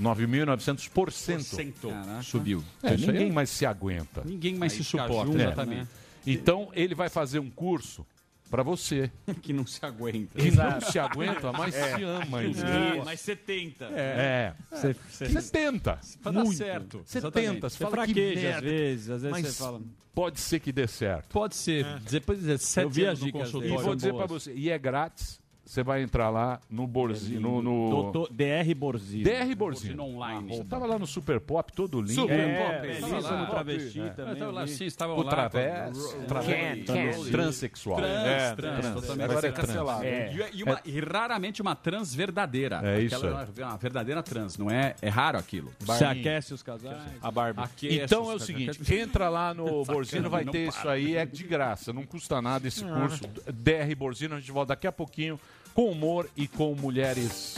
Speaker 3: 9.900%.
Speaker 19: Caraca. Subiu.
Speaker 3: É,
Speaker 19: Isso aí
Speaker 3: ninguém
Speaker 19: é-
Speaker 3: mais se aguenta.
Speaker 19: Ninguém mais se
Speaker 3: cajum,
Speaker 19: suporta,
Speaker 3: é.
Speaker 19: exatamente.
Speaker 3: Então, ele vai fazer um curso para você.
Speaker 19: que não se aguenta.
Speaker 3: Que não se aguenta, mas
Speaker 19: É.
Speaker 3: se ama. ainda.
Speaker 19: É, mas você tenta.
Speaker 3: É. Você, tenta.
Speaker 19: Pra dar
Speaker 3: muito.
Speaker 19: certo.
Speaker 3: Você
Speaker 19: Exatamente.
Speaker 3: tenta. Você,
Speaker 19: Você
Speaker 3: fala
Speaker 19: fraqueja,
Speaker 3: que merda.
Speaker 19: às vezes, às vezes
Speaker 3: Mas
Speaker 19: você fala-
Speaker 3: Pode ser que dê certo.
Speaker 19: Pode ser. Depois de 17
Speaker 3: É. Eu vi
Speaker 19: anos
Speaker 3: as
Speaker 19: no
Speaker 3: dicas
Speaker 19: consultório.
Speaker 3: E vou dizer
Speaker 19: São
Speaker 3: pra
Speaker 19: boas.
Speaker 3: você, e é grátis. Você vai entrar lá no Borzi, no, no...
Speaker 2: Doutor DR Borzino.
Speaker 3: DR Borzino.
Speaker 19: online.
Speaker 3: Você tava lá no Super Pop, todo lindo.
Speaker 2: Super
Speaker 3: É,
Speaker 2: Pop,
Speaker 3: tava
Speaker 2: belíssimo
Speaker 3: lá.
Speaker 2: travesti
Speaker 3: É.
Speaker 2: também.
Speaker 3: Eu tava lá,
Speaker 19: vi.
Speaker 3: sim, estavam
Speaker 19: O
Speaker 3: lá.
Speaker 19: través,
Speaker 3: Tra-
Speaker 19: través,
Speaker 3: trans- Transexual.
Speaker 19: Trans,
Speaker 3: É,
Speaker 19: trans,
Speaker 3: trans.
Speaker 19: totalmente.
Speaker 3: Agora é trans. É.
Speaker 19: E, e uma- e raramente uma trans verdadeira.
Speaker 3: É
Speaker 19: Aquela
Speaker 3: isso aí.
Speaker 19: é uma verdadeira trans, não é? É raro aquilo.
Speaker 2: Você aquece os casais.
Speaker 19: A barba.
Speaker 3: Então é o seguinte, entra lá no
Speaker 19: Sacana,
Speaker 3: Borzino, vai
Speaker 19: não
Speaker 3: ter
Speaker 19: para.
Speaker 3: isso aí, é de graça, não custa nada esse
Speaker 19: Ah.
Speaker 3: curso. DR Borzino, a gente volta daqui a pouquinho com humor e com mulheres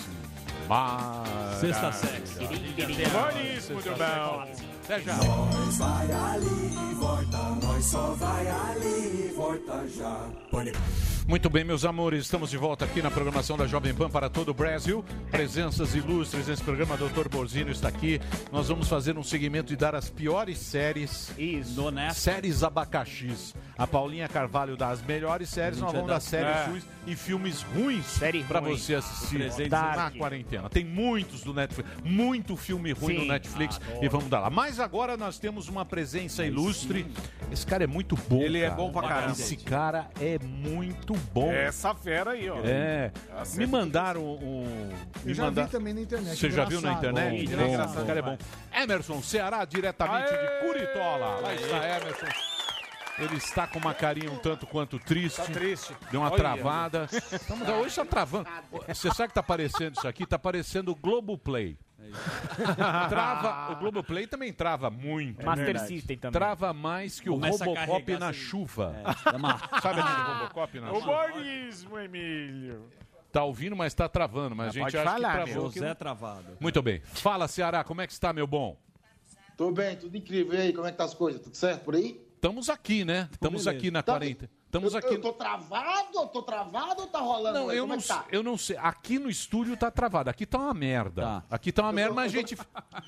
Speaker 3: maravilhosas.
Speaker 19: Sexta sexy.
Speaker 14: Humorismo
Speaker 3: do mal. Até já.
Speaker 14: Nós vai ali e volta, nós só vai ali e volta já. Pânico.
Speaker 3: Muito bem, meus amores, estamos de volta aqui na programação da Jovem Pan para todo o Brasil. Presenças ilustres nesse programa, Dr. Borzino está aqui. Nós vamos fazer um segmento e dar as piores séries.
Speaker 2: Isso.
Speaker 3: Séries abacaxis. A Paulinha Carvalho dá as melhores séries,
Speaker 2: A gente
Speaker 3: nós
Speaker 2: vai
Speaker 3: vamos
Speaker 2: dar-
Speaker 3: dar séries
Speaker 2: É.
Speaker 3: ruins e filmes ruins para
Speaker 2: ruim. é
Speaker 3: você assistir Tá.
Speaker 2: Presentes
Speaker 3: na
Speaker 2: Dark.
Speaker 3: quarentena. Tem muitos do Netflix, muito filme ruim
Speaker 2: Sim.
Speaker 3: no Netflix
Speaker 2: Adoro.
Speaker 3: e vamos dar lá. Mas agora nós temos uma presença ilustre. Esse cara é muito bom.
Speaker 2: Ele é
Speaker 3: cara.
Speaker 2: bom pra caramba.
Speaker 3: Esse cara é muito bom.
Speaker 2: Essa fera aí, ó.
Speaker 3: É. Me mandaram um.
Speaker 7: Eu
Speaker 3: me
Speaker 7: já vi
Speaker 3: manda-
Speaker 7: também na internet,
Speaker 3: Você já viu na
Speaker 7: engraçado.
Speaker 3: internet?
Speaker 7: Bom,
Speaker 3: Ele é
Speaker 7: bom,
Speaker 3: engraçado,
Speaker 7: bom.
Speaker 3: cara é bom. Emerson Ceará, diretamente de Curitola. Lá está Emerson. Ele está com uma carinha um tanto quanto triste.
Speaker 2: Tá triste.
Speaker 3: Deu uma
Speaker 2: Olha.
Speaker 3: travada. Estamos- hoje está travando. Você sabe que tá aparecendo isso aqui? Tá aparecendo o Globoplay.
Speaker 2: É
Speaker 3: trava, o Globoplay também trava muito.
Speaker 11: É Master verdade. System também.
Speaker 3: Trava mais que o
Speaker 11: Começa a
Speaker 3: Robocop
Speaker 11: carregar assim. É.
Speaker 3: na
Speaker 11: sem-
Speaker 3: chuva.
Speaker 11: dá uma-
Speaker 3: Sabe aquele Robocop na chuva?
Speaker 2: Humorismo, Emílio.
Speaker 3: Tá ouvindo, mas tá travando. Mas a gente
Speaker 2: Pode
Speaker 3: acha
Speaker 2: falar,
Speaker 3: Ah, que
Speaker 2: meu.
Speaker 3: travou.
Speaker 2: José Travado.
Speaker 3: Muito bem. Fala, Ceará, como é que está, meu bom?
Speaker 20: Tudo bem, tudo incrível. E aí, Tá. como é que tá as coisas? Tudo certo por aí?
Speaker 2: Tá
Speaker 3: Estamos aqui, né? Estamos aqui na quarentena. Estamos
Speaker 20: Eu-
Speaker 3: aqui.
Speaker 20: Eu tô travado? Eu tô travado ou tá rolando?
Speaker 3: Não,
Speaker 20: aí?
Speaker 3: eu
Speaker 20: Como é
Speaker 3: não,
Speaker 20: que tá?
Speaker 3: sei- eu não sei. Aqui no estúdio tá travado. Aqui tá uma merda. Aqui tá uma merda, mas a gente.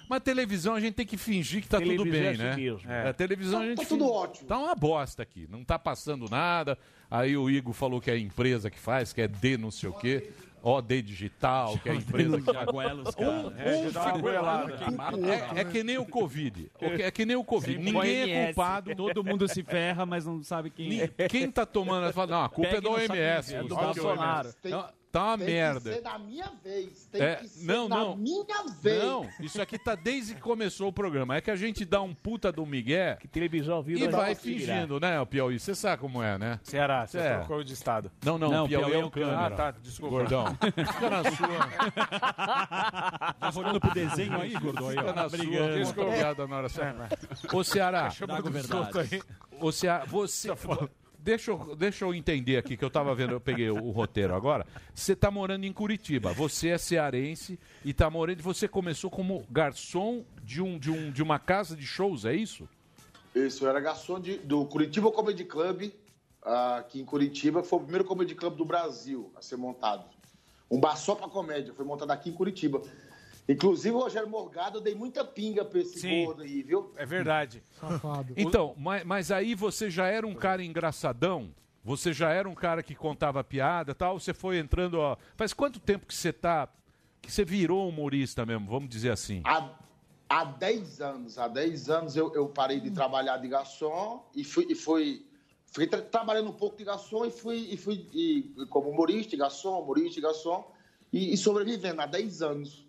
Speaker 3: Mas televisão a gente tem que fingir que tá tudo
Speaker 20: Televisão é
Speaker 3: bem,
Speaker 20: assim
Speaker 3: né?
Speaker 20: mesmo.
Speaker 3: É, a televisão a
Speaker 20: Tá-
Speaker 3: gente.
Speaker 20: tá
Speaker 3: finge-
Speaker 20: tudo ótimo.
Speaker 3: Tá uma bosta aqui. Não tá passando nada. Aí o Igor falou que é a empresa que faz, que é D não sei o quê. OD Digital, que é a empresa que faz.
Speaker 2: Jaguelos, cara.
Speaker 3: Um,
Speaker 2: É,
Speaker 3: um
Speaker 2: já dá uma
Speaker 3: ficou lá.
Speaker 2: goelada queimada.
Speaker 3: É, é que nem o Covid. É que nem o Covid.
Speaker 2: Sim,
Speaker 3: Ninguém é
Speaker 2: OMS.
Speaker 3: culpado.
Speaker 2: Todo mundo se ferra, mas não sabe quem é.
Speaker 3: Quem tá tomando, fala, não, a culpa
Speaker 2: Pega
Speaker 3: é
Speaker 2: e
Speaker 3: do
Speaker 2: não sabe
Speaker 3: OMS.
Speaker 2: quem é, é do
Speaker 3: culpa é do
Speaker 2: Bolsonaro.
Speaker 3: OMS. Tá- Tá uma
Speaker 20: Tem
Speaker 3: merda.
Speaker 20: que ser da minha vez. Tem
Speaker 3: É,
Speaker 20: que ser
Speaker 3: não,
Speaker 20: da
Speaker 3: não.
Speaker 20: minha vez.
Speaker 3: Não, isso aqui tá desde que começou o programa. É que a gente dá um puta do Miguel. Que televisão viu E
Speaker 20: nós
Speaker 3: vai
Speaker 20: vamos se virar.
Speaker 3: fingindo, né, o Piauí? Você sabe como é, né?
Speaker 1: Ceará, você
Speaker 3: É.
Speaker 1: trocou de estado.
Speaker 3: Não, não, o Piauí, é um câmera.
Speaker 1: Ah, tá, desculpa.
Speaker 3: Gordão. Fica na sua.
Speaker 2: Tá olhando pro desenho aí, Gordo? Aí, ó.
Speaker 3: Fica na sua.
Speaker 2: Brigando.
Speaker 3: Desculpa. Piada na hora certa. Ô, Ceará.
Speaker 2: Chama do desgosto aí.
Speaker 3: Ô, Ceará, você... Deixa eu, deixa eu entender aqui, que eu tava vendo, eu peguei o, o roteiro agora. Você tá morando em Curitiba, você é cearense e tá morando... Você começou como garçom de, um, de, um, de uma casa de shows, é isso?
Speaker 20: Isso, eu era garçom de- do Curitiba Comedy Club, ah, aqui em Curitiba. Foi o primeiro comedy club do Brasil a ser montado. Um bar só pra comédia, foi montado aqui em Curitiba. Inclusive, o Rogério Morgado, eu dei muita pinga pra esse gordo aí, viu?
Speaker 1: É verdade.
Speaker 3: Então, mas, mas aí você já era um cara engraçadão? Você já era um cara que contava piada e tal? Você foi entrando, ó... Faz quanto tempo que você tá... Que você virou humorista mesmo, vamos dizer assim?
Speaker 20: Há, há 10 anos, há 10 anos eu, eu parei de trabalhar de garçom e fui, e fui fiquei tra- trabalhando um pouco de garçom e fui, e fui e, como humorista, e garçom, humorista, e garçom e, e sobrevivendo há 10 anos.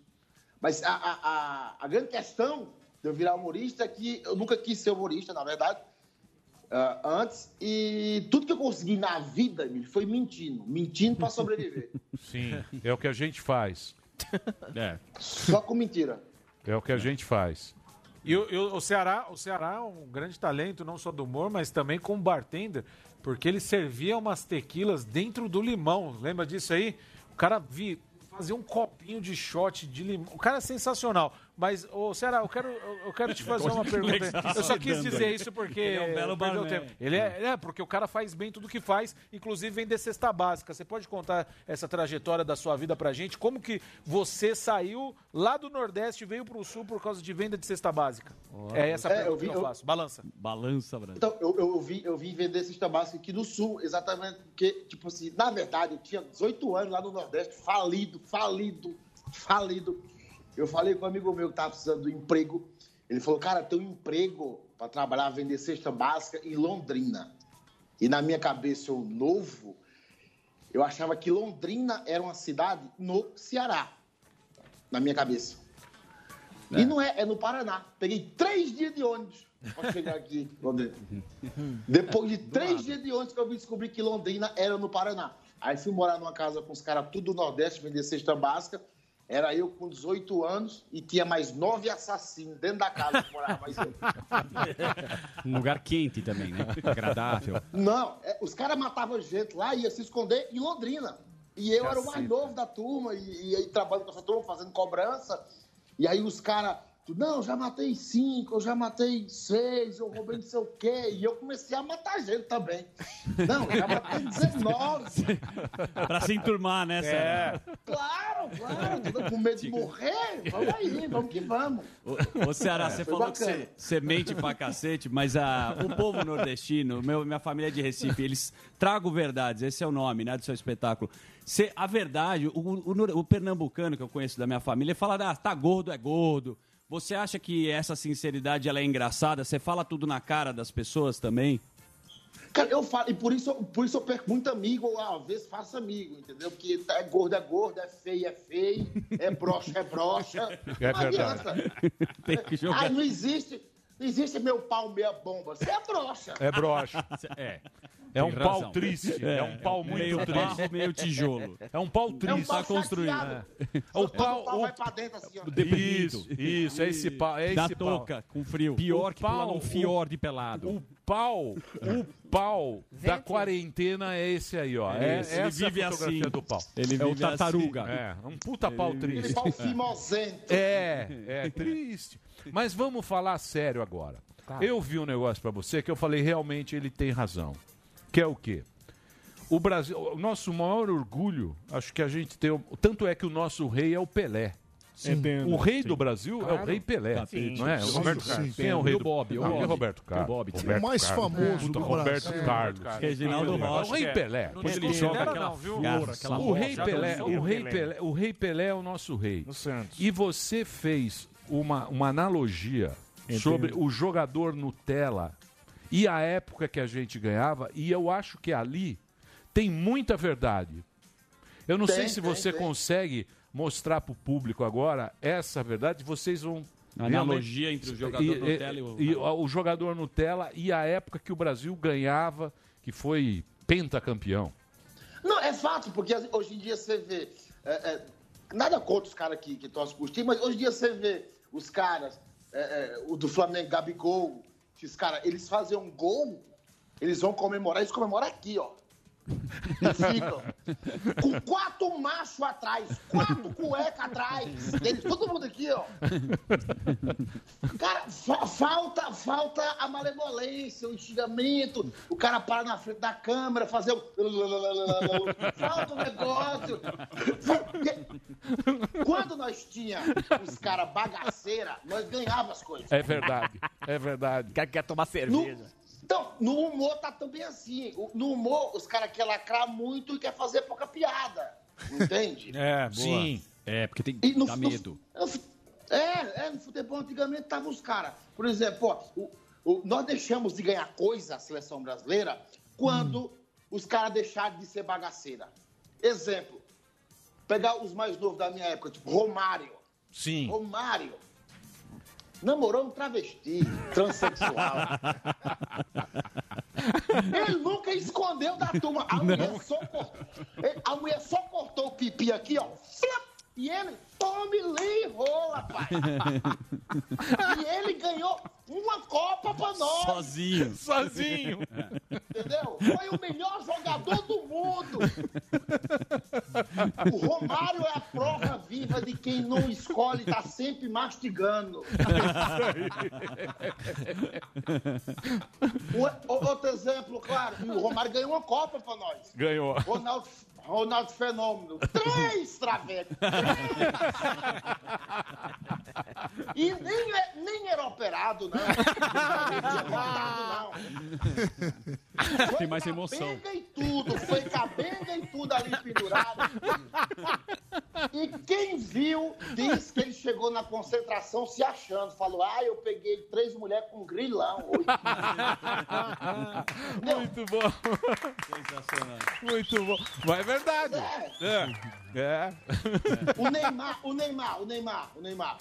Speaker 20: Mas a, a, a, a grande questão de eu virar humorista é que eu nunca quis ser humorista, na verdade, ah, antes. E tudo que eu consegui na vida, Emílio, foi mentindo, mentindo para sobreviver.
Speaker 3: Sim, é o que a gente faz. É.
Speaker 20: Só com mentira.
Speaker 3: É o que a gente faz.
Speaker 1: E o, e o- o Ceará, o Ceará é um grande talento, não só do humor, mas também como bartender, porque ele servia umas tequilas dentro do limão. Lembra disso aí? O cara vi, fazia um copinho de shot de limão. O cara é sensacional. Mas, ô, Ceará, eu quero, eu eu quero te
Speaker 2: é
Speaker 1: fazer uma pergunta. Eu só quis dizer isso porque.
Speaker 2: Ele é um belo
Speaker 1: perdeu
Speaker 2: barman.
Speaker 1: tempo. Ele é, é, porque o cara faz bem tudo que faz, inclusive vem de cesta básica. Você pode contar essa trajetória da sua vida pra gente? Como que você saiu lá do Nordeste e veio pro Sul por causa de venda de cesta básica? é essa a
Speaker 20: É,
Speaker 1: pergunta
Speaker 20: eu vi-
Speaker 1: que eu
Speaker 20: eu-
Speaker 1: faço. Balança.
Speaker 2: Balança, Brasil.
Speaker 20: Então, eu, eu, eu vim, eu vim vender cesta básica aqui do Sul, exatamente porque, tipo assim, na verdade, eu tinha 18 anos lá no Nordeste, falido, falido, falido. Eu falei com um amigo meu que estava precisando de um emprego. Ele falou, cara, tem um emprego para trabalhar, vender cesta básica em Londrina. E na minha cabeça, eu novo, eu achava que Londrina era uma cidade no Ceará. Na minha cabeça. E não é, é no Paraná. Peguei três dias de ônibus para chegar aqui, em Londrina. Depois de três dias de ônibus que eu vim descobrir que Londrina era no Paraná. Aí fui morar numa casa com os caras tudo do Nordeste, vender cesta básica. Era eu com 18 anos e tinha mais nove assassinos dentro da casa que morava mais eu.
Speaker 19: Um lugar quente também, né? Agradável.
Speaker 20: Não, é, os caras matavam gente lá e ia se esconder em Londrina. E eu era o mais
Speaker 19: Caceta.
Speaker 20: novo da turma, e, e aí trabalhando com essa turma, fazendo cobrança. E aí os caras, não, eu já matei cinco, eu já matei seis, eu roubei não sei o quê. E eu comecei a matar gente também. Não, eu já matei 19.
Speaker 2: pra se enturmar, né, Ceará?
Speaker 20: Claro, claro, tô com medo de morrer. Vamos aí, vamos que vamos.
Speaker 2: Ô, Ceará,
Speaker 20: É,
Speaker 2: você
Speaker 20: foi
Speaker 2: falou que
Speaker 20: bacana.
Speaker 2: você, você mente pra cacete, mas ah, o povo nordestino, meu- minha família é de Recife, eles tragam verdades, esse é o nome né, do seu espetáculo. Você- a verdade, o, o nor- o pernambucano que eu conheço da minha família fala, ah, tá gordo, é gordo. Você acha que essa sinceridade ela é engraçada? Você fala tudo na cara das pessoas também?
Speaker 20: Cara, eu falo, e por isso, por isso eu perco muito amigo, ou às vezes faço amigo, entendeu? Porque tá- é gordo, é gordo, é feio, é feio, é broxa, é broxa.
Speaker 3: É
Speaker 20: não
Speaker 3: verdade.
Speaker 20: adianta.
Speaker 2: Tem que
Speaker 20: Ah, não existe, não existe meu pau, meia bomba. Você é broxa.
Speaker 3: É broxa. É. É um
Speaker 2: Tem
Speaker 3: pau
Speaker 2: razão.
Speaker 3: triste. É,
Speaker 2: É,
Speaker 3: um pau
Speaker 2: é um
Speaker 3: muito
Speaker 2: meio Tá
Speaker 3: triste.
Speaker 2: barro, meio tijolo.
Speaker 3: É um pau
Speaker 20: É um
Speaker 3: triste.
Speaker 20: pau chateado.
Speaker 3: É.
Speaker 20: Só
Speaker 3: O
Speaker 20: quando
Speaker 3: pau,
Speaker 20: vai pra dentro assim, ó.
Speaker 3: Isso, isso, é esse pau. É
Speaker 19: Da
Speaker 3: esse pau.
Speaker 19: touca, com frio. Pior
Speaker 3: O
Speaker 19: que pular num fiorde
Speaker 3: pelado. O pau, o pau da quarentena é esse aí, ó. É,
Speaker 19: Isso,
Speaker 3: essa
Speaker 19: ele
Speaker 3: é
Speaker 19: vive
Speaker 3: a fotografia
Speaker 19: assim.
Speaker 3: do pau.
Speaker 19: Ele
Speaker 3: é o
Speaker 19: vive assim.
Speaker 3: tartaruga. É, um puta pau
Speaker 19: Ele-
Speaker 3: triste.
Speaker 20: Aquele pau fimosento.
Speaker 3: É, é triste. Mas vamos falar sério agora.
Speaker 20: Tá.
Speaker 3: Eu vi um negócio pra você que eu falei, realmente ele tem razão. que é o quê? O Brasil, o nosso maior orgulho, acho que a gente tem, o- tanto é que o nosso rei é o Pelé.
Speaker 10: Sim. Entendo.
Speaker 3: O rei do
Speaker 10: Sim.
Speaker 3: Brasil é o
Speaker 10: Claro.
Speaker 3: rei Pelé,
Speaker 10: Sim.
Speaker 3: não é? O
Speaker 10: Sim,
Speaker 3: Roberto
Speaker 10: sim,
Speaker 3: Carlos.
Speaker 10: sim.
Speaker 3: Quem é o rei
Speaker 10: E o Bob,
Speaker 3: do...
Speaker 10: e o
Speaker 3: Não,
Speaker 10: Bob.
Speaker 3: e Roberto Carlos.
Speaker 10: E o Bob, sim.
Speaker 3: Roberto
Speaker 10: O mais
Speaker 3: Carlos. É.
Speaker 10: famoso
Speaker 3: Puta,
Speaker 10: do
Speaker 3: Roberto
Speaker 10: Brasil. É.
Speaker 3: Carlos.
Speaker 10: Reginaldo
Speaker 3: O
Speaker 10: Rocha.
Speaker 3: rei Pelé.
Speaker 10: Não Ele desconsidera joga aquela não, viu? garça, aquela
Speaker 3: O rei
Speaker 10: bola.
Speaker 3: Pelé, o rei
Speaker 10: um Pelé.
Speaker 3: Pelé, o rei Pelé é o nosso rei.
Speaker 10: No Santos.
Speaker 3: E você fez uma, uma analogia sobre o jogador Nutella e a época que a gente ganhava, e eu acho que ali tem muita verdade. Eu não
Speaker 20: Tem,
Speaker 3: sei se
Speaker 20: tem,
Speaker 3: você
Speaker 20: tem.
Speaker 3: consegue mostrar para o público agora essa verdade, vocês vão.
Speaker 19: A analogia entre o jogador Nutella e o-
Speaker 3: e o o jogador Nutella e a época que o Brasil ganhava, que foi pentacampeão.
Speaker 20: Não, é fato, porque as- hoje em dia você vê. é, é, nada contra os caras que, que torcem por time, mas hoje em dia você vê os caras, é, é, o do Flamengo, Gabigol, esses caras, eles fazem um gol, eles vão comemorar, eles comemoram aqui, ó. Eles ficam. Com quatro machos atrás, quatro cuecas atrás. Eles, todo mundo aqui, ó. Cara, fa- falta, falta a malevolência, o instigamento, o cara para na frente da câmera, fazer o. Falta o negócio. Quando nós tínhamos os caras bagaceira, nós ganhávamos as coisas.
Speaker 3: É verdade, é verdade.
Speaker 4: Quer, quer tomar cerveja.
Speaker 20: Então, no humor tá também assim. O- No humor, os caras querem lacrar muito e quer fazer pouca piada. Entende?
Speaker 19: É,
Speaker 20: boa.
Speaker 19: Sim. É, porque tem
Speaker 20: E
Speaker 19: que
Speaker 20: no-
Speaker 19: dar
Speaker 20: no-
Speaker 19: medo.
Speaker 20: Eu fu- É, é, no futebol antigamente estavam os caras. Por exemplo, ó, o- o- nós deixamos de ganhar coisa, a seleção brasileira, quando os caras deixaram de ser bagaceira. Exemplo, pegar os mais novos da minha época, tipo Romário.
Speaker 3: Sim.
Speaker 20: Romário namorou um travesti, transexual. Ele nunca escondeu da turma. A mulher,
Speaker 14: Não.
Speaker 20: só cortou, ele- a mulher só cortou o pipi aqui, ó. flap, E ele, tome lhe rola, pai. E ele ganhou uma Copa pra nós.
Speaker 19: Sozinho.
Speaker 20: Sozinho. Entendeu? Foi o melhor jogador do mundo. O Romário é a prova viva de quem não escolhe, tá sempre mastigando. O- o- outro exemplo, claro, o Romário ganhou uma Copa pra nós.
Speaker 3: Ganhou.
Speaker 20: Ronaldo, Ronaldo Fenômeno. Três travecos. E nem, é- nem era operado, né? não.
Speaker 19: Tem mais emoção.
Speaker 20: Cabenga e tudo, foi cabenga e tudo ali pendurado. E quem viu diz que ele chegou na concentração se achando. Falou: Ah, eu peguei três mulheres com grilão.
Speaker 3: Muito bom.
Speaker 19: Sensacional.
Speaker 3: Muito bom. Mas é verdade. É. É.
Speaker 20: O Neymar, o Neymar, o Neymar, o Neymar.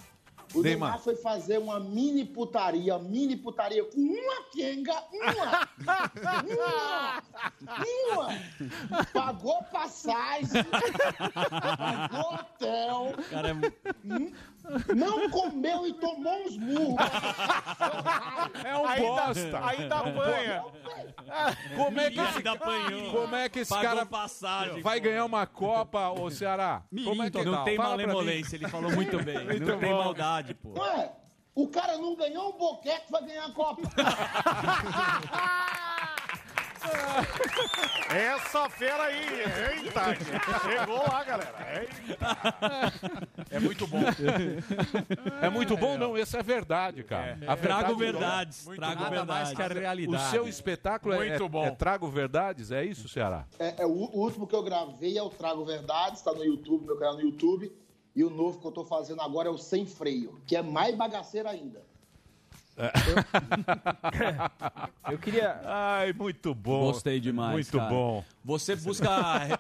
Speaker 20: O
Speaker 3: Neymar.
Speaker 20: Neymar. foi fazer uma mini putaria, mini putaria com uma quenga, uma, uma, uma. Pagou passagem, então. pagou hotel,
Speaker 19: Cara, é-
Speaker 20: não comeu e tomou uns murros.
Speaker 3: É um bosta.
Speaker 5: É um
Speaker 3: Como é que esse,
Speaker 19: Ainda apanhou.
Speaker 3: como é que esse
Speaker 19: Pagou
Speaker 3: cara
Speaker 19: passagem,
Speaker 3: vai
Speaker 19: pô.
Speaker 3: ganhar uma Copa, ô Ceará? Como é que
Speaker 19: Não
Speaker 3: tá?
Speaker 19: tem
Speaker 3: Fala pra mim.
Speaker 19: malemolência, ele falou muito bem. não tem
Speaker 3: bom.
Speaker 19: maldade, pô.
Speaker 20: Ué, é? o cara não ganhou um boquete pra ganhar a Copa.
Speaker 12: Essa fera aí, eita, chegou lá, galera.
Speaker 3: É muito bom. É muito bom, não. Essa é a verdade, cara.
Speaker 19: É.
Speaker 3: A
Speaker 19: Trago
Speaker 3: verdade-
Speaker 19: verdades, Muito trago bom. Nada verdades. mais que a realidade.
Speaker 3: O seu espetáculo é,
Speaker 19: Muito
Speaker 3: é-
Speaker 19: bom.
Speaker 3: é Trago Verdades? É isso, Ceará?
Speaker 20: É, é o o último que eu gravei é o Trago Verdades, está no YouTube, meu canal no YouTube. E o novo que eu tô fazendo agora é o Sem Freio, que é mais bagaceiro ainda.
Speaker 5: É,
Speaker 4: Eu queria.
Speaker 3: Ai, muito bom.
Speaker 19: Gostei demais.
Speaker 3: Muito
Speaker 19: cara.
Speaker 3: bom.
Speaker 19: Você busca.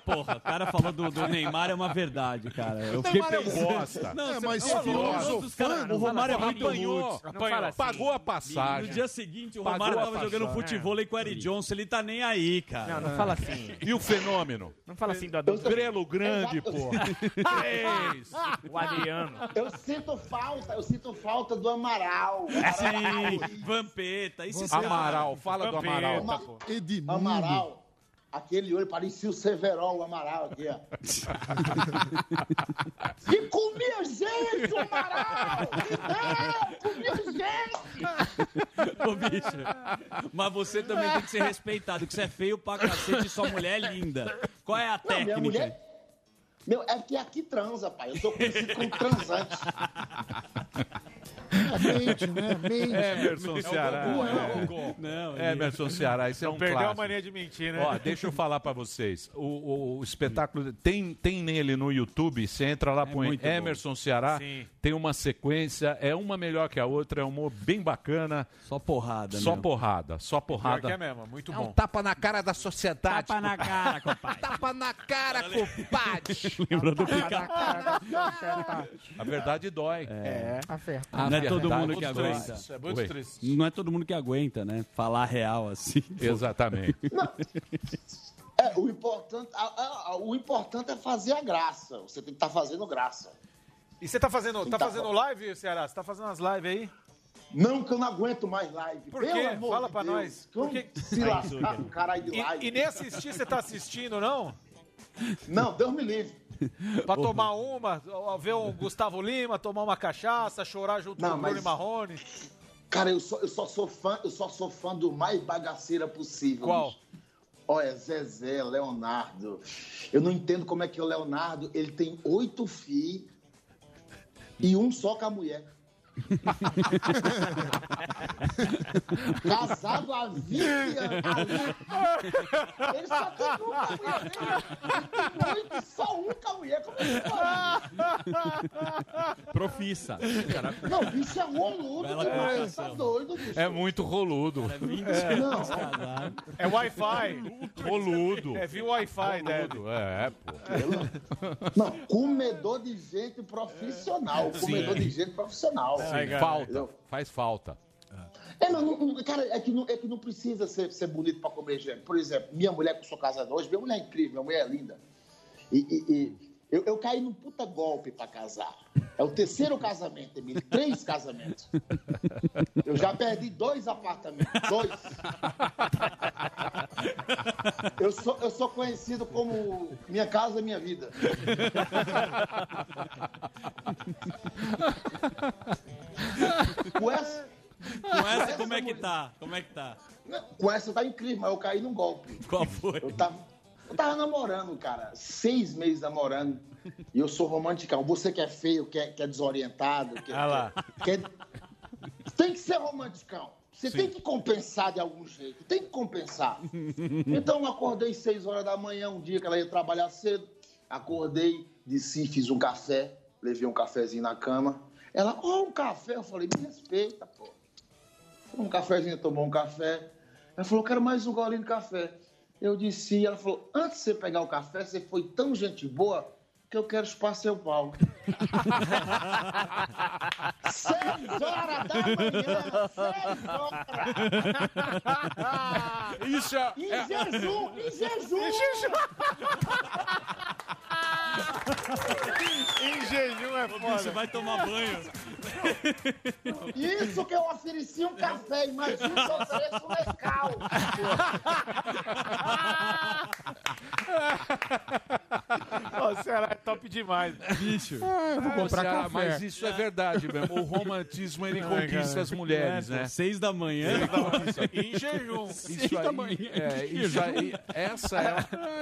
Speaker 19: Porra, o cara falou do, do Neymar, é uma verdade, cara. Eu fiquei
Speaker 3: Neymar é um
Speaker 19: pensando-
Speaker 3: bosta.
Speaker 19: Não,
Speaker 3: É,
Speaker 19: você
Speaker 3: mas
Speaker 19: falou,
Speaker 3: se filosofando,
Speaker 19: todos os caras-
Speaker 3: não
Speaker 19: O Romário é
Speaker 3: fala
Speaker 19: muito
Speaker 3: assim. Apanhou,
Speaker 19: rude.
Speaker 3: apanhou.
Speaker 19: fala assim.
Speaker 3: Pagou a passagem.
Speaker 19: No dia seguinte, o
Speaker 3: Pagou
Speaker 19: Romário
Speaker 3: a
Speaker 19: tava jogando
Speaker 3: passagem.
Speaker 19: futebol com o Eric Johnson, ele tá nem aí, cara.
Speaker 3: Não, não fala assim. E o fenômeno?
Speaker 11: Não fala assim do
Speaker 3: O
Speaker 11: adulto.
Speaker 3: Grelo grande,
Speaker 20: Exato.
Speaker 3: porra. Três.
Speaker 11: O Adriano.
Speaker 20: Eu sinto falta, eu sinto falta do Amaral.
Speaker 2: É
Speaker 20: Amaral.
Speaker 19: Sim, Vampeta, esses caras.
Speaker 3: Amaral, fala do Amaral.
Speaker 1: tá,
Speaker 20: Ama- Amaral. Aquele olho parecia o Severão, o Amaral aqui, ó. que comia gente, o Amaral! Que não, comia gente!
Speaker 2: Ô, bicho. Mas você também tem que ser respeitado, que você é feio pra cacete e sua mulher é linda. Qual é a
Speaker 20: Não,
Speaker 2: técnica?
Speaker 20: minha mulher. Meu, é que aqui transa, pai. Eu sou conhecido como transante.
Speaker 7: Mente, né? Mente.
Speaker 3: Emerson
Speaker 7: É o
Speaker 3: Ceará.
Speaker 7: Goku, é o
Speaker 3: É.
Speaker 7: Goku.
Speaker 1: Não,
Speaker 3: É, Emerson Ceará, isso é
Speaker 1: Não
Speaker 3: um
Speaker 1: perdeu a
Speaker 3: clássico.
Speaker 1: mania de mentir, né?
Speaker 3: Ó, deixa eu falar pra vocês. O, o- o espetáculo tem, tem nele no YouTube. Você entra
Speaker 2: É
Speaker 3: lá, põe
Speaker 1: muito bom.
Speaker 3: Emerson Ceará.
Speaker 1: Sim.
Speaker 3: Tem uma sequência, é uma melhor que a outra, é um humor bem bacana.
Speaker 2: Só porrada,
Speaker 3: Só
Speaker 2: meu.
Speaker 3: porrada, só porrada.
Speaker 1: Pior que é mesmo, muito
Speaker 3: É um
Speaker 1: bom.
Speaker 3: tapa na cara da sociedade.
Speaker 2: Tapa na cara, compadre.
Speaker 3: Tapa na cara, compadre.
Speaker 2: Lembra do
Speaker 3: A verdade dói.
Speaker 2: É.
Speaker 7: Aferta.
Speaker 2: não é todo
Speaker 3: verdade.
Speaker 2: mundo que
Speaker 3: Muito
Speaker 2: aguenta.
Speaker 3: triste. Ah, tá. É muito
Speaker 2: Oi.
Speaker 3: triste.
Speaker 2: Não é todo mundo que aguenta, né? Falar real assim.
Speaker 3: Exatamente.
Speaker 20: É, o importante, a- a- a- o importante é fazer a graça. Você tem que estar fazendo graça.
Speaker 1: E você tá fazendo, tá
Speaker 20: Então,
Speaker 1: fazendo live, Ceará? Você tá fazendo as lives aí?
Speaker 20: Não, que eu não aguento mais live.
Speaker 1: Por
Speaker 20: Pelo
Speaker 1: quê?
Speaker 20: amor
Speaker 1: Fala
Speaker 20: de
Speaker 1: pra
Speaker 20: Deus.
Speaker 1: nós.
Speaker 20: Como
Speaker 1: Por quê?
Speaker 20: se lascar com caralho de
Speaker 1: E,
Speaker 20: live?
Speaker 1: e nem assistir, você tá assistindo, não?
Speaker 20: Não, Deus me livre.
Speaker 1: Pra tomar uma, ó, ver o Gustavo Lima, tomar uma cachaça, chorar junto
Speaker 20: Não,
Speaker 1: com o
Speaker 20: mas-
Speaker 1: Bruno Marrone.
Speaker 20: Cara, eu só, eu só sou fã, eu só sou fã do mais bagaceira possível.
Speaker 1: Qual?
Speaker 20: bicho. Olha, Zezé, Leonardo. Eu não entendo como é que o Leonardo, ele tem oito filhos e um só com a mulher. Casado há 20 anos. Ele só tem um com a mulher. Ele tem oito e só um com a mulher. Como é que pode?
Speaker 19: Profissa.
Speaker 20: Não, o bicho é roludo,
Speaker 19: Bela
Speaker 20: demais. Tá
Speaker 19: colocação.
Speaker 20: doido, bicho.
Speaker 3: É muito roludo.
Speaker 20: É, não.
Speaker 2: né?
Speaker 1: É Wi-Fi.
Speaker 3: Roludo.
Speaker 1: É via Wi-Fi, né?
Speaker 3: Roludo, É, pô.
Speaker 20: Não, comedor de gente profissional.
Speaker 3: Sim.
Speaker 20: Comedor de gente profissional.
Speaker 3: Sim, falta. Faz falta.
Speaker 20: É, não, não, não, cara, é que não, é que não precisa ser, ser bonito pra comer gente. Por exemplo, minha mulher, que eu sou casado hoje, minha mulher é incrível, minha mulher é linda. E, e- e eu, eu caí num puta golpe pra casar. É o terceiro casamento, Emílio. Três casamentos. Eu já perdi dois apartamentos. Dois. Eu sou, eu sou conhecido como Minha Casa Minha Vida. Com essa,
Speaker 2: Com essa, como é que tá? Como é que tá?
Speaker 20: com essa tá incrível, mas eu caí num golpe.
Speaker 2: Qual foi?
Speaker 20: Eu tava, eu tava namorando, cara. Seis meses namorando. E eu sou romanticão. Você que é feio, que é, que é desorientado, que,
Speaker 1: Ah lá.
Speaker 20: que é- Tem que ser romanticão. Você tem que compensar de algum jeito. Tem que compensar. Então eu acordei seis horas da manhã, um dia que ela ia trabalhar cedo. Acordei, desci, fiz um café, levei um cafezinho na cama. Ela, ó, um café. Eu falei, me respeita, pô. Foi um cafezinho, tomou um café. Ela falou, quero mais um golinho de café. Eu disse, e ela falou, antes de você pegar o café, você foi tão gente boa que eu quero chupar seu pau. Seis horas da manhã, seis horas.
Speaker 3: Isso é...
Speaker 20: Em jejum, em jejum.
Speaker 1: Em jejum é foda.
Speaker 2: Você vai tomar banho.
Speaker 20: Isso que eu ofereci um café, imagina se eu ofereço um legal.
Speaker 1: Ô, Ceará é top demais. Ah,
Speaker 3: Bicho.
Speaker 1: vou comprar café.
Speaker 3: Mas isso é verdade mesmo. O romantismo ele conquista as mulheres, né?
Speaker 2: Seis da manhã.
Speaker 1: Em jejum.
Speaker 3: Isso aí, é, isso aí, essa é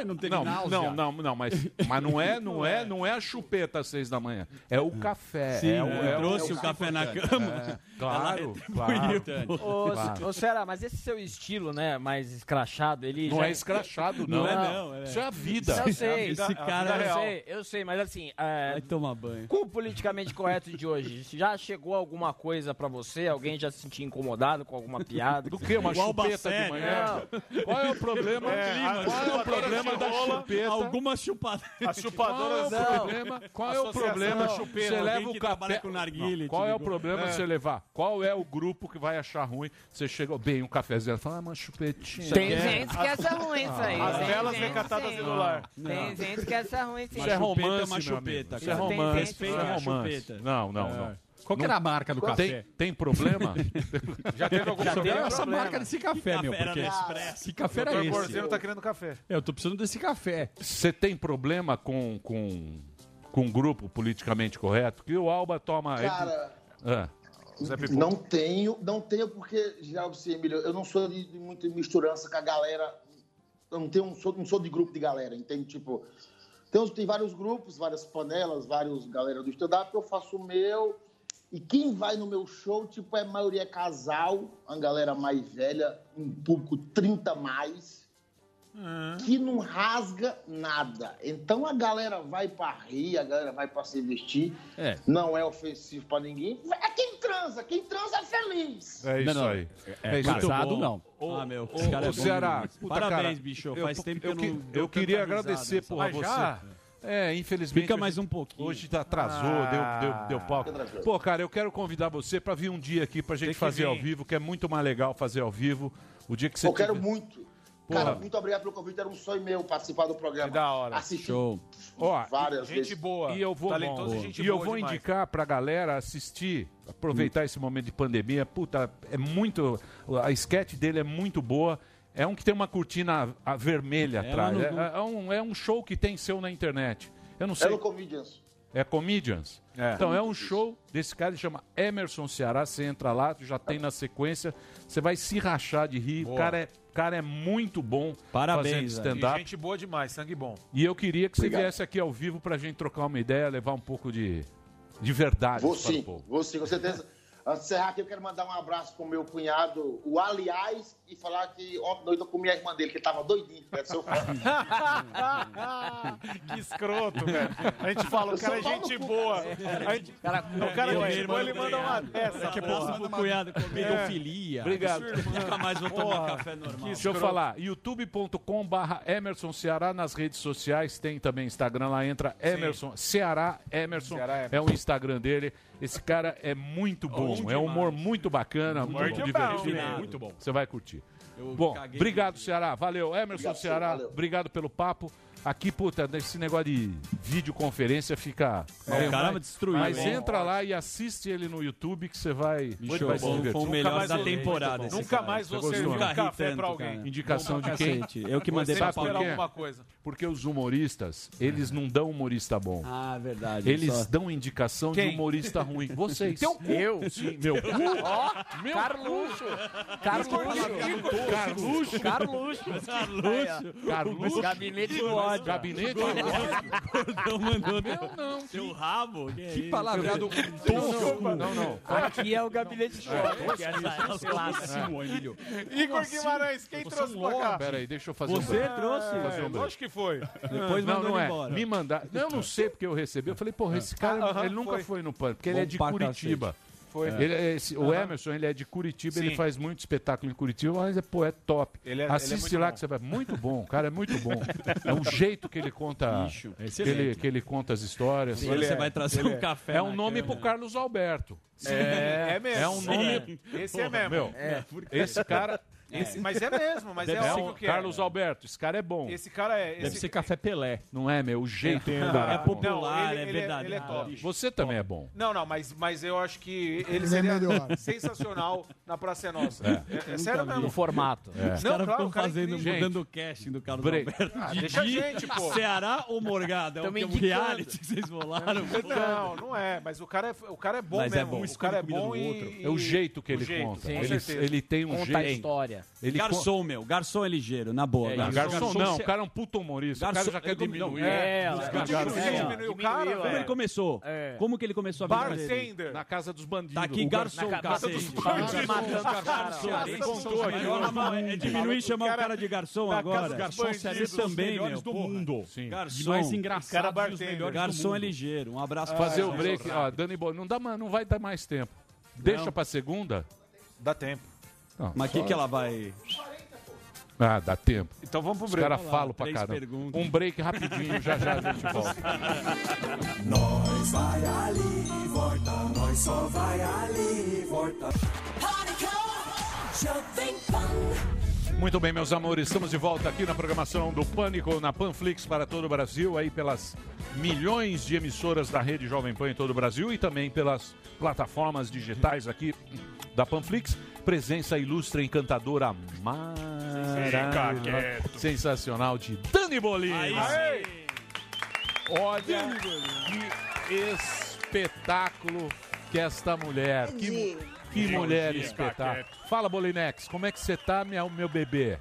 Speaker 3: a...
Speaker 2: Não teve
Speaker 3: não,
Speaker 2: náusea.
Speaker 3: não, não, não, mas, mas não é, não é, não é a chupeta às seis da manhã. É o café.
Speaker 2: Sim,
Speaker 3: é o,
Speaker 2: né?
Speaker 3: é
Speaker 2: Trouxe o café na cama.
Speaker 3: É, claro,
Speaker 2: Ela
Speaker 3: claro.
Speaker 2: retribuiu.
Speaker 4: Ô,
Speaker 3: Claro.
Speaker 4: ô Ceará, mas esse seu estilo, né, mais escrachado, ele
Speaker 3: Não
Speaker 4: já-
Speaker 3: é escrachado, não.
Speaker 4: Não é, não,
Speaker 3: Isso é a vida.
Speaker 4: Eu sei,
Speaker 2: Esse cara
Speaker 4: eu
Speaker 2: é real.
Speaker 4: sei, eu sei, mas assim, é,
Speaker 2: Vai tomar banho.
Speaker 4: com o politicamente correto de hoje, já chegou alguma coisa pra você? Alguém já se sentiu incomodado com alguma piada?
Speaker 3: Do que? Uma
Speaker 4: Igual
Speaker 3: chupeta de
Speaker 4: Bacélia.
Speaker 3: manhã?
Speaker 5: né?
Speaker 3: Qual é o problema? Qual é o problema da chupeta?
Speaker 2: Alguma chupada.
Speaker 1: As chupadoras
Speaker 3: Qual é o problema? Qual é o
Speaker 1: Associação
Speaker 3: problema?
Speaker 2: chupeira,
Speaker 3: Você
Speaker 2: alguém
Speaker 3: leva
Speaker 2: que
Speaker 3: o
Speaker 2: trabalha
Speaker 3: café
Speaker 2: com narguilé,
Speaker 3: Não,
Speaker 2: te
Speaker 3: Qual é o
Speaker 2: ligou?
Speaker 3: problema
Speaker 1: É.
Speaker 3: que você levar? Qual é o grupo que vai achar ruim? Você chegou bem um cafezinho, fala, ah, uma chupetinha. Ah,
Speaker 21: Tem
Speaker 3: Quer?
Speaker 21: gente
Speaker 4: é
Speaker 21: que acha ruim isso aí. né?
Speaker 1: As
Speaker 21: Tem
Speaker 1: velas
Speaker 21: gente,
Speaker 1: recatadas
Speaker 21: sim.
Speaker 1: do lar.
Speaker 21: Tem gente que acha ruim sim.
Speaker 3: Isso é romance,
Speaker 2: uma
Speaker 3: meu
Speaker 2: chupeta,
Speaker 3: amigo. Isso é
Speaker 2: cara.
Speaker 3: romance.
Speaker 2: Tem gente
Speaker 3: isso é
Speaker 2: que-
Speaker 3: romance.
Speaker 2: chupeta.
Speaker 3: Não, não, não.
Speaker 19: Qual que
Speaker 3: Não-
Speaker 19: era a marca do
Speaker 3: Tem,
Speaker 19: café?
Speaker 3: tem problema?
Speaker 1: Já teve algum problema?
Speaker 19: Essa marca desse café, meu.
Speaker 2: Café era
Speaker 19: Porque
Speaker 2: Nespresso.
Speaker 19: que café
Speaker 1: O
Speaker 19: era
Speaker 1: Dr.
Speaker 19: esse?
Speaker 1: Borzeiro tá querendo café.
Speaker 3: É,
Speaker 19: Eu tô precisando desse café.
Speaker 3: Você tem problema com, com, com um grupo politicamente correto? Que o Alba toma...
Speaker 20: Cara,
Speaker 3: Ah,
Speaker 1: Zé Pipoca.
Speaker 20: Não tenho, não tenho, porque, Geraldo Emílio, eu não sou de, de muita misturança com a galera. Eu não, tenho, não, sou, não sou de grupo de galera, entende? Tipo, tem, uns- tem vários grupos, várias panelas, vários galera do stand-up, eu faço o meu. E quem vai no meu show, tipo, é a maioria é casal, uma galera mais velha, um público 30 mais, que não rasga nada. Então a galera vai pra rir, a galera vai pra se vestir,
Speaker 19: É.
Speaker 20: não é ofensivo pra ninguém. É quem transa, quem transa é feliz.
Speaker 3: É isso
Speaker 19: Não, não.
Speaker 3: aí.
Speaker 19: É,
Speaker 3: isso aí.
Speaker 19: casado, não.
Speaker 3: Ô,
Speaker 19: Ah, meu,
Speaker 3: ô,
Speaker 19: esse cara é
Speaker 3: ô,
Speaker 19: bom
Speaker 3: Ceará,
Speaker 19: demais.
Speaker 3: puta,
Speaker 19: Parabéns,
Speaker 3: cara,
Speaker 19: bicho, faz tempo que eu
Speaker 3: que-
Speaker 19: não dou
Speaker 3: Eu queria
Speaker 19: tanta risada,
Speaker 3: agradecer,
Speaker 19: sabe?
Speaker 3: porra,
Speaker 19: Mas já?
Speaker 3: você. É, infelizmente.
Speaker 19: Fica mais
Speaker 3: hoje-
Speaker 19: um pouquinho.
Speaker 3: Hoje tá- atrasou,
Speaker 19: Ah.
Speaker 3: deu, deu, deu palco. Pô, cara, eu quero convidar você pra vir um dia aqui pra gente
Speaker 20: que
Speaker 3: fazer ao
Speaker 20: vir.
Speaker 3: vivo, que é muito mais legal fazer ao vivo. O dia que você
Speaker 20: Eu quero
Speaker 3: tiver-
Speaker 20: muito.
Speaker 3: Porra.
Speaker 20: Cara, muito obrigado pelo convite. Era um sonho meu participar do programa. Que da hora. Assisti
Speaker 3: Show. Ó,
Speaker 20: várias vezes.
Speaker 3: E eu vou,
Speaker 20: Talentoso
Speaker 3: bom,
Speaker 20: e gente
Speaker 3: e eu
Speaker 20: boa
Speaker 3: vou
Speaker 20: demais.
Speaker 3: indicar pra galera assistir, aproveitar
Speaker 19: Hum.
Speaker 3: esse momento de pandemia. Puta, é muito. A sketch dele é muito boa. É um que tem uma cortina a- vermelha
Speaker 20: É,
Speaker 3: atrás.
Speaker 20: lá
Speaker 3: É,
Speaker 20: no-
Speaker 3: é um, é um show que tem seu na internet. Eu não sei.
Speaker 20: É no Comedians.
Speaker 3: É Comedians.
Speaker 20: É.
Speaker 3: Então é um show desse cara, ele chama Emerson Ceará. Você entra lá, já tem na sequência. Você vai se rachar de rir. O
Speaker 1: Boa.
Speaker 3: cara é, cara é muito bom fazendo
Speaker 1: E
Speaker 3: stand-up.
Speaker 1: gente boa demais, sangue bom.
Speaker 3: E eu queria que você
Speaker 1: Obrigado.
Speaker 3: viesse aqui ao vivo pra gente trocar uma ideia, levar um pouco de, de verdade
Speaker 20: Vou
Speaker 3: para o
Speaker 20: sim,
Speaker 3: povo.
Speaker 20: vou sim, com certeza. Antes de encerrar aqui, eu quero mandar um abraço pro meu cunhado, o Aliás, e falar que ontem doido eu comi a irmã dele, que tava doidinho, deve ser o
Speaker 12: Que escroto, velho. A gente fala, o
Speaker 20: Eu
Speaker 12: cara é
Speaker 20: sou pau no
Speaker 12: gente
Speaker 20: cu,
Speaker 12: boa.
Speaker 20: cara.
Speaker 12: A gente- o cara é gente boa, ele manda uma dessa.
Speaker 3: Que
Speaker 12: porra.
Speaker 3: próximo pro cunhado
Speaker 5: É.
Speaker 3: com pedofilia. Obrigado.
Speaker 2: Nunca mais vou tomar café normal.
Speaker 3: Deixa eu falar, youtube.com barra Emerson Ceará nas redes sociais, tem também Instagram lá, entra Emerson, Ceará Emerson, é o Instagram dele. Esse cara é muito bom, é um humor muito bacana,
Speaker 19: Humor
Speaker 3: muito
Speaker 19: de
Speaker 3: divertido.
Speaker 19: bom. Muito bom.
Speaker 3: Você vai curtir.
Speaker 19: Eu
Speaker 3: bom,
Speaker 19: caguei
Speaker 3: obrigado, Ceará. Valeu, Emerson
Speaker 19: Obrigado,
Speaker 3: Ceará.
Speaker 19: valeu.
Speaker 3: Obrigado pelo papo. Aqui, puta, nesse negócio de videoconferência fica.
Speaker 19: Mas É o cara destruiu,
Speaker 3: Mas
Speaker 19: hein?
Speaker 3: entra lá e assiste ele no YouTube que você vai.
Speaker 19: Bicho,
Speaker 3: vai se
Speaker 19: bom,
Speaker 3: divertir.
Speaker 19: foi o melhor da
Speaker 3: vou-
Speaker 19: temporada
Speaker 3: muito bom.
Speaker 19: esse Nunca cara. mais
Speaker 3: Você
Speaker 19: vou
Speaker 3: gostou,
Speaker 19: servir
Speaker 3: né?
Speaker 19: um café pra alguém.
Speaker 3: Indicação
Speaker 19: Bom
Speaker 3: de
Speaker 19: pra
Speaker 3: quem?
Speaker 19: cacete. Eu que mandei
Speaker 3: Sabe
Speaker 19: pra
Speaker 3: por
Speaker 19: Paulo.
Speaker 3: quê?
Speaker 19: alguma
Speaker 1: coisa.
Speaker 3: Porque os humoristas, eles não dão humorista bom.
Speaker 2: Ah, verdade.
Speaker 3: Eles
Speaker 2: só-
Speaker 3: dão indicação
Speaker 2: Quem?
Speaker 3: de humorista ruim. Vocês.
Speaker 2: Teu cu.
Speaker 3: Eu? Sim, meu cu.
Speaker 2: Ó,
Speaker 3: meu
Speaker 2: Carluxo.
Speaker 3: Carluxo. Carluxo.
Speaker 2: Carluxo. Carluxo.
Speaker 3: Carluxo.
Speaker 2: Gabinete do ódio.
Speaker 3: Gabinete do ódio.
Speaker 2: Gordão mandou.
Speaker 3: Meu não.
Speaker 2: Seu rabo? Que, é
Speaker 3: Que palavra do Não, não. não.
Speaker 2: Aqui é o gabinete de ódio.
Speaker 5: é
Speaker 12: Igor Guimarães, quem
Speaker 5: um
Speaker 12: trouxe pra cá?
Speaker 3: Peraí, deixa eu fazer
Speaker 12: Você
Speaker 1: É,
Speaker 3: break.
Speaker 12: trouxe?
Speaker 3: Vou fazer um break.
Speaker 12: Lógico que foi.
Speaker 3: Depois não, não é. Me mandar. Não, eu não sei porque eu recebi. Eu falei, porra, esse cara,
Speaker 12: Ah, aham,
Speaker 3: ele nunca foi,
Speaker 12: foi.
Speaker 3: no pânico, porque ele é
Speaker 12: Bom
Speaker 3: de
Speaker 12: pra
Speaker 3: Curitiba.
Speaker 12: cacete. Foi.
Speaker 3: É. Ele é esse- O
Speaker 12: Aham.
Speaker 3: Emerson, ele é de Curitiba, ele
Speaker 12: Sim.
Speaker 3: faz muito espetáculo em Curitiba, mas é, pô, é top.
Speaker 12: Ele é- ele é
Speaker 3: Assiste
Speaker 12: muito
Speaker 3: lá
Speaker 12: bom.
Speaker 3: que você vai. Muito bom, o cara, é muito bom. É um jeito que ele conta.
Speaker 19: Bicho,
Speaker 3: que,
Speaker 19: excelente.
Speaker 12: né?
Speaker 3: ele, que ele conta as histórias.
Speaker 19: Agora Ele você é, vai trazer ele um é. café
Speaker 3: É um
Speaker 19: na
Speaker 3: nome
Speaker 19: cama.
Speaker 3: pro Carlos Alberto.
Speaker 19: Sim. É, é mesmo.
Speaker 3: É um nome.
Speaker 19: Sim. Esse é
Speaker 3: Porra,
Speaker 19: mesmo.
Speaker 3: meu,
Speaker 19: É.
Speaker 3: Esse cara.
Speaker 1: Esse- mas é mesmo, mas é
Speaker 3: Deve ser
Speaker 1: óbvio
Speaker 3: um-
Speaker 1: que é.
Speaker 3: Carlos Alberto, esse cara é bom.
Speaker 1: Esse cara é. Esse...
Speaker 3: café Pelé. Não é, meu? O jeito.
Speaker 1: É,
Speaker 3: cara.
Speaker 1: é popular, Não, ele- é ele é- verdade. ele é top.
Speaker 3: Você também é bom.
Speaker 1: Não, não, mas, mas eu acho que ele
Speaker 3: é
Speaker 1: seria
Speaker 3: melhor.
Speaker 1: sensacional na Praça é Nossa.
Speaker 3: É.
Speaker 1: É, é sério mesmo.
Speaker 2: Os caras
Speaker 1: claro,
Speaker 2: ficam
Speaker 1: o cara é
Speaker 2: fazendo,
Speaker 1: incrível.
Speaker 2: mudando o casting do Carlos
Speaker 1: Break.
Speaker 2: Alberto.
Speaker 1: Ah, deixa a gente, pô.
Speaker 2: Ceará ou Morgado? É o
Speaker 1: Tamo
Speaker 2: que é um
Speaker 1: indicando.
Speaker 2: reality que vocês rolaram? pô.
Speaker 1: Não, não é, mas o cara é, o cara é bom
Speaker 3: Mas é
Speaker 1: mesmo.
Speaker 3: bom. Um
Speaker 1: O cara é
Speaker 3: escolhe
Speaker 1: bom
Speaker 3: comida do
Speaker 1: e,
Speaker 3: outro. É o jeito
Speaker 1: o
Speaker 3: que ele conta.
Speaker 1: sim.
Speaker 3: Ele-
Speaker 1: Com certeza.
Speaker 3: ele tem um Conta jeito. a história. Ele
Speaker 2: garçom, meu. Garçom é ligeiro, na boa.
Speaker 3: É, garçom não, o cara é um puto humorista. O cara
Speaker 2: Garçom-
Speaker 3: já quer
Speaker 2: é, diminuir.
Speaker 3: diminuir.
Speaker 2: É,
Speaker 3: Os
Speaker 2: é,
Speaker 3: caras-
Speaker 2: é,
Speaker 3: garçom-
Speaker 2: é,
Speaker 3: diminuir o
Speaker 2: diminuiu,
Speaker 3: cara,
Speaker 2: é. Como ele começou?
Speaker 3: É.
Speaker 2: Como que ele começou a vida dele?
Speaker 3: Bartender. Na casa dos bandidos.
Speaker 2: Tá aqui,
Speaker 3: O Tá gar-
Speaker 2: garçom,
Speaker 3: na casa
Speaker 2: cacete.
Speaker 3: dos bandidos.
Speaker 2: Matando os caras.
Speaker 3: Garçom,
Speaker 2: Cara,
Speaker 3: ele
Speaker 2: garçom,
Speaker 3: contou
Speaker 2: cara,
Speaker 3: aqui.
Speaker 2: garçom, é, é diminuir e chamar o cara de garçom
Speaker 19: da
Speaker 2: agora.
Speaker 19: Casa dos Bandidos,
Speaker 2: sério,
Speaker 19: os
Speaker 2: também,
Speaker 19: melhores
Speaker 2: meu,
Speaker 19: do
Speaker 2: porra.
Speaker 19: mundo. Sim.
Speaker 2: Garçom.
Speaker 19: E
Speaker 3: é
Speaker 19: mais engraçados
Speaker 2: Cara
Speaker 19: e os
Speaker 2: bartender.
Speaker 19: melhores do
Speaker 2: Garçom é
Speaker 19: mundo.
Speaker 2: ligeiro. Um abraço pra
Speaker 3: Fazer o
Speaker 2: vocês.
Speaker 3: break. Ó, Dani Bono, não, dá, mais- não vai dar mais tempo. Deixa pra segunda.
Speaker 1: Dá tempo.
Speaker 2: Mas o que, que ela vai...
Speaker 3: Ah, dá tempo.
Speaker 1: Então vamos pro
Speaker 3: Os
Speaker 1: break.
Speaker 3: caras
Speaker 1: Olha lá,
Speaker 3: falam pra
Speaker 1: três
Speaker 3: caramba.
Speaker 1: perguntas.
Speaker 3: Um break rapidinho, já já a gente
Speaker 5: tá
Speaker 3: volta.
Speaker 14: Nós vai ali e volta, nós só vai ali e volta. Jovem Pan.
Speaker 3: Muito bem, meus amores, estamos de volta aqui na programação do Pânico na Panflix para todo o Brasil, aí pelas milhões de emissoras da rede Jovem Pan em todo o Brasil e também pelas plataformas digitais aqui da Panflix. Presença ilustre, encantadora, maravilhosa,
Speaker 12: quieto.
Speaker 3: sensacional de Dani Bolinha.
Speaker 12: Aí
Speaker 3: Olha que espetáculo que esta mulher. Que, mu- que
Speaker 21: Entendi.
Speaker 3: mulher
Speaker 21: Entendi.
Speaker 3: espetáculo. Fala, Bolinex, como é que você tá, minha, meu bebê?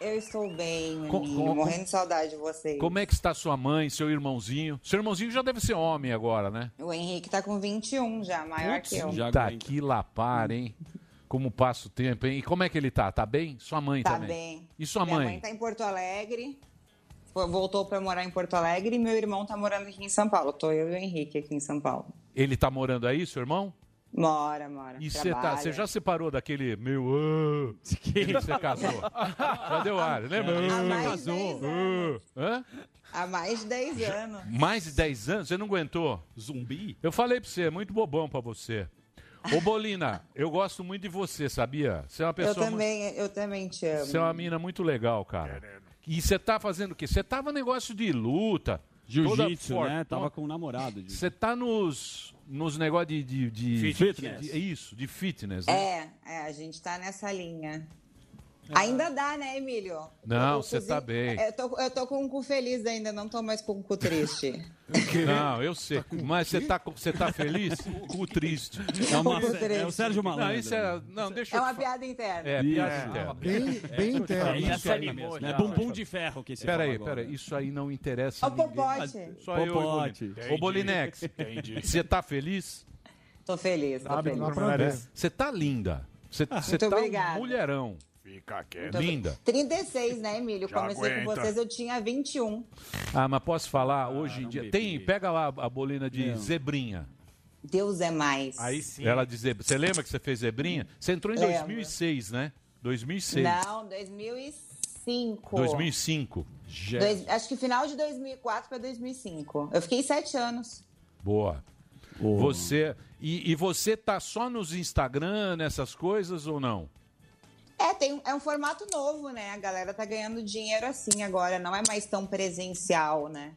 Speaker 21: Eu estou bem,
Speaker 3: Co-
Speaker 21: menino,
Speaker 3: co-
Speaker 21: morrendo de saudade de vocês.
Speaker 3: Como é que está sua mãe, seu irmãozinho? Seu irmãozinho já deve ser homem agora, né?
Speaker 21: O Henrique tá com 21 já, maior que eu.
Speaker 3: tá aqui lapar, hein? Como passa o tempo, hein? E como é que ele tá? Tá bem? Sua mãe
Speaker 21: Tá
Speaker 3: também?
Speaker 21: bem.
Speaker 3: E sua
Speaker 21: Minha
Speaker 3: mãe?
Speaker 21: mãe tá em Porto Alegre. foi- Voltou para morar em Porto Alegre e meu irmão tá morando aqui em São Paulo. Tô eu e o Henrique aqui em São Paulo.
Speaker 3: Ele tá morando aí, seu irmão?
Speaker 21: Mora, mora.
Speaker 3: E você
Speaker 21: trabalha.
Speaker 3: tá, você já separou daquele meu ah, que você casou? já deu ar, lembra?
Speaker 21: Há
Speaker 3: Ah,
Speaker 21: mais de 10 anos.
Speaker 3: ah. Hã?
Speaker 21: Há mais de 10 anos.
Speaker 3: Mais de 10 anos, você não aguentou? Zumbi? Eu falei pra você, é muito bobão pra você. Ô Bolina, eu gosto muito de você, sabia? Você é uma
Speaker 21: Eu
Speaker 3: pessoa muito-
Speaker 21: também, eu também te amo.
Speaker 3: Você é uma mina muito legal, cara. E você tá fazendo o quê? Você tava no negócio de luta.
Speaker 2: Jiu-jitsu,
Speaker 3: toda
Speaker 2: né?
Speaker 3: fortona.
Speaker 2: Tava com um namorado. de-
Speaker 3: Você tá nos, nos negócios de, de, de-
Speaker 2: Fitness.
Speaker 3: de- de- isso, de fitness, né?
Speaker 21: É, é, a gente tá nessa linha. Ainda dá, né, Emílio?
Speaker 3: Não,
Speaker 21: Eu
Speaker 3: É. você tá
Speaker 21: cozi-
Speaker 3: bem.
Speaker 21: Eu tô, eu tô com um cu feliz ainda, não tô mais com um cu triste.
Speaker 3: Não, eu sei. mas você tá, com- você tá feliz? Cu triste.
Speaker 21: É uma- Cu triste. é o
Speaker 2: Sérgio
Speaker 3: Não,
Speaker 2: Malandro.
Speaker 3: isso é, não deixa
Speaker 21: é
Speaker 3: eu
Speaker 21: uma
Speaker 3: fa-
Speaker 21: piada interna.
Speaker 3: É, piada interna.
Speaker 2: É,
Speaker 3: interna.
Speaker 2: isso aí
Speaker 3: Isso aí
Speaker 2: mesmo,
Speaker 3: mesmo.
Speaker 2: né? Bumbum de ferro que esse
Speaker 3: Peraí,
Speaker 2: fala agora.
Speaker 3: peraí. Isso aí não interessa a
Speaker 21: Ó,
Speaker 3: ninguém. Ah,
Speaker 21: Popote.
Speaker 3: Só eu e o
Speaker 2: Popote.
Speaker 3: Bolin- Ô, Bolinex,
Speaker 21: Entendi.
Speaker 3: você tá feliz?
Speaker 21: Tô feliz, tô
Speaker 3: Sabe,
Speaker 21: feliz.
Speaker 3: não aparece. Você tá linda. Você você tá
Speaker 21: Ah, obrigada.
Speaker 3: um mulherão.
Speaker 5: Fica
Speaker 21: Muito
Speaker 5: quieto.
Speaker 3: Linda.
Speaker 21: 36, né, Emílio?
Speaker 3: Já
Speaker 21: Comecei com
Speaker 3: aguenta.
Speaker 21: vocês, eu tinha 21.
Speaker 3: Ah, mas posso falar, hoje em dia... Tem, pega lá a bolina de zebrinha.
Speaker 21: Deus é mais.
Speaker 3: Ela de zebra. Você lembra que você fez zebrinha? Você entrou em
Speaker 21: Lembro.
Speaker 3: 2006, né? 2006.
Speaker 21: Não, 2005.
Speaker 3: 2005.
Speaker 21: Dois- acho que final de 2004 para 2005. Eu fiquei sete anos.
Speaker 3: Boa. Você... E, e você tá só nos Instagram, nessas coisas, ou não?
Speaker 21: É, tem, é um formato novo, né? A galera tá ganhando dinheiro assim agora, não é mais tão presencial, né?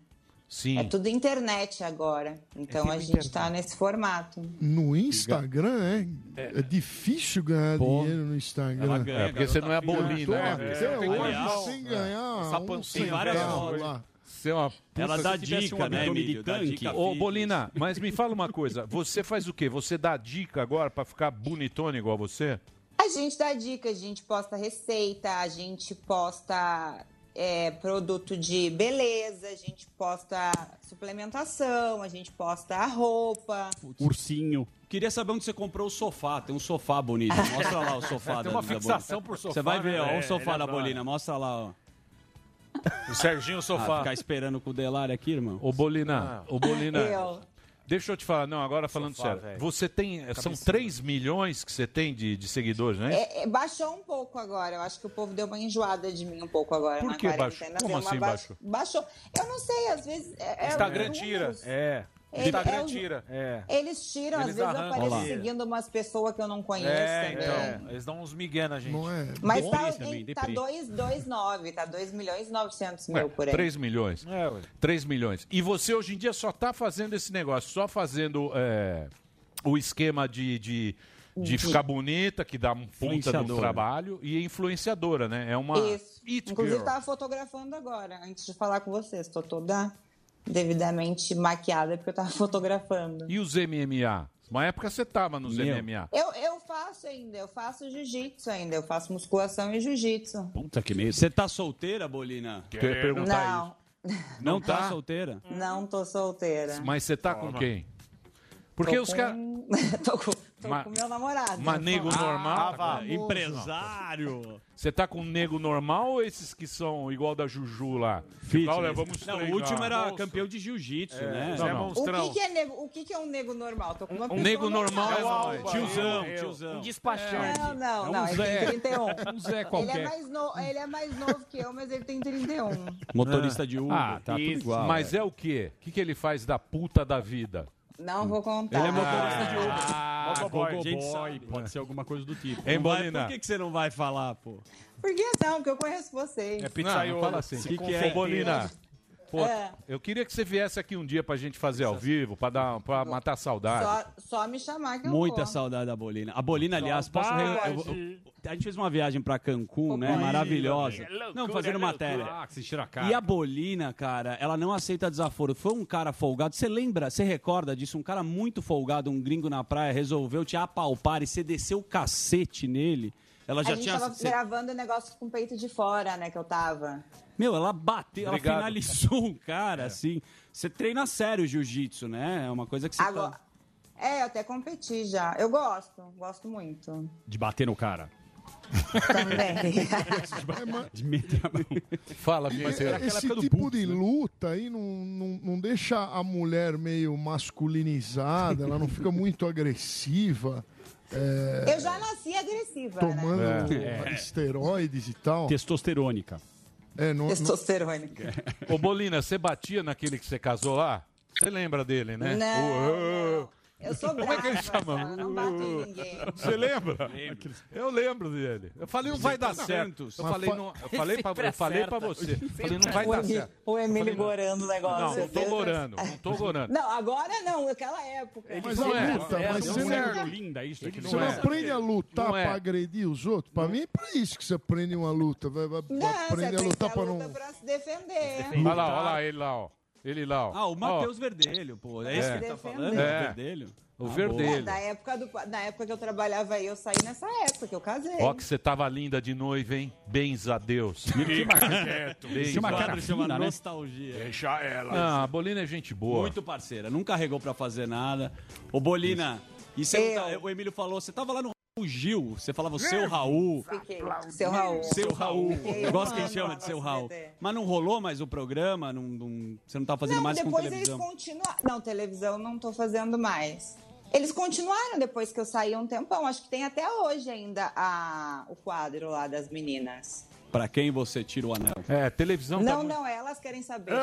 Speaker 3: Sim.
Speaker 21: É tudo internet agora. Então
Speaker 17: É
Speaker 21: a
Speaker 17: tudo
Speaker 21: gente tá nesse formato.
Speaker 17: No Instagram, é, é difícil ganhar dinheiro no Instagram.
Speaker 3: Ela ganha, É, porque garota você não é fina. bolina,
Speaker 17: Porra,
Speaker 3: né?
Speaker 17: Até
Speaker 3: É,
Speaker 17: hoje,
Speaker 3: aliás,
Speaker 17: sem
Speaker 14: né?
Speaker 3: é.
Speaker 17: ganhar
Speaker 3: Essa
Speaker 17: um
Speaker 3: pancinha dela,
Speaker 17: centavo
Speaker 3: né?
Speaker 17: lá.
Speaker 3: Você é uma puta-
Speaker 2: Ela dá
Speaker 3: Se tivesse um
Speaker 2: dica, né,
Speaker 3: abdômen
Speaker 2: Emílio? Dá
Speaker 3: tanque.
Speaker 2: dica
Speaker 3: Ô,
Speaker 2: fitness.
Speaker 3: Bolina, mas me fala uma coisa. Você faz o quê? Você dá dica agora pra ficar bonitona igual você?
Speaker 21: A gente dá dicas, a gente posta receita, a gente posta é, produto de beleza, a gente posta suplementação, a gente posta a roupa.
Speaker 2: Ursinho. Queria saber onde você comprou o sofá. Tem um sofá bonito. Mostra lá o sofá
Speaker 1: Tem
Speaker 2: da
Speaker 1: uma
Speaker 2: da
Speaker 1: fixação
Speaker 2: Bolina.
Speaker 1: por sofá,
Speaker 2: Você vai ver,
Speaker 1: né?
Speaker 2: ó,
Speaker 1: É,
Speaker 2: o sofá
Speaker 1: ele
Speaker 2: da
Speaker 1: adora.
Speaker 2: Bolina. Mostra lá, ó. Ah,
Speaker 3: O Serginho
Speaker 1: sofá.
Speaker 2: ficar esperando com o Delari aqui, irmão.
Speaker 3: Ô, Bolina, ô, Bolina.
Speaker 21: Eu.
Speaker 3: Deixa Ah. eu te falar, não, agora falando
Speaker 2: Sofá,
Speaker 3: sério.
Speaker 2: velho.
Speaker 3: Você tem. São
Speaker 2: Cabecinha.
Speaker 3: 3 milhões que você tem de, de seguidores, né?
Speaker 21: É, é, baixou um pouco agora. Eu acho que o povo deu uma enjoada de mim um pouco agora
Speaker 3: Por
Speaker 21: na
Speaker 3: que
Speaker 21: quarentena.
Speaker 3: baixou? Como
Speaker 21: Deu uma
Speaker 3: assim
Speaker 21: ba-
Speaker 3: baixou?
Speaker 21: Baixou. Eu não sei, às vezes. é- é
Speaker 1: Instagram
Speaker 21: os
Speaker 1: tira.
Speaker 21: números.
Speaker 1: É.
Speaker 21: Ele-
Speaker 1: Instagram
Speaker 21: é o-
Speaker 1: tira. É.
Speaker 21: Eles tiram, às
Speaker 1: Eles
Speaker 21: vezes
Speaker 1: arrancam.
Speaker 21: eu
Speaker 1: Olha lá. É,
Speaker 21: apareço seguindo umas pessoas que eu não conheço também.
Speaker 1: então. Eles dão uns migué na gente.
Speaker 21: Mas tá, alguém, tá 2,9, tá 2 milhões e 900 mil por aí.
Speaker 3: 3 milhões.
Speaker 1: É,
Speaker 3: 3 milhões. E você hoje em dia só tá fazendo esse negócio, só fazendo é, o esquema de, de, de
Speaker 21: De-
Speaker 3: ficar bonita, que dá um puta de um
Speaker 2: Influenciadora.
Speaker 3: trabalho, e influenciadora, né? É uma.
Speaker 21: Isso.
Speaker 3: It
Speaker 21: Inclusive, tá-
Speaker 3: girl.
Speaker 21: tava fotografando agora, antes de falar com vocês. Tô toda devidamente maquiada porque eu tava fotografando.
Speaker 3: E os MMA? Uma época você tava nos MMA.
Speaker 21: Eu, eu faço ainda, eu faço jiu-jitsu ainda, eu faço musculação e jiu-jitsu.
Speaker 2: Puta que medo. Você tá solteira, Bolina?
Speaker 3: Que eu ia perguntar
Speaker 21: Não,
Speaker 2: isso. Não tá,
Speaker 3: tá?
Speaker 2: solteira?
Speaker 21: não tô solteira.
Speaker 3: Mas você tá com quem? Porque
Speaker 21: Tô
Speaker 3: os
Speaker 21: com-
Speaker 3: caras.
Speaker 21: tô com, tô com meu namorado. Ah,
Speaker 3: Mas nego normal.
Speaker 2: empresário.
Speaker 3: Você tá com nego normal ou esses que são igual da Juju lá? Igual, né? Vamos
Speaker 2: Não, o
Speaker 3: treinar.
Speaker 2: último era
Speaker 3: Nossa.
Speaker 2: campeão de jiu-jitsu,
Speaker 3: É,
Speaker 2: né?
Speaker 3: Zé Não, não.
Speaker 21: O que, que é nego, o que, que é um nego normal? Tô com uma pessoa
Speaker 3: nego normal é nós.
Speaker 2: Tiozão,
Speaker 3: Eu.
Speaker 2: tiozão.
Speaker 3: Um
Speaker 2: despachante.
Speaker 21: Não, não,
Speaker 3: É um
Speaker 21: não. Ele
Speaker 3: Zé.
Speaker 21: tem 31.
Speaker 3: Um Zé
Speaker 21: Ele
Speaker 3: qualquer.
Speaker 21: é, mais no- ele é mais novo que eu, mas ele tem 31.
Speaker 2: Motorista de Uber.
Speaker 3: Ah, tá tudo
Speaker 2: Isso.
Speaker 3: igual. Mas é o quê? O que, que ele faz da puta da vida?
Speaker 21: Não vou contar.
Speaker 3: Ele é motorista de Uber.
Speaker 2: Ah,
Speaker 3: Motoboy,
Speaker 2: a gente
Speaker 3: boy,
Speaker 2: sabe. pode ser alguma coisa do tipo.
Speaker 3: Hein,
Speaker 2: Não vai-
Speaker 3: Bolina?
Speaker 2: Por que, que você não vai falar, pô?
Speaker 21: Por que não? Porque eu conheço vocês.
Speaker 3: Não, não fala assim.
Speaker 2: É Se
Speaker 3: Que que é?
Speaker 2: confere.
Speaker 3: Ô, Bolina, Pô,
Speaker 21: É.
Speaker 3: eu queria que você viesse aqui um dia pra gente fazer ao vivo, pra, dar, um- pra matar a saudade.
Speaker 21: Só, só me chamar que eu
Speaker 3: Muita
Speaker 21: vou.
Speaker 2: Saudade da Bolina. A Bolina, aliás, posso. re- eu vou- a gente fez uma viagem pra Cancún, né?
Speaker 5: Bolina.
Speaker 2: Maravilhosa.
Speaker 5: Loucura,
Speaker 2: Não, fazendo
Speaker 5: loucura.
Speaker 2: matéria.
Speaker 5: Ah, que se tira a cara.
Speaker 2: E a Bolina, cara, ela não aceita desaforo. Foi um cara folgado. Você lembra, você recorda disso? Um cara muito folgado, um gringo na praia, resolveu te apalpar e você desceu o cacete nele. Ela já
Speaker 21: a gente
Speaker 2: tinha.
Speaker 21: tava
Speaker 2: cê-
Speaker 21: gravando o negócio com o peito de fora, né, que eu tava.
Speaker 2: Meu, ela bateu,
Speaker 5: Obrigado. É.
Speaker 2: ela finalizou um cara, assim. Você treina sério jiu-jitsu, né? É uma coisa que você.
Speaker 21: Agora-
Speaker 2: tá-
Speaker 21: É, eu até competi já. Eu gosto, gosto muito.
Speaker 5: De bater no cara.
Speaker 21: É.
Speaker 2: De meter a mão.
Speaker 3: Fala,
Speaker 17: E-
Speaker 5: é
Speaker 3: parceiro.
Speaker 17: Esse tipo de
Speaker 3: né?
Speaker 17: luta aí não, não, não deixa a mulher meio masculinizada, ela não fica muito agressiva. é,
Speaker 21: Eu já nasci agressiva,
Speaker 17: Tomando
Speaker 21: né?
Speaker 5: É.
Speaker 17: esteroides e tal.
Speaker 5: Testosterônica.
Speaker 17: É, não,
Speaker 21: Testosterônica.
Speaker 3: Ô, Bolina, você batia naquele que você casou lá? Você lembra dele, né?
Speaker 21: Não,
Speaker 3: Ô, ô,
Speaker 21: Eu sou brava.
Speaker 3: Como é que ele
Speaker 21: Marcelo,
Speaker 3: chama?
Speaker 21: eu Não bato em ninguém.
Speaker 3: Você lembra? Eu lembro dele. Eu falei, não vai dar
Speaker 21: Santos.
Speaker 3: certo. Eu
Speaker 21: Mas
Speaker 3: falei,
Speaker 21: fa-
Speaker 3: não, eu falei, pra, eu
Speaker 21: Sempre
Speaker 3: falei pra
Speaker 21: acerta.
Speaker 3: você. Eu falei, não vai
Speaker 21: O
Speaker 3: dar
Speaker 21: Emí-
Speaker 3: certo.
Speaker 21: o Emílio
Speaker 3: Eu falei, não.
Speaker 21: gorando o negócio.
Speaker 3: Não, não tô
Speaker 21: Deus
Speaker 3: gorando, não tô gorando.
Speaker 21: Não, agora não, naquela época.
Speaker 17: Mas a luta, mas
Speaker 2: um
Speaker 17: você não, é-
Speaker 5: né? linda isso
Speaker 21: aqui,
Speaker 17: você
Speaker 21: não
Speaker 17: não
Speaker 21: é.
Speaker 17: aprende a lutar
Speaker 21: Não é.
Speaker 17: pra agredir os outros? Pra mim é pra isso que você aprende uma luta. Vai, vai,
Speaker 21: Não, você
Speaker 17: aprende a
Speaker 21: aprende
Speaker 17: lutar
Speaker 21: a
Speaker 17: pra
Speaker 21: luta
Speaker 17: não.
Speaker 21: pra se defender.
Speaker 2: um
Speaker 5: Tá.
Speaker 3: Olha lá, olha lá, ele lá, ó. Ele lá, ó.
Speaker 2: Ah, o Matheus
Speaker 3: Ó.
Speaker 2: Verdelho, pô. É esse que ele tá falando?
Speaker 3: É.
Speaker 2: O Verdelho?
Speaker 3: O
Speaker 2: Ah,
Speaker 21: É,
Speaker 3: Verdelho.
Speaker 21: da época do, pa- na época que eu trabalhava aí, eu saí nessa época que eu casei.
Speaker 3: Ó que você tava linda de noiva, hein? Bens a Deus. Bens
Speaker 5: Tinha É, uma
Speaker 3: a
Speaker 5: cara
Speaker 3: Deus.
Speaker 5: fina, né?
Speaker 2: Nostalgia.
Speaker 5: Deixa ela.
Speaker 3: Ah, a Bolina é gente boa.
Speaker 2: Muito parceira, não carregou pra fazer nada. Ô, Bolina, e você não tá- o Emílio falou, você tava lá no Raul Gil, você falava o
Speaker 17: É.
Speaker 2: seu Raul.
Speaker 21: Fiquei. Seu Raul.
Speaker 2: Seu Raul.
Speaker 21: Fiquei
Speaker 2: Eu gosto
Speaker 21: um
Speaker 2: que
Speaker 21: ano
Speaker 2: chama
Speaker 21: lá
Speaker 2: de
Speaker 21: no
Speaker 2: seu
Speaker 21: SBT.
Speaker 2: Raul. Mas não rolou mais o programa? Não, não- você não tá fazendo
Speaker 21: não,
Speaker 2: mais com
Speaker 21: depois eles
Speaker 2: televisão?
Speaker 21: continuaram. Não, televisão não tô fazendo mais. Eles continuaram depois que eu saí há um tempão. Acho que tem até hoje ainda a, o quadro lá das meninas.
Speaker 2: Pra quem você tira o anel?
Speaker 3: É, televisão
Speaker 2: tá
Speaker 21: Não, não, elas querem saber.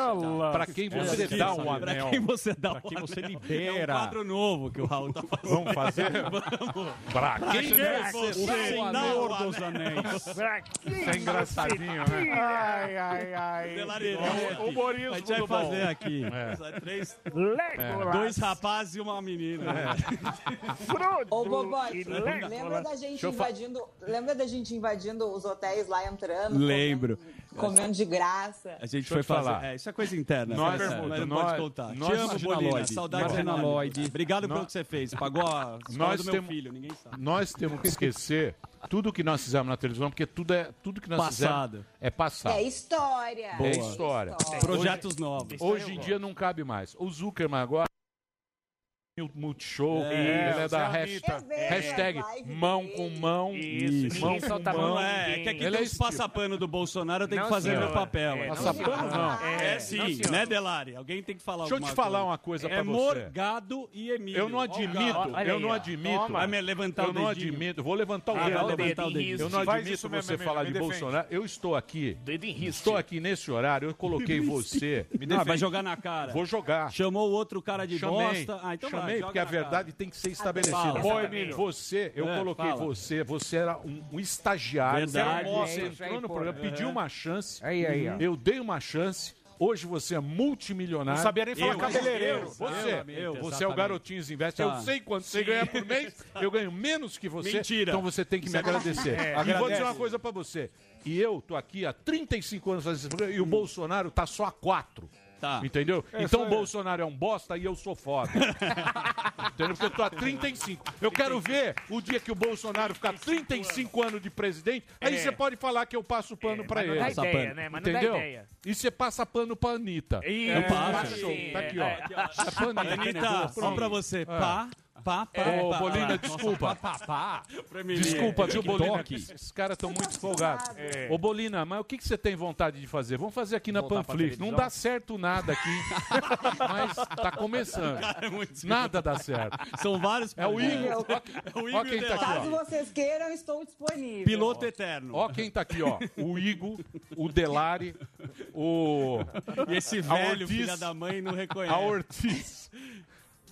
Speaker 3: Pra quem você
Speaker 2: Elas que
Speaker 3: dá o
Speaker 2: sabem.
Speaker 3: anel.
Speaker 2: Pra quem você dá
Speaker 5: um
Speaker 3: um
Speaker 5: Pra
Speaker 2: o
Speaker 5: quem você
Speaker 2: anel.
Speaker 5: libera.
Speaker 2: É um quadro novo que o Raul tá fazendo.
Speaker 3: Vamos fazer?
Speaker 2: Vamos.
Speaker 3: Pra quem
Speaker 5: é
Speaker 3: você
Speaker 5: você, um
Speaker 3: dá o
Speaker 5: senhor
Speaker 3: anel?
Speaker 5: dos anéis?
Speaker 1: Pra
Speaker 3: Isso é engraçadinho, né?
Speaker 1: Ai, ai, ai. O Borismo
Speaker 2: A gente vai
Speaker 1: do bom.
Speaker 2: fazer aqui.
Speaker 1: É.
Speaker 2: Só Três, É,
Speaker 1: Legolas.
Speaker 2: Dois rapazes e uma menina.
Speaker 21: Ô, Bobote,
Speaker 2: e
Speaker 21: lembra
Speaker 2: Legolas.
Speaker 21: da gente
Speaker 2: Deixa eu fa-
Speaker 21: invadindo. Lembra da gente invadindo os hotéis lá entrando?
Speaker 2: Lembro.
Speaker 21: Comendo de graça.
Speaker 2: A gente
Speaker 5: Deixa eu
Speaker 2: foi
Speaker 5: te falar.
Speaker 2: falar. É, isso é coisa interna.
Speaker 5: Nós-
Speaker 2: sabe? Mas não
Speaker 5: nós-
Speaker 2: pode contar.
Speaker 5: nós-
Speaker 2: Te amo,
Speaker 5: Marginaloide.
Speaker 2: Bolina. Saudade de
Speaker 5: Marginaloide.
Speaker 2: Obrigado
Speaker 5: Nós-
Speaker 2: pelo que você fez. Pagou a escola
Speaker 3: Nós
Speaker 2: do meu
Speaker 3: temos-
Speaker 2: filho. Ninguém sabe.
Speaker 3: Nós temos que esquecer tudo que nós fizemos na televisão, porque tudo, é, tudo que nós
Speaker 2: Passado.
Speaker 3: fizemos é passado.
Speaker 21: É história.
Speaker 3: É história.
Speaker 2: Projetos
Speaker 3: Hoje-
Speaker 2: novos.
Speaker 3: Hoje em dia não cabe mais. O Zuckerman agora. o Multishow,
Speaker 2: É,
Speaker 3: ele é
Speaker 2: isso é
Speaker 3: da
Speaker 2: a
Speaker 3: hash-
Speaker 2: Anitta. É.
Speaker 3: hashtag mão com mão. mão com mão.
Speaker 2: É, é que aqui tem os passapano do Bolsonaro, eu tenho
Speaker 3: Não,
Speaker 2: que fazer
Speaker 3: senhora.
Speaker 2: meu papel.
Speaker 5: né?
Speaker 3: É,
Speaker 2: É,
Speaker 3: não, Passapano, senhora. não.
Speaker 2: É,
Speaker 3: É,
Speaker 2: sim,
Speaker 3: não, senhora.
Speaker 2: né, Delari? Alguém tem que falar
Speaker 3: Deixa eu
Speaker 2: alguma
Speaker 3: te falar uma coisa
Speaker 2: é
Speaker 3: pra você.
Speaker 2: Morgado e Emílio.
Speaker 3: Eu não
Speaker 2: Olha,
Speaker 3: admito,
Speaker 2: olha
Speaker 3: eu
Speaker 2: aí,
Speaker 3: não
Speaker 2: ó.
Speaker 3: admito.
Speaker 2: Toma. Vai me levantar
Speaker 3: eu
Speaker 2: o
Speaker 3: não
Speaker 2: dedinho.
Speaker 3: admito. Vou levantar o
Speaker 2: Ah,
Speaker 3: dedo.
Speaker 2: vai levantar o
Speaker 3: Dedo em
Speaker 2: dedinho.
Speaker 3: Eu não
Speaker 2: Faz
Speaker 3: admito
Speaker 2: isso mesmo,
Speaker 3: você
Speaker 2: Emílio,
Speaker 3: falar
Speaker 2: me
Speaker 3: de
Speaker 2: defende.
Speaker 3: Bolsonaro. Eu estou aqui. Estou aqui nesse horário. Eu coloquei você. Me
Speaker 2: Ah, vai
Speaker 3: defende.
Speaker 2: jogar na cara.
Speaker 3: Vou jogar.
Speaker 2: Chamou o outro cara de
Speaker 3: Chamei,
Speaker 2: bosta. Ah, então vai,
Speaker 3: chamei
Speaker 2: joga
Speaker 3: porque a
Speaker 2: na cara.
Speaker 3: verdade tem que ser estabelecida.
Speaker 2: Fala. Boa, Emílio.
Speaker 3: Você, eu
Speaker 2: É,
Speaker 3: coloquei
Speaker 2: fala.
Speaker 3: você, você era um, um estagiário,
Speaker 2: Verdade.
Speaker 3: você era um moço,
Speaker 2: É, isso aí,
Speaker 3: entrou no
Speaker 2: pô.
Speaker 3: programa,
Speaker 2: É.
Speaker 3: pediu uma chance.
Speaker 2: Aí, aí, ó.
Speaker 3: Eu dei uma chance. Hoje você é multimilionário.
Speaker 1: Não sabia nem falar
Speaker 3: Eu,
Speaker 1: cabeleireiro.
Speaker 3: eu, Você,
Speaker 1: Exatamente,
Speaker 3: eu, você é o
Speaker 1: exatamente.
Speaker 3: garotinhos investe.
Speaker 1: Tá.
Speaker 3: Eu sei quanto você
Speaker 1: Sim.
Speaker 3: ganha por mês. Eu ganho menos que você.
Speaker 1: Mentira.
Speaker 3: Então você tem que
Speaker 1: Isso
Speaker 3: me
Speaker 1: é-
Speaker 3: agradecer.
Speaker 1: É,
Speaker 3: E vou
Speaker 1: agradece.
Speaker 3: dizer uma coisa pra você. E eu tô aqui há 35 anos fazendo esse programa e o Bolsonaro tá só há quatro.
Speaker 2: Tá.
Speaker 3: Entendeu?
Speaker 2: É,
Speaker 3: então
Speaker 2: só
Speaker 3: o
Speaker 2: eu.
Speaker 3: Bolsonaro é um bosta e eu sou foda. Entendeu? Porque eu tô há 35. Eu quero ver o dia que o Bolsonaro ficar 35 anos de presidente, aí
Speaker 1: É.
Speaker 3: você pode falar que eu passo pano pra
Speaker 1: mas não
Speaker 3: ele.
Speaker 1: dá Passa ideia, pano. né? Mas não dá
Speaker 3: Entendeu?
Speaker 1: ideia.
Speaker 3: E você passa pano pra Anitta.
Speaker 1: Ih,
Speaker 3: eu
Speaker 1: é,
Speaker 3: passo.
Speaker 1: sim,
Speaker 3: Show. Tá aqui, ó.
Speaker 1: é,
Speaker 3: É,
Speaker 1: é.
Speaker 3: pano,
Speaker 2: Anitta, só pra você. Pá, pá, pá.
Speaker 3: É, Ô,
Speaker 2: pá,
Speaker 3: Bolina,
Speaker 2: pá.
Speaker 3: desculpa.
Speaker 2: Nossa, pá, pá, pá. Pra mim,
Speaker 3: Desculpa,
Speaker 2: é.
Speaker 3: viu, Bolina?
Speaker 2: TikTok.
Speaker 3: Esses caras estão muito folgados. Ô, Bolina, mas o que, que você tem vontade de fazer? Vamos fazer aqui na
Speaker 5: Voltar pra
Speaker 3: Panflix. Não
Speaker 5: televisão?
Speaker 3: dá certo nada aqui. mas tá começando.
Speaker 5: Cara, é muito
Speaker 3: nada dá certo.
Speaker 2: São vários.
Speaker 3: É o Igor.
Speaker 21: É
Speaker 3: o Igor quem tá aqui, ó. é-
Speaker 21: Caso vocês queiram, estou disponível.
Speaker 2: eterno.
Speaker 3: Ó quem tá aqui, ó. O Igo, o Delari, o...
Speaker 2: E esse
Speaker 3: a
Speaker 2: velho,
Speaker 3: Ortiz,
Speaker 2: filha da mãe, não reconhece.
Speaker 3: A Ortiz.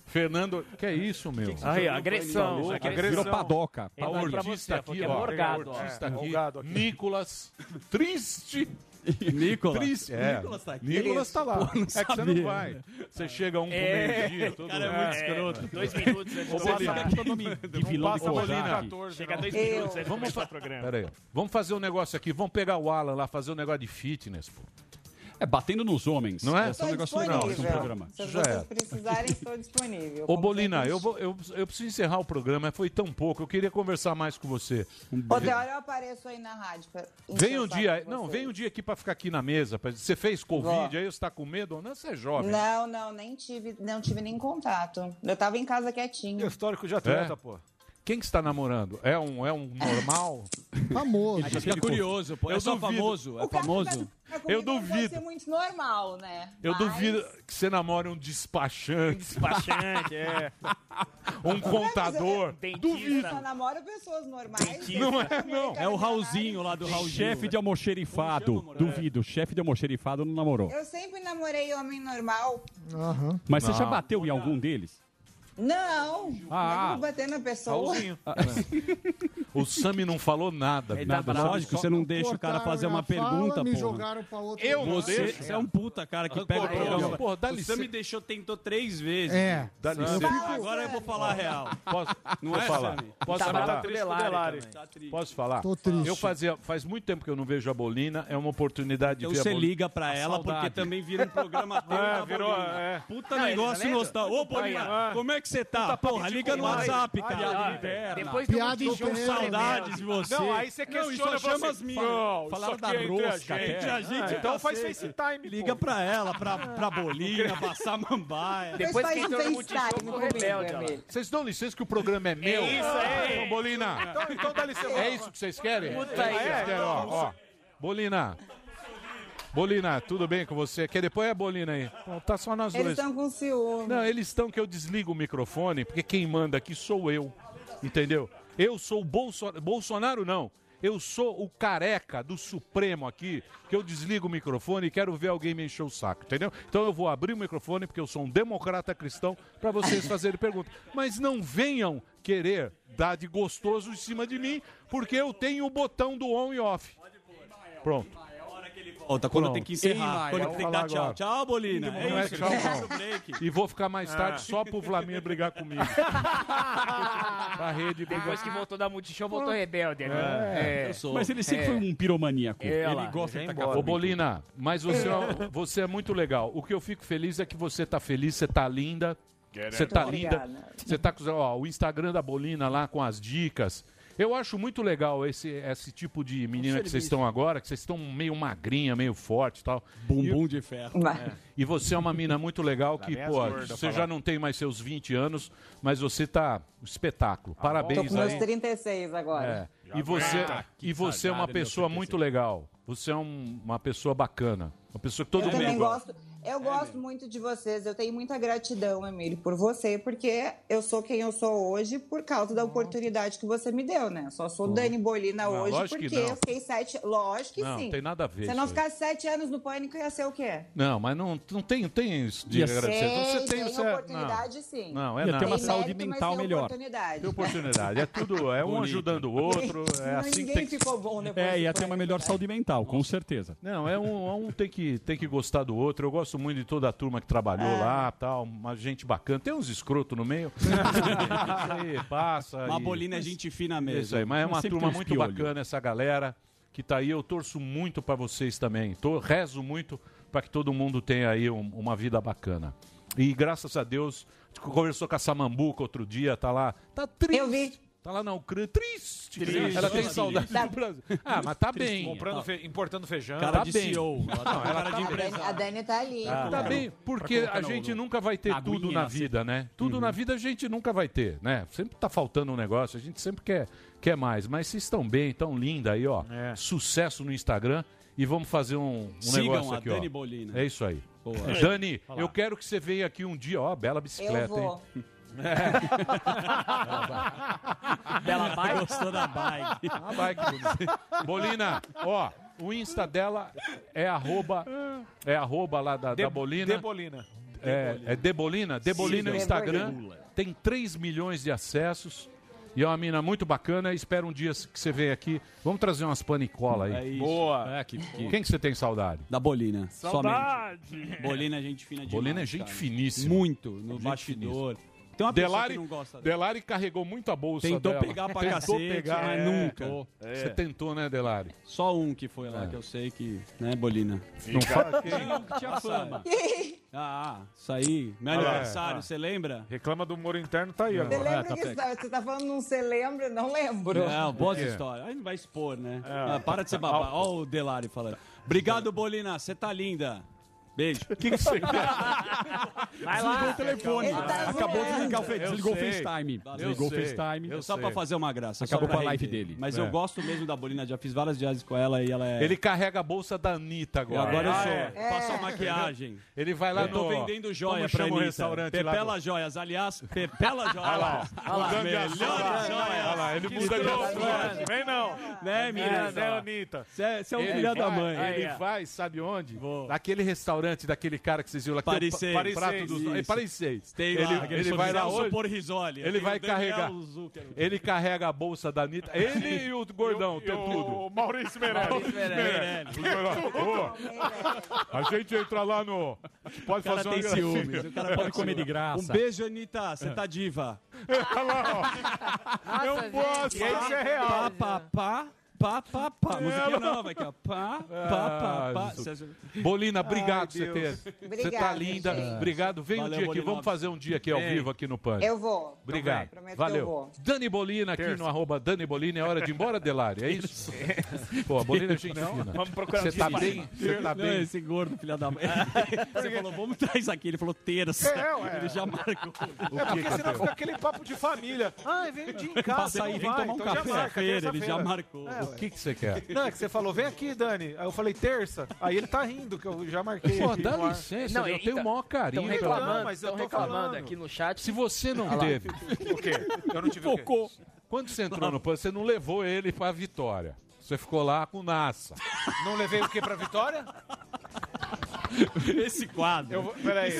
Speaker 3: Fernando... Que é isso, meu?
Speaker 5: Aí, ó, agressão,
Speaker 3: Falou,
Speaker 5: agressão. Virou padoca.
Speaker 3: A
Speaker 5: Padoca pra
Speaker 3: Ortiz
Speaker 5: você,
Speaker 3: tá aqui,
Speaker 5: porque é
Speaker 3: ó.
Speaker 5: morgado,
Speaker 3: A Ortiz
Speaker 5: ó.
Speaker 3: tá aqui.
Speaker 5: Morgado aqui.
Speaker 3: Nicolas. Triste.
Speaker 5: Nicolas.
Speaker 3: Triste.
Speaker 5: É.
Speaker 3: Nicolas tá aqui.
Speaker 5: Nicolas tá lá.
Speaker 3: Pô, não
Speaker 5: É que você
Speaker 3: sabia.
Speaker 5: não vai.
Speaker 3: Você chega um pro
Speaker 5: É.
Speaker 3: meio-dia.
Speaker 5: O cara é muito escroto. Dois minutos antes
Speaker 3: Ô,
Speaker 5: do
Speaker 3: Bolívia,
Speaker 5: Bolívia.
Speaker 3: que todo mundo-
Speaker 5: Que
Speaker 3: não
Speaker 5: vilão
Speaker 3: passa
Speaker 5: do
Speaker 3: mais
Speaker 5: Projac.
Speaker 3: de 14,
Speaker 11: Chega
Speaker 3: não.
Speaker 11: dois minutos antes de começar o programa.
Speaker 3: Pera aí. Vamos fazer um negócio aqui. Vamos pegar o Alan lá, fazer um negócio de fitness, pô.
Speaker 19: É, batendo nos homens.
Speaker 3: Não é?
Speaker 19: Esse é um
Speaker 3: Tá
Speaker 19: negócio legal, esse é um programa.
Speaker 21: Se
Speaker 3: Isso já
Speaker 21: vocês
Speaker 3: era.
Speaker 21: precisarem, estou disponível.
Speaker 3: Ô,
Speaker 21: Como
Speaker 3: Bolina,
Speaker 21: sempre.
Speaker 3: eu, vou, eu, eu preciso encerrar o programa. Foi tão pouco. Eu queria conversar mais com você.
Speaker 19: Um
Speaker 21: Outra hora eu apareço aí na rádio. pra encher
Speaker 3: Vem
Speaker 21: o
Speaker 3: um
Speaker 21: saco
Speaker 3: dia,
Speaker 21: de
Speaker 3: não,
Speaker 21: vocês.
Speaker 3: vem um dia aqui pra ficar aqui na mesa. pra- Você fez Covid, aí você tá com medo? Não, você é jovem.
Speaker 21: Não, não, nem tive, não tive nem contato. Eu tava em casa quietinho.
Speaker 1: Histórico de atleta,
Speaker 3: atleta, É?
Speaker 1: pô.
Speaker 3: Quem que está namorando? É um, é um normal?
Speaker 7: famoso.
Speaker 3: Ele já
Speaker 19: Fica
Speaker 3: teve
Speaker 19: curioso, pô. É
Speaker 3: Eu
Speaker 19: só
Speaker 3: duvido.
Speaker 19: famoso. É
Speaker 21: O cara que
Speaker 19: famoso.
Speaker 21: vai ficar comigo
Speaker 3: Eu
Speaker 21: não Deve
Speaker 3: duvido.
Speaker 21: ser muito normal, né?
Speaker 3: Eu
Speaker 21: Mas-
Speaker 3: duvido que você namore um despachante.
Speaker 21: Despachante,
Speaker 11: é.
Speaker 3: Um
Speaker 21: é,
Speaker 3: contador.
Speaker 21: Duvido. Eu namoro pessoas normais.
Speaker 19: Não
Speaker 21: né?
Speaker 19: é, não.
Speaker 21: É
Speaker 19: o Raulzinho lá do
Speaker 21: Raul
Speaker 19: Chefe
Speaker 21: Gil.
Speaker 19: de almoxerifado. Duvido. Chefe de almoxerifado não namorou.
Speaker 21: Eu sempre namorei homem normal.
Speaker 19: Mas você
Speaker 3: Não.
Speaker 19: já bateu em algum deles?
Speaker 21: Não.
Speaker 19: Ah,
Speaker 21: não vou bater na pessoa.
Speaker 3: O Sami não falou nada.
Speaker 19: É. Ele tá
Speaker 3: nada.
Speaker 19: bravo, Lógico, só- você não deixa o cara fazer uma pergunta,
Speaker 7: me
Speaker 19: porra.
Speaker 7: jogaram pra outro
Speaker 19: Eu
Speaker 7: lugar.
Speaker 19: não Você- deixo, você é um puta, cara, que pega
Speaker 7: Cortou,
Speaker 19: programa.
Speaker 7: meu.
Speaker 19: Porra, dá
Speaker 5: o Sam
Speaker 19: licença.
Speaker 5: me deixou, tentou três vezes.
Speaker 7: É.
Speaker 3: Dá
Speaker 5: Sam,
Speaker 3: licença.
Speaker 5: Agora eu vou falar a real.
Speaker 3: Posso,
Speaker 5: Não
Speaker 3: posso
Speaker 5: é,
Speaker 3: falar?
Speaker 5: Sammy?
Speaker 3: Posso
Speaker 5: Tá
Speaker 3: falar?
Speaker 5: bravo com o Delari
Speaker 3: Delari.
Speaker 5: também. Tá triste.
Speaker 3: Posso falar?
Speaker 5: Tô triste.
Speaker 3: Eu fazia, faz muito tempo que eu não vejo a Bolina, é uma oportunidade
Speaker 5: Então
Speaker 3: de ver
Speaker 5: você
Speaker 3: a Bolina.
Speaker 5: liga pra
Speaker 3: A
Speaker 5: ela, porque
Speaker 3: saudade.
Speaker 5: também vira um programa teu.
Speaker 3: É,
Speaker 5: da
Speaker 3: virou,
Speaker 5: Bolina.
Speaker 3: é.
Speaker 5: Puta
Speaker 3: Não,
Speaker 5: negócio
Speaker 3: ele tá
Speaker 5: nostálgico. Ô, Bolina,
Speaker 3: Aí,
Speaker 5: como é que você tá? Porra, liga no
Speaker 1: Ai,
Speaker 5: WhatsApp,
Speaker 1: ai,
Speaker 5: cara.
Speaker 1: ai,
Speaker 5: Inverna.
Speaker 1: depois tem um
Speaker 5: Piada
Speaker 1: disco
Speaker 5: com
Speaker 1: tremendo.
Speaker 5: saudades de você.
Speaker 1: Não, aí você
Speaker 5: Não, e só
Speaker 1: questiona,
Speaker 5: chama
Speaker 1: você-
Speaker 5: as minhas.
Speaker 1: Não, isso
Speaker 5: Falaram
Speaker 1: aqui
Speaker 5: da
Speaker 1: é entre a
Speaker 5: rosca.
Speaker 1: gente.
Speaker 5: Entre a gente.
Speaker 1: Ah, então faz
Speaker 5: cacete.
Speaker 1: FaceTime,
Speaker 5: Liga pra ela, pra, pra Bolina, pra Samambaia.
Speaker 21: Depois Depois que faz entrou
Speaker 5: um
Speaker 21: no FaceTime Multishow, ficou comigo, rebelde, é ela. mesmo.
Speaker 3: Vocês dão licença que o programa é meu.
Speaker 21: isso aí.
Speaker 3: Ô, Bolina.
Speaker 21: Então- então dá licença.
Speaker 3: É isso que vocês querem?
Speaker 21: Puta
Speaker 3: É isso que
Speaker 21: aí,
Speaker 3: vocês querem,
Speaker 1: então.
Speaker 3: ó, ó. Bolina. Bolina, tudo bem com você? Quer depois é a Bolina aí? Bom, tá só nós
Speaker 21: Eles
Speaker 3: dois.
Speaker 21: estão com ciúme.
Speaker 3: Não, eles estão que eu desligo o microfone, porque quem manda aqui sou eu. Entendeu? Eu sou o Bolsonaro. Bolsonaro não. Eu sou o careca do Supremo aqui, que eu desligo o microfone e quero ver alguém me encher o saco, entendeu? Então eu vou abrir o microfone, porque eu sou um democrata cristão, para vocês fazerem perguntas. Mas não venham querer dar de gostoso em cima de mim, porque eu tenho o botão do on e off. Pronto.
Speaker 5: Volta, quando tem é que encerrar,
Speaker 3: Ei,
Speaker 5: quando
Speaker 3: Maia,
Speaker 5: tem que
Speaker 3: vou
Speaker 5: dar
Speaker 3: falar
Speaker 5: tchau.
Speaker 3: agora.
Speaker 5: Tchau, Bolina.
Speaker 3: Não
Speaker 5: É
Speaker 3: é
Speaker 5: isso,
Speaker 3: tchau,
Speaker 5: gente.
Speaker 3: não. E vou ficar mais tarde
Speaker 5: Ah.
Speaker 3: só pro Flamingo brigar comigo. pra rede brigar.
Speaker 11: Depois que voltou da Multishow, voltou rebelde.
Speaker 3: É,
Speaker 11: né?
Speaker 3: eu sou.
Speaker 19: Mas ele sempre
Speaker 11: É.
Speaker 19: foi um piromaníaco.
Speaker 11: É, olha
Speaker 19: ele
Speaker 11: lá,
Speaker 19: gosta de
Speaker 11: já
Speaker 19: tacar
Speaker 3: Ô,
Speaker 19: fogo em tudo.
Speaker 3: Bolina, mas você, é- você é muito legal. O que eu fico feliz é que você tá feliz, você tá linda. Você tá
Speaker 21: Obrigada.
Speaker 3: linda. Você tá com ó, o Instagram da Bolina lá com as dicas. Eu acho muito legal esse, esse tipo de menina que vocês
Speaker 19: serviço.
Speaker 3: estão agora, que vocês estão meio magrinha, meio forte e tal.
Speaker 19: Bumbum de ferro.
Speaker 3: É. E você é uma mina muito legal que,
Speaker 19: vem as
Speaker 3: pô,
Speaker 19: gordas
Speaker 3: você
Speaker 19: falar.
Speaker 3: já não tem mais seus 20 anos, mas você tá um espetáculo.
Speaker 21: Tô
Speaker 3: Parabéns
Speaker 21: com meus
Speaker 3: aí.
Speaker 21: 36 agora.
Speaker 3: É. E você,
Speaker 19: tá aqui
Speaker 3: e você é uma
Speaker 19: sagado, meu
Speaker 3: pessoa muito legal. Você é um- uma pessoa bacana. Uma pessoa que todo
Speaker 21: eu
Speaker 3: mundo É,
Speaker 21: também
Speaker 3: gosta.
Speaker 21: gosto. Eu gosto muito de vocês. Eu tenho muita gratidão, Emílio, por você, porque eu sou quem eu sou hoje por causa da oportunidade que você me deu, né? Só sou Dani Bolina
Speaker 3: Não,
Speaker 21: hoje
Speaker 3: lógico que
Speaker 21: porque
Speaker 3: não.
Speaker 21: eu fiquei sete. Lógico que
Speaker 3: Não,
Speaker 21: sim.
Speaker 3: tem nada a ver
Speaker 21: Se eu
Speaker 3: isso
Speaker 21: não
Speaker 3: aí.
Speaker 21: ficasse sete anos no pânico, ia ser o quê?
Speaker 3: Não, mas não, não tem, tem isso de agradecer. Você tem, você é-
Speaker 21: oportunidade, sim.
Speaker 3: Não, não é
Speaker 21: Tem
Speaker 3: nada.
Speaker 21: mérito, mas tem Oportunidade.
Speaker 3: Tem oportunidade. É tudo, é um
Speaker 19: Bonito.
Speaker 3: ajudando o outro. É assim que tem que...
Speaker 21: ficou bom
Speaker 19: É, ia ter uma melhor saúde mental, com certeza.
Speaker 3: Não, é um, é um tem, que, tem que gostar do outro. Eu gosto muito de toda a turma que trabalhou
Speaker 21: É.
Speaker 3: lá, tal, uma gente bacana. Tem uns escroto no meio. Isso aí, passa.
Speaker 5: Uma
Speaker 3: e-
Speaker 5: bolina é gente fina mesmo.
Speaker 3: Isso aí, mas é uma
Speaker 5: sempre
Speaker 3: turma
Speaker 5: tem uns
Speaker 3: muito
Speaker 5: piolho.
Speaker 3: bacana essa galera que tá aí. Eu torço muito para vocês também. Tô, rezo muito para que todo mundo tenha aí um- uma vida bacana. E graças a Deus, a gente conversou com a Samambuca outro dia, tá lá. Tá triste. Eu vi. Tá lá na Ucrânia, triste.
Speaker 1: Triste.
Speaker 3: Ela tem
Speaker 1: Sim.
Speaker 3: saudade
Speaker 1: Tá.
Speaker 3: do Brasil. Ah, mas tá
Speaker 1: Triste.
Speaker 3: bem.
Speaker 1: Comprando fe- Importando feijão.
Speaker 3: Cara de CEO. Ela
Speaker 2: é
Speaker 3: tá-
Speaker 1: Não, ela
Speaker 3: cara de
Speaker 1: tá-
Speaker 21: A Dani, a Dani tá ali.
Speaker 3: Ah, tá bem, porque a gente nunca vai ter
Speaker 21: na
Speaker 3: tudo
Speaker 21: aguinha,
Speaker 3: na
Speaker 21: assim.
Speaker 3: vida, né? Tudo na vida a gente nunca vai ter, né? Sempre tá faltando um negócio, a gente sempre quer, quer mais. Mas vocês estão bem, tão linda aí, ó. Sucesso no Instagram e vamos fazer um, um
Speaker 5: É. Sigam
Speaker 3: negócio
Speaker 5: a
Speaker 3: aqui,
Speaker 5: Dani
Speaker 3: ó.
Speaker 5: Bolina.
Speaker 3: É isso aí.
Speaker 5: Boa.
Speaker 3: Dani,
Speaker 5: Olha lá.
Speaker 3: eu quero que você venha aqui um dia, ó, bela bicicleta,
Speaker 21: Eu vou.
Speaker 3: hein?
Speaker 5: Bela bike? Gostou da bike.
Speaker 3: A Ah, bike, bonita. Bolina, ó, o Insta dela é arroba, é arroba lá da, da Bolina.
Speaker 1: Debolina.
Speaker 3: É, é Debolina? Debolina
Speaker 1: Sim,
Speaker 3: no Instagram.
Speaker 1: Debolina.
Speaker 3: Tem 3 milhões de acessos. E é uma mina muito bacana. Espero um dia que você venha aqui. Vamos trazer umas panicola aí.
Speaker 2: É isso. Boa.
Speaker 3: É, que, que- Quem que você tem saudade?
Speaker 2: Da Bolina.
Speaker 19: Somente.
Speaker 2: Bolina é gente fina demais.
Speaker 3: Bolina é gente
Speaker 2: cara.
Speaker 3: finíssima.
Speaker 2: Muito, no bastidor. Tem uma pessoa
Speaker 3: Delari,
Speaker 2: que não gosta dela.
Speaker 3: Delari carregou muito a bolsa
Speaker 2: Tentou
Speaker 3: dela.
Speaker 2: pegar pra cacete, mas nunca.
Speaker 3: tentou.
Speaker 2: É.
Speaker 3: Você tentou, né, Delari? É.
Speaker 2: Só um que foi lá, que eu sei que... Né, Bolina?
Speaker 3: Não fala
Speaker 2: Tinha um que tinha fama. Ah, isso aí. Meu
Speaker 1: Ah,
Speaker 2: aniversário,
Speaker 1: é.
Speaker 2: você lembra? É.
Speaker 1: Reclama do humor interno, tá aí.
Speaker 21: Você
Speaker 1: agora.
Speaker 3: Ah,
Speaker 21: lembra que isso- você tá falando não se lembra? Não lembro.
Speaker 2: Não, boas
Speaker 1: Por
Speaker 3: É.
Speaker 1: quê?
Speaker 2: histórias. Aí não vai expor, né? Ah, para de ser babaca. Olha o Delari falando. Obrigado, Bolina. Você tá linda. Beijo. O que você
Speaker 11: Vai lá.
Speaker 2: Desligou o telefone.
Speaker 11: Ele tá
Speaker 19: Acabou de
Speaker 11: zoando.
Speaker 19: desligar o Face-
Speaker 2: Eu
Speaker 19: desligou o
Speaker 2: sei.
Speaker 19: FaceTime.
Speaker 2: Eu
Speaker 19: Desligou o
Speaker 2: sei.
Speaker 19: FaceTime.
Speaker 2: Eu É só pra fazer uma graça. só
Speaker 19: Acabou
Speaker 2: pra
Speaker 19: com a live
Speaker 2: render.
Speaker 19: dele.
Speaker 2: Mas
Speaker 19: É.
Speaker 2: eu gosto mesmo da Bolina. Já fiz várias viagens com ela e ela é...
Speaker 3: Ele carrega a bolsa da Anitta
Speaker 2: E
Speaker 3: agora.
Speaker 2: agora eu
Speaker 3: Ah,
Speaker 2: sou.
Speaker 3: é.
Speaker 2: Faço a maquiagem.
Speaker 3: Ele vai lá
Speaker 2: Eu tô
Speaker 3: no-
Speaker 2: vendendo joia pra
Speaker 3: Como chama o
Speaker 2: Anitta.
Speaker 3: restaurante lá
Speaker 2: Pepela
Speaker 3: do-
Speaker 2: Joias. Aliás, Pepela Joias. Olha lá.
Speaker 3: Mudando
Speaker 5: é
Speaker 3: de
Speaker 2: Melhores
Speaker 3: assunto. Olha
Speaker 2: joias.
Speaker 3: lá, ele
Speaker 2: Que
Speaker 3: muda de
Speaker 2: estrela.
Speaker 3: assunto.
Speaker 1: Vem não.
Speaker 2: Né, menina?
Speaker 1: Né, Anitta?
Speaker 2: Você é um
Speaker 3: Ele
Speaker 2: filho da
Speaker 3: vai-
Speaker 2: mãe.
Speaker 3: Ele
Speaker 2: Aí, ó.
Speaker 3: vai, sabe onde? Naquele restaurante daquele cara que vocês viram lá. que
Speaker 2: Paris
Speaker 3: tem o pa-
Speaker 2: seis.
Speaker 3: prato dos...
Speaker 2: Isso.
Speaker 3: é, Paris seis.
Speaker 2: Tem
Speaker 3: ele,
Speaker 2: lá, aquele
Speaker 3: ele vai lá
Speaker 2: sorrisal
Speaker 3: hoje.
Speaker 2: supor risole.
Speaker 3: Ele
Speaker 2: Tem
Speaker 3: vai
Speaker 2: o Daniel
Speaker 3: carregar.
Speaker 2: Zuckerman.
Speaker 3: Ele carrega a bolsa da Anitta. Ele e o gordão, tem tudo.
Speaker 12: O Maurício Meirelles.
Speaker 3: Maurício Meirelles. A gente entra lá no. Pode
Speaker 2: O cara
Speaker 3: fazer uma
Speaker 2: tem ciúmes.
Speaker 3: gracinha.
Speaker 2: O cara pode comer de graça. Um beijo, Anitta.
Speaker 3: É.
Speaker 2: Você tá diva.
Speaker 12: Eu posso. Isso é real.
Speaker 2: Pá, pá, pá, pá, pá. Musiquinha nova aqui, ó.
Speaker 3: Ah,
Speaker 2: Pá, pá, pá, pá.
Speaker 3: Jesus.
Speaker 2: Cê-
Speaker 3: Bolina, obrigado por
Speaker 2: Ai,
Speaker 3: você
Speaker 2: Deus.
Speaker 3: ter. Você
Speaker 21: Obrigada,
Speaker 3: tá linda.
Speaker 21: gente.
Speaker 3: Obrigado. Vem um
Speaker 2: Valeu,
Speaker 3: dia aqui.
Speaker 2: Bolina.
Speaker 3: Vamos fazer um dia aqui ao
Speaker 2: Vem.
Speaker 3: vivo aqui no Pan.
Speaker 21: Eu vou. Então
Speaker 3: Obrigado.
Speaker 21: Prometo que eu
Speaker 3: Valeu.
Speaker 21: vou.
Speaker 3: Dani Bolina aqui no arroba Dani Bolina. É hora de ir embora, Delari. É isso? Pô, a Bolina é gente fina.
Speaker 2: Vamos procurar
Speaker 3: Você
Speaker 2: um
Speaker 3: tá
Speaker 2: dia de
Speaker 3: bem?
Speaker 2: mais.
Speaker 3: Você tá
Speaker 2: Não,
Speaker 3: bem?
Speaker 2: Esse gordo, filha da mãe. Você falou, vamos trazer isso aqui. Ele falou terça.
Speaker 1: É, ué.
Speaker 2: Ele já marcou.
Speaker 1: É porque senão fica aquele papo de família. Ah, vem um dia em casa.
Speaker 2: Passa aí,
Speaker 1: não
Speaker 2: vem
Speaker 1: vai,
Speaker 2: tomar um
Speaker 1: então já
Speaker 2: café.
Speaker 1: marca,
Speaker 2: Feira, ele
Speaker 1: terça-feira.
Speaker 2: já marcou.
Speaker 1: É,
Speaker 3: O que que você quer?
Speaker 1: Não, é que você falou, vem aqui, Dani. Aí eu falei, terça. Aí ele tá rindo, que eu já marquei.
Speaker 3: Pô,
Speaker 1: aqui
Speaker 3: dá
Speaker 1: no ar.
Speaker 3: licença, eu tenho o maior carinho.
Speaker 1: tá. então, tão
Speaker 3: pela-
Speaker 1: reclamando, mas eu
Speaker 11: Estão
Speaker 1: tô
Speaker 11: reclamando
Speaker 1: falando.
Speaker 11: aqui no chat.
Speaker 3: Se você não
Speaker 11: Ah lá.
Speaker 3: teve.
Speaker 1: O quê? Eu não tive
Speaker 3: Focou. Quando você entrou no PAN, você não levou ele pra vitória. Você ficou lá com o Nassa.
Speaker 1: o quê? Não levei o quê pra vitória?
Speaker 2: Esse quadro. é um
Speaker 1: Eu vou, peraí.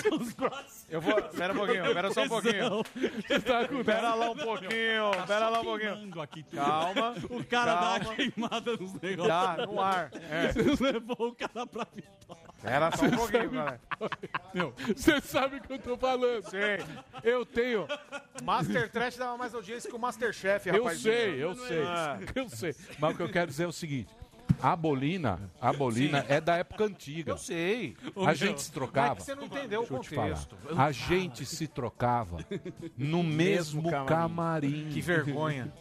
Speaker 1: Eu vou. Pera um pouquinho, pera só um pouquinho.
Speaker 2: tá
Speaker 1: Pera lá um pouquinho, pera lá um pouquinho. Calma.
Speaker 2: O cara dá
Speaker 1: calma.
Speaker 2: uma queimada nos negócios.
Speaker 1: Dá, no ar. É.
Speaker 2: Você levou o cara pra vitória.
Speaker 1: Pera só um pouquinho, galera.
Speaker 3: Você sabe o que eu tô falando.
Speaker 1: Sim.
Speaker 3: Eu tenho.
Speaker 1: Master Trash dava mais audiência que o Masterchef,
Speaker 3: Eu
Speaker 1: rapaz. Ah.
Speaker 3: sei,
Speaker 2: Ah.
Speaker 3: eu sei. Eu sei. Mas o que eu quero dizer é o seguinte. A bolina, a bolina é da época antiga.
Speaker 1: Eu sei.
Speaker 3: A gente se trocava.
Speaker 1: Mas você não entendeu o
Speaker 3: Deixa eu te falar.
Speaker 1: contexto.
Speaker 3: A gente se trocava no mesmo,
Speaker 1: Mesmo
Speaker 3: camarim.
Speaker 1: Que vergonha.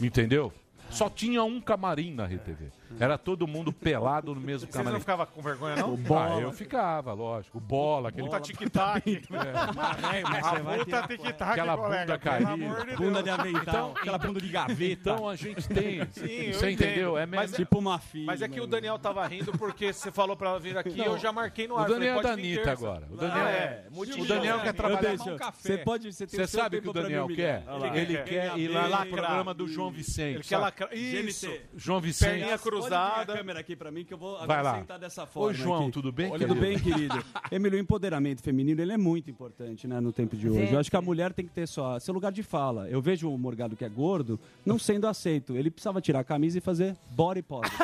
Speaker 3: Entendeu? Só tinha um camarim na RTV. Era todo mundo pelado no mesmo
Speaker 1: Vocês não
Speaker 3: camarim.
Speaker 1: ficavam com vergonha, não?
Speaker 3: Ah, eu ficava, lógico. Bola, aquele Tá né?
Speaker 1: Puta tic-tac.
Speaker 3: É.
Speaker 1: Puta tic-tac,
Speaker 3: aquela
Speaker 1: colega.
Speaker 3: bunda
Speaker 1: pelo
Speaker 3: caída.
Speaker 1: amor de
Speaker 2: Bunda
Speaker 1: Deus.
Speaker 2: de avental. aquela bunda de gaveta.
Speaker 3: Então a gente tem.
Speaker 1: Sim,
Speaker 3: você
Speaker 1: eu
Speaker 3: entendeu?
Speaker 1: entendo.
Speaker 3: É
Speaker 1: Mas
Speaker 3: mesmo.
Speaker 2: Tipo uma filha.
Speaker 1: Mas é que o Daniel tava rindo porque você falou pra ela vir aqui eu já marquei no
Speaker 3: O
Speaker 1: ar.
Speaker 3: Daniel
Speaker 1: Falei,
Speaker 3: é da
Speaker 1: pode vir
Speaker 3: Anitta
Speaker 1: terça.
Speaker 3: agora. O Daniel,
Speaker 1: Ah, é.
Speaker 3: o Daniel quer trabalhar
Speaker 2: Eu
Speaker 3: com
Speaker 2: deixo.
Speaker 3: café.
Speaker 2: Você pode. Você tem
Speaker 3: Você
Speaker 2: o seu
Speaker 3: sabe o que o
Speaker 2: tempo pra me
Speaker 3: Daniel quer?
Speaker 2: humilhar. Olha lá.
Speaker 3: Ele
Speaker 1: Ele
Speaker 3: quer
Speaker 1: quer
Speaker 3: ir lá no
Speaker 1: lacrar.
Speaker 3: programa do João Vicente.
Speaker 1: Ele quer
Speaker 3: sabe?
Speaker 1: lacrar. Isso.
Speaker 2: GNT.
Speaker 3: João
Speaker 1: Perninha
Speaker 3: Vicente.
Speaker 1: cruzada.
Speaker 2: Pode virar a câmera aqui pra mim que eu vou agora
Speaker 3: Vai lá.
Speaker 2: sentar dessa forma.
Speaker 3: Oi, João,
Speaker 2: aqui.
Speaker 3: tudo bem,
Speaker 2: Olha,
Speaker 3: querido?
Speaker 2: Tudo bem, querido. Emílio, o empoderamento feminino ele é muito importante né, no tempo de hoje. Eu acho que a mulher tem que ter só seu lugar de fala. Eu vejo o Morgado que é gordo não sendo aceito. Ele precisava tirar a camisa e fazer body positive.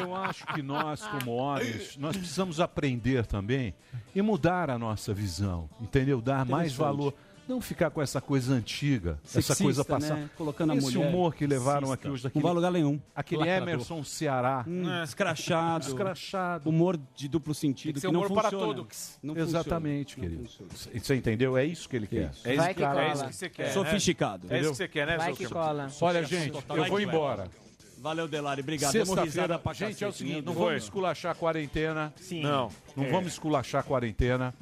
Speaker 3: Eu acho que nós, como homens, nós precisamos aprender também e mudar a nossa visão, entendeu? Dar mais
Speaker 2: Interessante.
Speaker 3: valor. Não ficar com essa coisa antiga, essa
Speaker 2: Sexista,
Speaker 3: coisa passada.
Speaker 2: né? Colocando a
Speaker 3: Esse
Speaker 2: mulher
Speaker 3: humor que levaram
Speaker 2: sexista.
Speaker 3: aqui hoje
Speaker 2: Não
Speaker 3: daquele,
Speaker 2: vai a lugar nenhum.
Speaker 3: aquele
Speaker 2: Lacrador.
Speaker 3: Emerson Ceará.
Speaker 2: Hum, escrachado.
Speaker 3: Escrachado.
Speaker 2: Humor de duplo sentido.
Speaker 1: Tem que ser
Speaker 2: que não
Speaker 1: humor para
Speaker 2: funciona.
Speaker 1: todos.
Speaker 2: Não funciona.
Speaker 3: Exatamente, querido. C- Você entendeu? É isso que ele quer.
Speaker 2: Isso.
Speaker 3: É
Speaker 21: Vai que
Speaker 3: cara-
Speaker 21: cola.
Speaker 1: É isso que você quer. né?
Speaker 2: Sofisticado.
Speaker 1: É isso
Speaker 3: Entendeu?
Speaker 1: que você quer, né,
Speaker 21: Vai que
Speaker 1: Zuckerman?
Speaker 21: cola.
Speaker 3: Olha, gente, eu vou embora.
Speaker 2: Valeu, Delari. Obrigado. Demos risada
Speaker 3: Sexta-feira,
Speaker 2: pra
Speaker 3: gente, é o
Speaker 2: cacete, né?
Speaker 3: seguinte, não
Speaker 2: Foi.
Speaker 3: vamos esculachar a quarentena.
Speaker 11: Sim.
Speaker 1: Não.
Speaker 3: Não vamos esculachar a quarentena.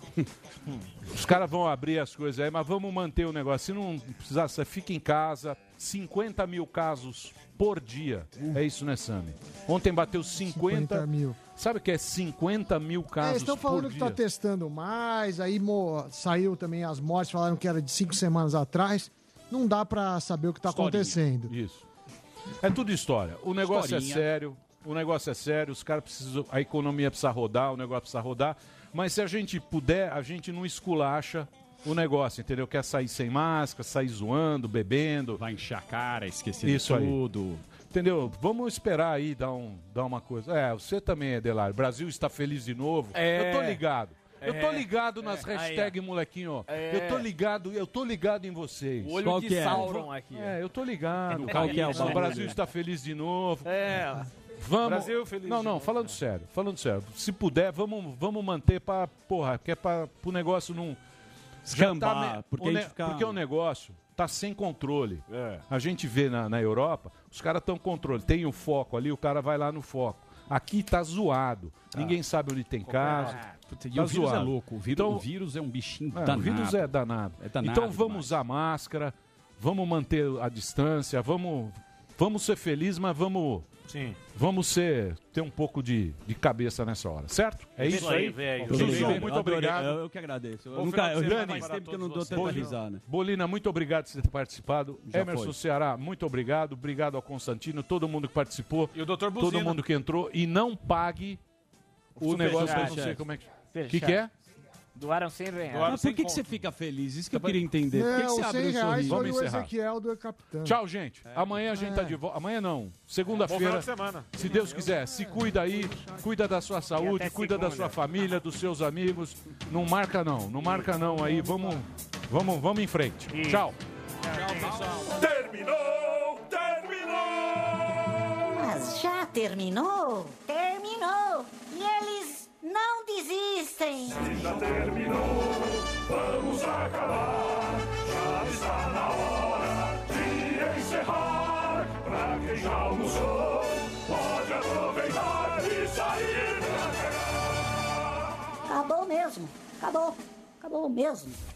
Speaker 3: Os caras vão abrir as coisas aí, mas vamos manter o negócio. Se não precisar, você fica em casa. 50 mil casos por dia. É isso, né, Sami? Ontem bateu 50,
Speaker 7: 50 Uh. mil.
Speaker 3: Sabe o que é 50 mil
Speaker 7: É,
Speaker 3: casos
Speaker 7: estão
Speaker 3: por
Speaker 7: falando que
Speaker 3: dia?
Speaker 7: está testando mais, aí mo- saiu também as mortes, falaram que era de cinco semanas atrás. Não dá para saber o que está
Speaker 3: Historinha.
Speaker 7: acontecendo.
Speaker 3: Isso. É tudo história. O negócio
Speaker 2: Historinha.
Speaker 3: é sério. O negócio é sério. Os caras precisam. A economia precisa rodar, o negócio precisa rodar. Mas se a gente puder, a gente não esculacha. o negócio, entendeu? Quer sair sem máscara, sair zoando, bebendo.
Speaker 2: Vai encher a cara, esquecer
Speaker 3: Isso
Speaker 2: de
Speaker 3: aí.
Speaker 2: tudo.
Speaker 3: Entendeu? Vamos esperar aí dar, um, dar uma coisa. É, você também, Adelar. Brasil está feliz de novo.
Speaker 1: É.
Speaker 3: Eu tô ligado. Eu tô
Speaker 1: É.
Speaker 3: ligado nas
Speaker 1: É. Aí,
Speaker 3: hashtags,
Speaker 1: ó.
Speaker 3: molequinho.
Speaker 1: É.
Speaker 3: Eu tô ligado, eu tô ligado em vocês.
Speaker 1: O olho Qual de que é? Sauron
Speaker 22: aqui.
Speaker 3: É, eu tô ligado.
Speaker 1: Qual que é o
Speaker 3: Isso,
Speaker 1: bagulho?
Speaker 3: Brasil está feliz de novo.
Speaker 22: É.
Speaker 3: Vamos.
Speaker 1: Brasil feliz
Speaker 3: não,
Speaker 1: de
Speaker 3: não,
Speaker 1: novo.
Speaker 3: falando sério, falando sério. Se puder, vamos, vamos manter pra. porra, que é pra, pro negócio não. já
Speaker 2: Escambar,
Speaker 3: me-
Speaker 2: porque
Speaker 3: o
Speaker 2: a
Speaker 3: ne-
Speaker 2: gente fica-
Speaker 3: porque o negócio tá sem controle.
Speaker 1: É.
Speaker 3: A gente vê na, na Europa, os caras estão controle. Tem o foco ali, o cara vai lá no foco. Aqui tá zoado.
Speaker 1: Ah.
Speaker 3: Ninguém sabe onde tem tá caso.
Speaker 2: Ah, puta, e o vírus é louco. O vírus, o vírus é um bichinho
Speaker 3: Então, É,
Speaker 2: danado.
Speaker 3: O vírus é danado.
Speaker 2: É danado
Speaker 3: então vamos usar máscara, vamos manter a distância, vamos, vamos ser felizes, mas vamos.
Speaker 23: Sim.
Speaker 3: Vamos ser, ter um pouco de, de cabeça nessa hora, certo? É isso, aí.
Speaker 2: velho.
Speaker 3: Zuzu,
Speaker 2: Obrigado,
Speaker 3: muito
Speaker 2: eu adorei,
Speaker 3: obrigado.
Speaker 2: Eu, eu que agradeço. Eu
Speaker 3: Bom
Speaker 2: nunca,
Speaker 3: final
Speaker 2: eu
Speaker 3: de
Speaker 2: já
Speaker 3: semana
Speaker 2: faz
Speaker 3: para
Speaker 2: tempo que eu não
Speaker 3: todos
Speaker 2: dou tanta
Speaker 3: vocês.
Speaker 2: risada.
Speaker 3: Bolina, muito obrigado por você ter participado.
Speaker 2: Já
Speaker 3: Emerson
Speaker 2: foi.
Speaker 3: Ceará, muito obrigado. Obrigado ao Constantino, todo mundo que participou.
Speaker 23: E o Dr. Buzina.
Speaker 3: Todo mundo que entrou. E não pague o
Speaker 2: Superchat.
Speaker 3: negócio, eu não sei como é que... O que, que é?
Speaker 24: Doaram 100
Speaker 11: É.
Speaker 24: reais.
Speaker 2: Mas por que, que você fica feliz? Isso que eu
Speaker 23: Tá
Speaker 2: queria entender. por que, que
Speaker 7: Não,
Speaker 2: você abre
Speaker 7: 100
Speaker 2: o
Speaker 7: reais
Speaker 2: sorriso?
Speaker 7: foi o Ezequiel do Capitão.
Speaker 3: um Tchau, gente. Amanhã a gente tá de volta. Amanhã não.
Speaker 23: É. Bom final
Speaker 3: Segunda-feira.
Speaker 23: de semana.
Speaker 3: Se Deus quiser, se cuida aí, cuida da sua saúde, cuida da sua família, dos seus amigos. Não marca não, não marca não aí. Vamos, vamos, vamos em frente. Tchau.
Speaker 5: Terminou! Terminou!
Speaker 11: Mas já terminou? Terminou! E eles não desistem!
Speaker 5: Já terminou, vamos acabar. Já está na hora de encerrar. Pra quem já almoçou, pode aproveitar e sair pra cagar.
Speaker 11: Acabou mesmo! Acabou! Acabou mesmo!